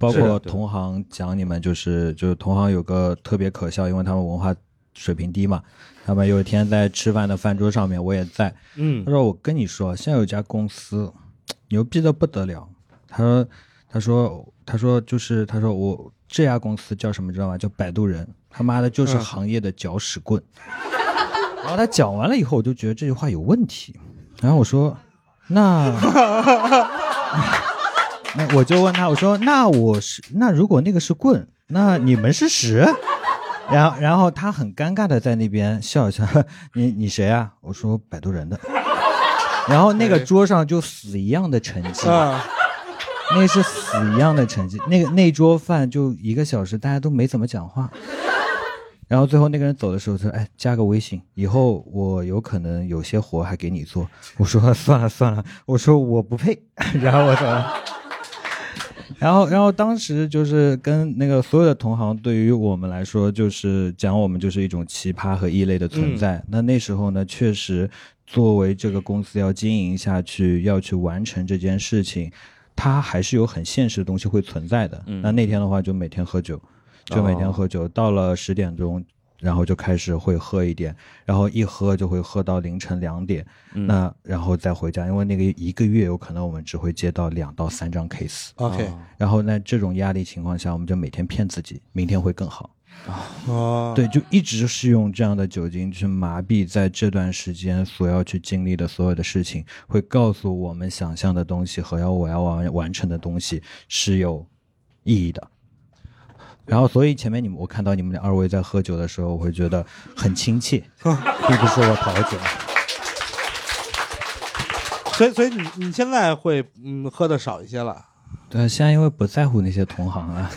Speaker 2: 包
Speaker 1: 是的
Speaker 2: 括
Speaker 1: 对
Speaker 2: 同行讲你们就是就是同行有个特别可笑，因为他们文化水平低嘛，他们有一天在吃饭的饭桌上面，我也在，
Speaker 4: 嗯
Speaker 2: 他说我跟你说，现在有一家公司牛逼的不得了，他说他说他说就是他说我这家公司叫什么知道吗？叫摆渡人，他妈的就是
Speaker 4: 嗯
Speaker 2: 行业的搅屎棍。然后他讲完了以后，我就觉得这句话有问题。然后我说，那那我就问他，我说那我是那如果那个是棍，那你们是屎？然后然后他很尴尬的在那边笑一 笑，你你谁啊？我说摆渡人的。然后那个桌上就死一样的沉寂。
Speaker 4: 啊，
Speaker 2: 那是死一样的成绩。那个那桌饭就一个小时，大家都没怎么讲话。然后最后那个人走的时候说：“哎，加个微信，以后我有可能有些活还给你做。”我说：“ 算了算了，我说我不配。” 然后我走了。 然后，然后当时就是跟那个所有的同行，对于我们来说，就是讲我们就是一种奇葩和异类的存在。那那时候呢，确实作为这个公司要经营下去，要去完成这件事情，它还是有很现实的东西会存在的。
Speaker 1: 嗯
Speaker 2: 那那天的话，就每天喝酒，就每天喝酒，到了十点钟，然后就开始会喝一点，然后一喝就会喝到凌晨两点，
Speaker 1: 嗯
Speaker 2: 那然后再回家，因为那个一个月有可能我们只会接到两到三张 case。
Speaker 4: OK
Speaker 1: 哦
Speaker 2: 然后那这种压力情况下，我们就每天骗自己，明天会更好。
Speaker 4: 啊，
Speaker 2: 对，就一直是用这样的酒精去麻痹在这段时间所要去经历的所有的事情，会告诉我们想象的东西和要我要完完成的东西是有意义的。然后，所以前面你们我看到你们二位在喝酒的时候，我会觉得很亲切，并不是我讨酒。
Speaker 4: 所以所以你你现在会嗯喝的少一些了，
Speaker 2: 对，啊现在因为不在乎那些同行 了，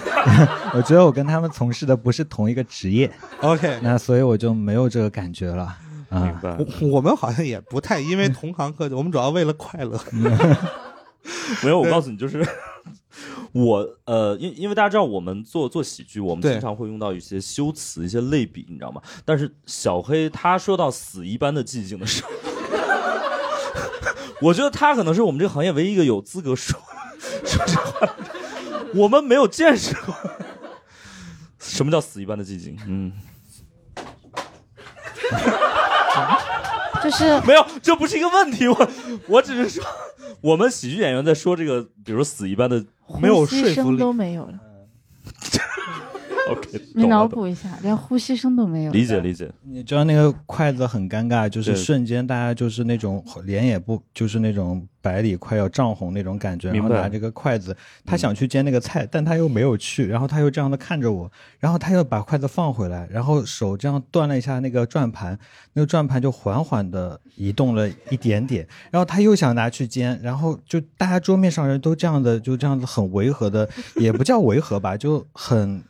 Speaker 2: 我觉得我跟他们从事的不是同一个职业，
Speaker 4: OK，
Speaker 2: 那所以我就没有这个感觉了啊。
Speaker 1: 明白。
Speaker 4: 我我们好像也不太因为同行喝酒，我们主要为了快乐。
Speaker 1: 没有，我告诉你，就是 我呃，因因为大家知道，我们做做喜剧，我们
Speaker 4: 对
Speaker 1: 经常会用到一些修辞、一些类比，你知道吗？但是小黑他说到死一般的寂静的时候， 我觉得他可能是我们这个行业唯一一个有资格说 说这话的人，我们没有见识过什么叫死一般的寂静。嗯，
Speaker 3: 就是
Speaker 1: 没有，这不是一个问题，我我只是说。我们喜剧演员在说这个，比如死一般的
Speaker 4: 没有
Speaker 3: 呼吸
Speaker 4: 说服
Speaker 3: 声
Speaker 4: 力
Speaker 3: 都没有了。
Speaker 1: OK，
Speaker 3: 你
Speaker 1: 懂
Speaker 3: 脑
Speaker 1: 了懂
Speaker 3: 补一下，连呼吸声都没有。
Speaker 1: 了，理解理解。
Speaker 2: 你知道那个筷子很尴尬，就是
Speaker 1: 对
Speaker 2: 瞬间大家就是那种脸也不，就是那种白里快要涨红那种感觉，然
Speaker 1: 明白嗯
Speaker 2: 后拿这个筷子，他想去煎那个菜，但他又没有去，然后他又这样的看着我，然后他又把筷子放回来，然后手这样断了一下那个转盘，那个转盘就缓缓的移动了一点点，然后他又想拿去煎，然后就大家桌面上人都这样的，就这样子很违和的，也不叫违和吧，就很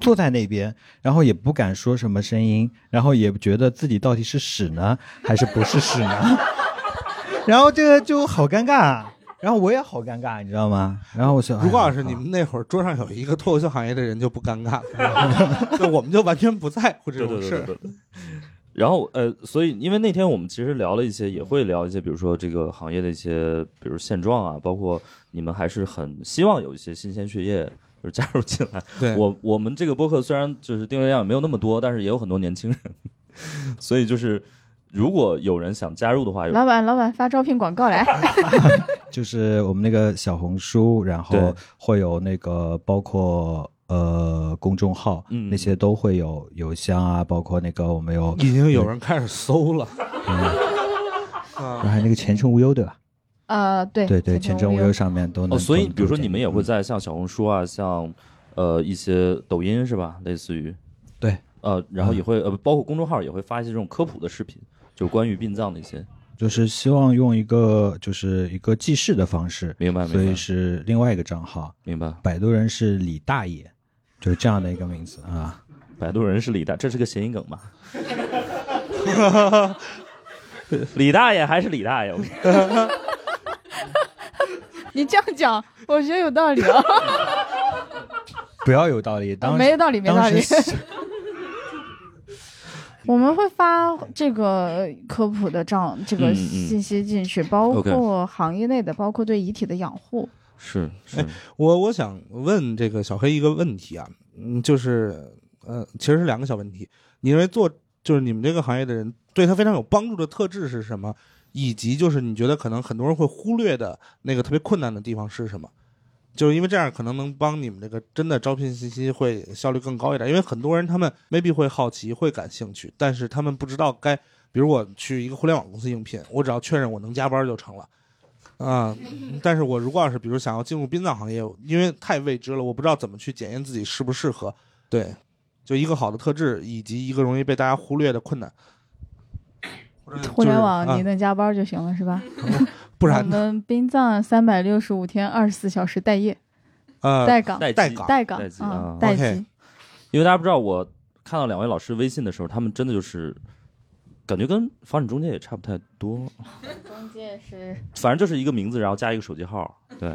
Speaker 2: 坐在那边，然后也不敢说什么声音，然后也觉得自己到底是屎呢还是不是屎呢，然后这个就好尴尬，然后我也好尴尬，你知道吗？然后我想，
Speaker 4: 如果
Speaker 2: 哎
Speaker 4: 要是你们那会儿桌上有一个脱口秀行业的人，就不尴尬 了，就我们就完全不在乎这
Speaker 1: 对对
Speaker 4: 种
Speaker 1: 对
Speaker 4: 事
Speaker 1: 对
Speaker 4: 儿。
Speaker 1: 对。对然后呃，所以因为那天我们其实聊了一些，也会聊一些，比如说这个行业的一些，比如现状啊，包括你们还是很希望有一些新鲜血液就是加入进来。
Speaker 4: 对
Speaker 1: 我我们这个播客虽然就是订阅量也没有那么多，但是也有很多年轻人， 所以就是如果有人想加入的话，有
Speaker 3: 老板，老板发招聘广告来，
Speaker 2: 就是我们那个小红书，然
Speaker 1: 对
Speaker 2: 后会有那个包括呃公众号，
Speaker 1: 嗯
Speaker 2: 那些都会有邮箱啊，包括那个我们有，
Speaker 4: 已经有人开始搜了，啊
Speaker 2: 然后还有那个前程无忧对吧？
Speaker 3: 呃，对
Speaker 2: 对对，前程无
Speaker 3: 忧
Speaker 2: 忧上面都能。嗯
Speaker 1: 哦，所以
Speaker 2: 都
Speaker 1: 比如说
Speaker 2: 都
Speaker 1: 你们也会在像小红书啊，像呃一些抖音是吧，类似于
Speaker 2: 对，嗯
Speaker 1: 呃，然后也会呃，包括公众号也会发一些这种科普的视频，就是关于殡葬的一些。
Speaker 2: 就是希望用一个就是一个记事的方式，
Speaker 1: 明白明白
Speaker 2: 所以是另外一个账号，
Speaker 1: 明白，
Speaker 2: 摆渡人是李大爷，就是这样的一个名字啊。
Speaker 1: 摆渡人是李大，这是个谐音梗 吧？李大爷还是李大爷， 我跟你说
Speaker 3: 你这样讲，我觉得有道理啊，
Speaker 2: 不要有道理，当时
Speaker 3: 没道啊理，没道
Speaker 2: 当
Speaker 3: 理。
Speaker 2: 时
Speaker 3: 我们会发这个科普的账，这
Speaker 1: 嗯
Speaker 3: 个
Speaker 1: 嗯
Speaker 3: 信息进去，包
Speaker 1: OK
Speaker 3: 括行业内的，包括对遗体的养护。
Speaker 1: 是是，
Speaker 4: 我我想问这个小黑一个问题啊，嗯，就是呃，其实是两个小问题。你认为做就是你们这个行业的人对他非常有帮助的特质是什么？以及就是你觉得可能很多人会忽略的那个特别困难的地方是什么？就是因为这样可能能帮你们这个真的招聘信息会效率更高一点，因为很多人他们 maybe 会好奇会感兴趣，但是他们不知道该，比如我去一个互联网公司应聘，我只要确认我能加班就成了。啊、但是我如果要是比如想要进入殡葬行业，因为太未知了，我不知道怎么去检验自己适不适合。对，就一个好的特质，以及一个容易被大家忽略的困难。
Speaker 3: 互联网、
Speaker 4: 就是
Speaker 3: 你
Speaker 4: 啊、
Speaker 3: 能加班就行了，是吧？
Speaker 4: 不然
Speaker 3: 我
Speaker 4: 呢？
Speaker 3: 们殡葬三百六十五天，二十四小时待业、
Speaker 4: 呃，
Speaker 3: 待岗、
Speaker 1: 代
Speaker 4: 代
Speaker 1: 机
Speaker 4: 岗
Speaker 3: 待岗
Speaker 1: 代机
Speaker 3: 啊
Speaker 1: 啊，
Speaker 3: 待
Speaker 4: OK
Speaker 3: 机。
Speaker 1: 因为大家不知道，我看到两位老师微信的时候，他们真的就是感觉跟房产中介也差不太多，
Speaker 3: 中介是
Speaker 1: 反正就是一个名字，然后加一个手机号，对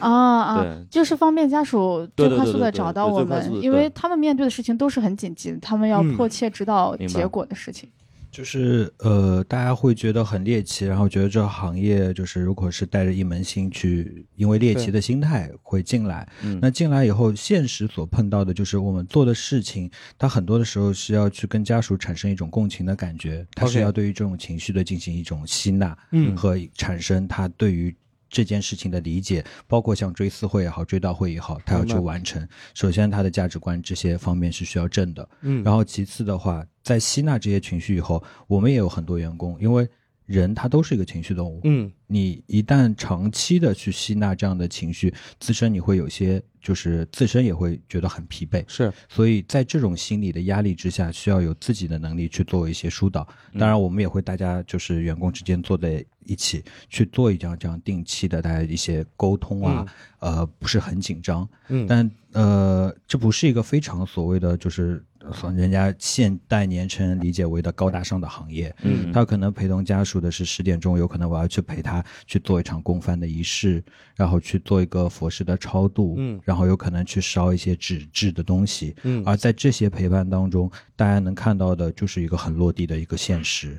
Speaker 3: 啊啊，
Speaker 1: 对。
Speaker 3: 就是方便家属
Speaker 1: 对
Speaker 3: 最
Speaker 1: 对
Speaker 3: 快
Speaker 1: 对
Speaker 3: 速
Speaker 1: 对
Speaker 3: 的
Speaker 1: 对
Speaker 3: 找
Speaker 1: 对
Speaker 3: 到
Speaker 1: 最
Speaker 3: 我
Speaker 1: 快速
Speaker 3: 们，
Speaker 1: 地
Speaker 3: 因为
Speaker 1: 对
Speaker 3: 他们面对的事情都是很紧急的，他们要
Speaker 4: 嗯
Speaker 3: 迫切知道
Speaker 1: 明白
Speaker 3: 结果的事情。
Speaker 2: 就是呃，大家会觉得很猎奇，然后觉得这个行业就是如果是带着一门心去，因为猎奇的心态会进来。
Speaker 1: 嗯
Speaker 2: 那进来以后，现实所碰到的就是我们做的事情，它很多的时候是要去跟家属产生一种共情的感觉，它是
Speaker 4: OK
Speaker 2: 要对于这种情绪的进行一种吸纳。
Speaker 4: 嗯
Speaker 2: 和产生他对于这件事情的理解，包括像追思会也好，追悼会也好，他要
Speaker 4: 明
Speaker 2: 去
Speaker 4: 白
Speaker 2: 完成。首先，他的价值观这些方面是需要正的，
Speaker 4: 嗯，
Speaker 2: 然后其次的话，在吸纳这些情绪以后，我们也有很多员工，因为人他都是一个情绪动物，
Speaker 4: 嗯
Speaker 2: 你一旦长期的去吸纳这样的情绪，自身你会有些就是自身也会觉得很疲惫，
Speaker 4: 是
Speaker 2: 所以在这种心理的压力之下，需要有自己的能力去做一些疏导。当然，我们也会大家就是员工之间坐在一起去做一样这样定期的大家一些沟通啊，呃，不是很紧张，
Speaker 4: 嗯
Speaker 2: 但呃，这不是一个非常所谓的就是呃人家现代年轻人理解为的高大上的行业，
Speaker 1: 嗯
Speaker 2: 他可能陪同家属的是十点钟，有可能我要去陪他去做一场公翻的仪式，然后去做一个佛事的超度，
Speaker 4: 嗯
Speaker 2: 然后有可能去烧一些纸质的东西，
Speaker 4: 嗯
Speaker 2: 而在这些陪伴当中，大家能看到的就是一个很落地的一个现实，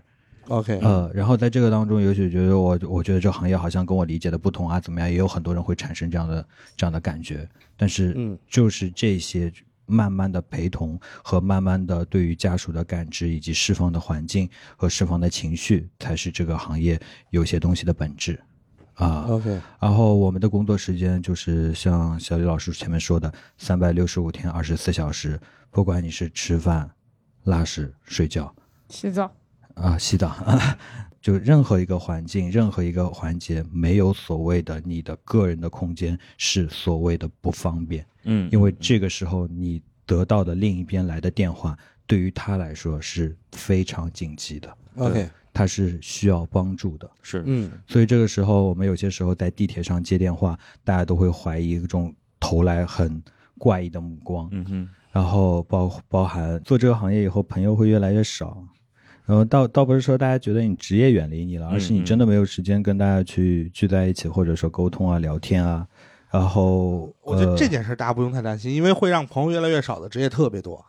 Speaker 4: OK，
Speaker 2: 呃，然后在这个当中，也许觉得我我觉得这行业好像跟我理解的不同啊，怎么样，也有很多人会产生这样的这样的感觉，但
Speaker 4: 嗯
Speaker 2: 是就是这些。慢慢的陪同和慢慢的对于家属的感知，以及释放的环境和释放的情绪，才是这个行业有些东西的本质。啊。
Speaker 4: OK，
Speaker 2: 然后我们的工作时间就是像小李老师前面说的，三百六十五天二十四小时，不管你是吃饭、拉屎、睡觉
Speaker 3: 洗澡，
Speaker 2: 啊、洗澡， 就任何一个环境、任何一个环节，没有所谓的你的个人的空间是所谓的不方便，
Speaker 1: 嗯，
Speaker 2: 因为这个时候你得到的另一边来的电话，对于他来说是非常紧急的。
Speaker 4: OK，
Speaker 2: 他是需要帮助的，
Speaker 1: 是
Speaker 4: 嗯
Speaker 2: 所以这个时候，我们有些时候在地铁上接电话，大家都会怀疑一种投来很怪异的目光，
Speaker 1: 嗯哼，
Speaker 2: 然后包包含做这个行业以后，朋友会越来越少，然后倒倒不是说大家觉得你职业远离你了，而是你真的没有时间跟大家去聚在一起，或者说沟通啊、聊天啊。然后
Speaker 4: 嗯我觉得
Speaker 2: 呃
Speaker 4: 这件事大家不用太担心，因为会让朋友越来越少的职业特别多。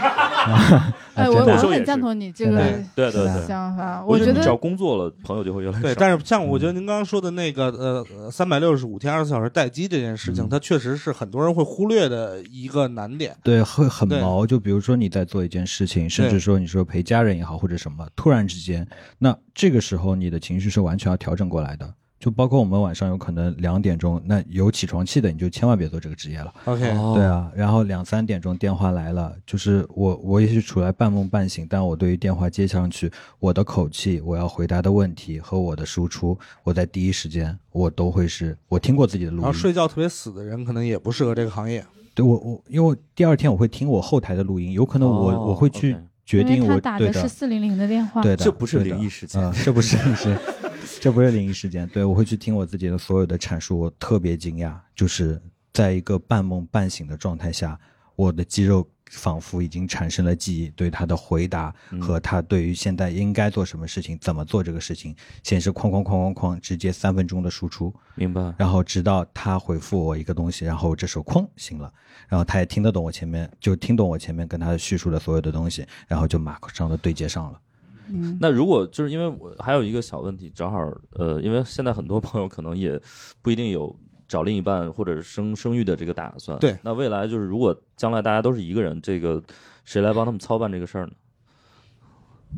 Speaker 3: 哎，
Speaker 2: 啊真
Speaker 3: 我我
Speaker 2: 的
Speaker 1: 说也
Speaker 3: 很
Speaker 1: 是
Speaker 3: 赞同你这
Speaker 2: 真
Speaker 3: 个
Speaker 2: 的
Speaker 1: 对对对。
Speaker 3: 想法，
Speaker 1: 我
Speaker 3: 觉
Speaker 1: 你只要
Speaker 3: 得
Speaker 1: 工作了，朋友就会越来越
Speaker 4: 对，
Speaker 1: 少
Speaker 4: 但是像我觉得您刚刚说的那个呃三百六十五天二十四小时待机这件事情，
Speaker 2: 嗯
Speaker 4: 它确实是很多人会忽略的一个难点。
Speaker 2: 对，会很
Speaker 4: 对
Speaker 2: 毛。就比如说你在做一件事情，甚
Speaker 4: 对
Speaker 2: 至说你说陪家人也好，或者什么，突然之间，那这个时候你的情绪是完全要调整过来的。就包括我们晚上有可能两点钟，那有起床气的你就千万别做这个职业了。
Speaker 4: OK，、
Speaker 1: 哦
Speaker 2: 对啊，然后两三点钟电话来了，就是我我也是处来半梦半醒，但我对于电话接上去，我的口气，我要回答的问题和我的输出，我在第一时间我都会是我听过自己的录
Speaker 4: 然后
Speaker 2: 音，
Speaker 4: 睡觉特别死的人可能也不适合这个行业。
Speaker 2: 对我我因为我第二天我会听我后台的录音，有可能我、
Speaker 1: 哦
Speaker 2: 我会去
Speaker 1: OK
Speaker 2: 决定
Speaker 3: 因为他
Speaker 2: 我
Speaker 3: 打
Speaker 2: 对
Speaker 3: 的
Speaker 2: 的
Speaker 3: 是四零零的电话，
Speaker 2: 对的，
Speaker 1: 这不是
Speaker 2: 对的
Speaker 1: 灵异事件
Speaker 2: 啊这不是 灵异事，这不是灵异事件。对我会去听我自己的所有的阐述，我特别惊讶，就是在一个半梦半醒的状态下，我的肌肉仿佛已经产生了记忆，对他的回答
Speaker 1: 嗯
Speaker 2: 和他对于现在应该做什么事情、怎么做这个事情，显示哐哐哐哐哐，直接三分钟的输出。
Speaker 1: 明白。
Speaker 2: 然后直到他回复我一个东西，然后我这时候哐醒了，然后他也听得懂我前面就听懂我前面跟他叙述的所有的东西，然后就马上的对接上了。
Speaker 3: 嗯，
Speaker 1: 那如果就是因为我还有一个小问题，正好呃，因为现在很多朋友可能也不一定有找另一半或者是生生育的这个打算。
Speaker 4: 对，
Speaker 1: 那未来就是如果将来大家都是一个人，这个谁来帮他们操办这个事儿呢？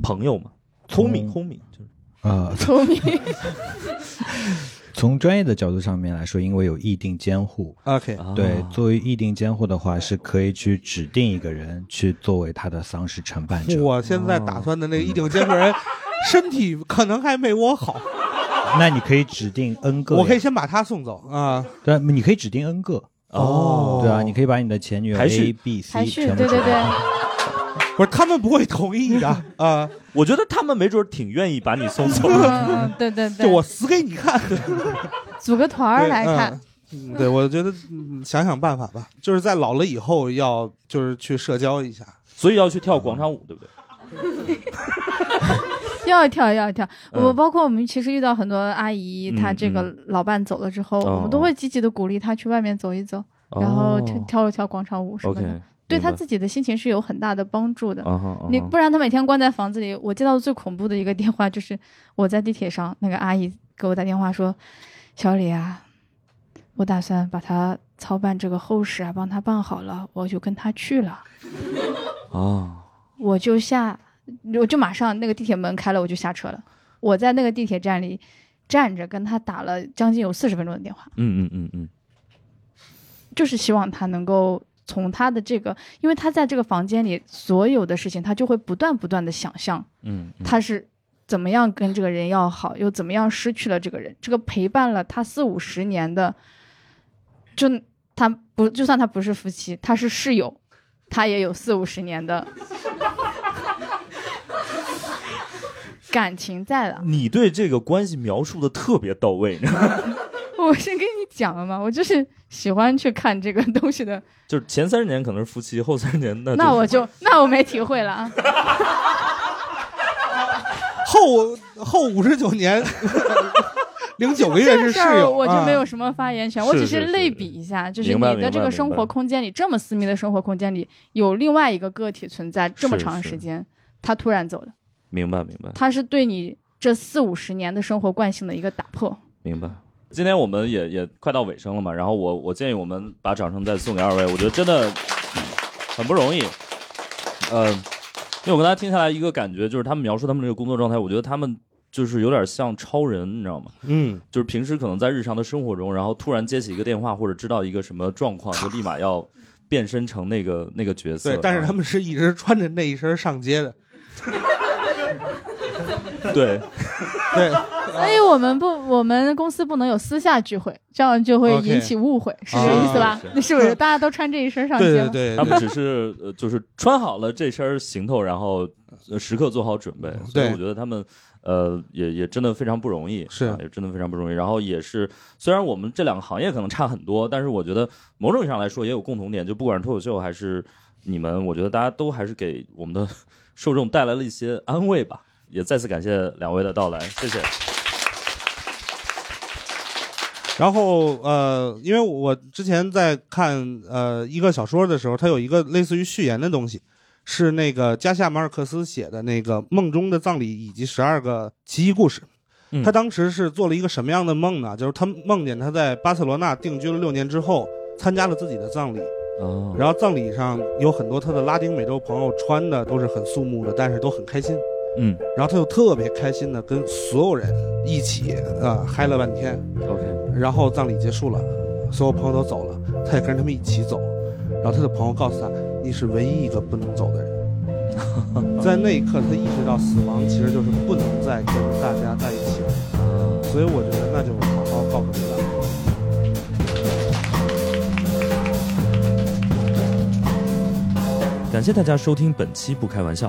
Speaker 1: 朋友嘛，聪明聪明，就是
Speaker 2: 呃，
Speaker 3: 聪明，
Speaker 2: 从专业的角度上面来说，因为有议定监护，
Speaker 4: OK，、
Speaker 2: 对
Speaker 1: 啊，
Speaker 2: 作为议定监护的话，是可以去指定一个人去作为他的丧事承办者。
Speaker 4: 我现在打算的那个一定监护 人，身体可能还没我好，
Speaker 2: 那你可以指定 N 个人，
Speaker 4: 我可以先把他送走啊。
Speaker 2: 对，你可以指定 N 个。
Speaker 1: 哦
Speaker 2: 对啊，你可以把你的前女友
Speaker 1: 排序
Speaker 2: A、B、C
Speaker 3: 还是
Speaker 2: 全部
Speaker 3: 对
Speaker 2: 指
Speaker 3: 对
Speaker 2: 定
Speaker 3: 对，。
Speaker 4: 不是，他们不会同意 的啊！
Speaker 1: 我觉得他们没准儿挺愿意把你送 走
Speaker 3: 嗯，嗯对对
Speaker 4: 就我
Speaker 3: 对，
Speaker 4: 死给你 看。
Speaker 3: 组个团儿
Speaker 4: 对
Speaker 3: 来看，
Speaker 4: 嗯，对，我觉得、嗯、想想办法吧，就是在老了以后要就是去社交一下。
Speaker 1: 所以要去跳广场舞，对不对？
Speaker 3: 要跳要跳。
Speaker 1: 嗯
Speaker 3: 我包括我们其实遇到很多阿姨，
Speaker 1: 嗯
Speaker 3: 她这个
Speaker 1: 嗯
Speaker 3: 老伴走了之后，
Speaker 1: 哦哦
Speaker 3: 我们都会积极的鼓励她去外面走一走，然后跳跳一跳广场舞什么
Speaker 1: OK，
Speaker 3: 的，对她
Speaker 1: 明白
Speaker 3: 自己的心情是有很大的帮助的。
Speaker 1: 啊哈啊
Speaker 3: 你
Speaker 1: 哈
Speaker 3: 不然她每天关在房子里，我接到最恐怖的一个电话就是我在地铁上，那个阿姨给我打电话说：“小李啊，我打算把她操办这个后事啊，帮她办好了，我就跟她去了。”
Speaker 1: 啊，
Speaker 3: 我就下，我就马上那个地铁门开了，我就下车了。我在那个地铁站里站着，跟他打了将近有四十分钟的电话，
Speaker 1: 嗯嗯嗯嗯，
Speaker 3: 就是希望他能够从他的这个，因为他在这个房间里所有的事情，他就会不断不断的想象
Speaker 1: 嗯，嗯
Speaker 3: 他是怎么样跟这个人要好，又怎么样失去了这个人，这个陪伴了他四五十年的，就他不就算他不是夫妻，他是室友，他也有四五十年的 感情在的。
Speaker 1: 你对这个关系描述的特别到位，
Speaker 3: 我是跟你讲了嘛，我就是喜欢去看这个东西的，
Speaker 1: 就是前三十年可能是夫妻，后三十年那
Speaker 3: 那
Speaker 1: 就是
Speaker 3: 我就那我没体会了啊。
Speaker 4: 后后五十九年， 零九个月
Speaker 3: 这
Speaker 4: 是
Speaker 3: 个
Speaker 4: 室
Speaker 3: 事儿
Speaker 4: 友，
Speaker 3: 我就没
Speaker 4: 啊
Speaker 3: 有什么发言权，我
Speaker 1: 嗯是
Speaker 3: 只
Speaker 1: 是是
Speaker 3: 类比一下，就是
Speaker 1: 明
Speaker 3: 你
Speaker 1: 白明白
Speaker 3: 的这个生
Speaker 1: 明
Speaker 3: 活
Speaker 1: 白
Speaker 3: 空间里这么私密的生活空间里有另外一个个体存在这么
Speaker 1: 是
Speaker 3: 长时
Speaker 1: 是
Speaker 3: 间，他突然走了，
Speaker 1: 明白明白
Speaker 3: 他是对你这四五十年的生活惯性的一个打破。
Speaker 1: 明白。今天我们也也快到尾声了嘛，然后我我建议我们把掌声再送给二位，我觉得真的很不容易。呃，因为我跟大家听下来一个感觉就是他们描述他们这个工作状态，我觉得他们就是有点像超人，你知道吗？
Speaker 4: 嗯，
Speaker 1: 就是平时可能在日常的生活中，然后突然接起一个电话或者知道一个什么状况，就立马要变身成那个那个角色。啊
Speaker 4: 对，但是他们是一直穿着那一身上街的，
Speaker 1: 对
Speaker 4: 对，
Speaker 3: 所以我们不，我们公司不能有私下聚会，这样就会
Speaker 1: OK 啊
Speaker 3: 引起误会，是这意思吧
Speaker 1: 是是？
Speaker 3: 那是不是大家都穿这一身上街了？
Speaker 1: 他们只是呃，就是穿好了这身行头，然后呃时刻做好准备。所以
Speaker 4: 对
Speaker 1: 我觉得他们呃也也真的非常不容易，
Speaker 4: 是
Speaker 1: 啊也真的非常不容易。然后也是，虽然我们这两个行业可能差很多，但是我觉得某种意义上来说也有共同点，就不管是脱口秀还是你们，我觉得大家都还是给我们的 受众带来了一些安慰吧。也再次感谢两位的到来，谢谢。
Speaker 4: 然后呃，因为我之前在看呃一个小说的时候，它有一个类似于序言的东西，是那个加西亚马尔克斯写的那个《梦中的葬礼》以及十二个奇异故事。他当时是做了一个什么样的梦呢？就是他梦见他在巴塞罗那定居了六年之后，参加了自己的葬礼。
Speaker 1: 哦，
Speaker 4: 然后葬礼上有很多他的拉丁美洲朋友穿的都是很肃穆的，但是都很开心。
Speaker 1: 嗯
Speaker 4: 然后他就特别开心的跟所有人一起啊、呃、嗨了半天。
Speaker 1: ，OK，
Speaker 4: 然后葬礼结束了，所有朋友都走了，他也跟着他们一起走。然后他的朋友告诉他：“你是唯一一个不能走的人。”在那一刻，他意识到死亡其实就是不能再跟大家在一起了。所以我觉得，那就好好告诉他。
Speaker 1: 感谢大家收听本期《不开玩笑》，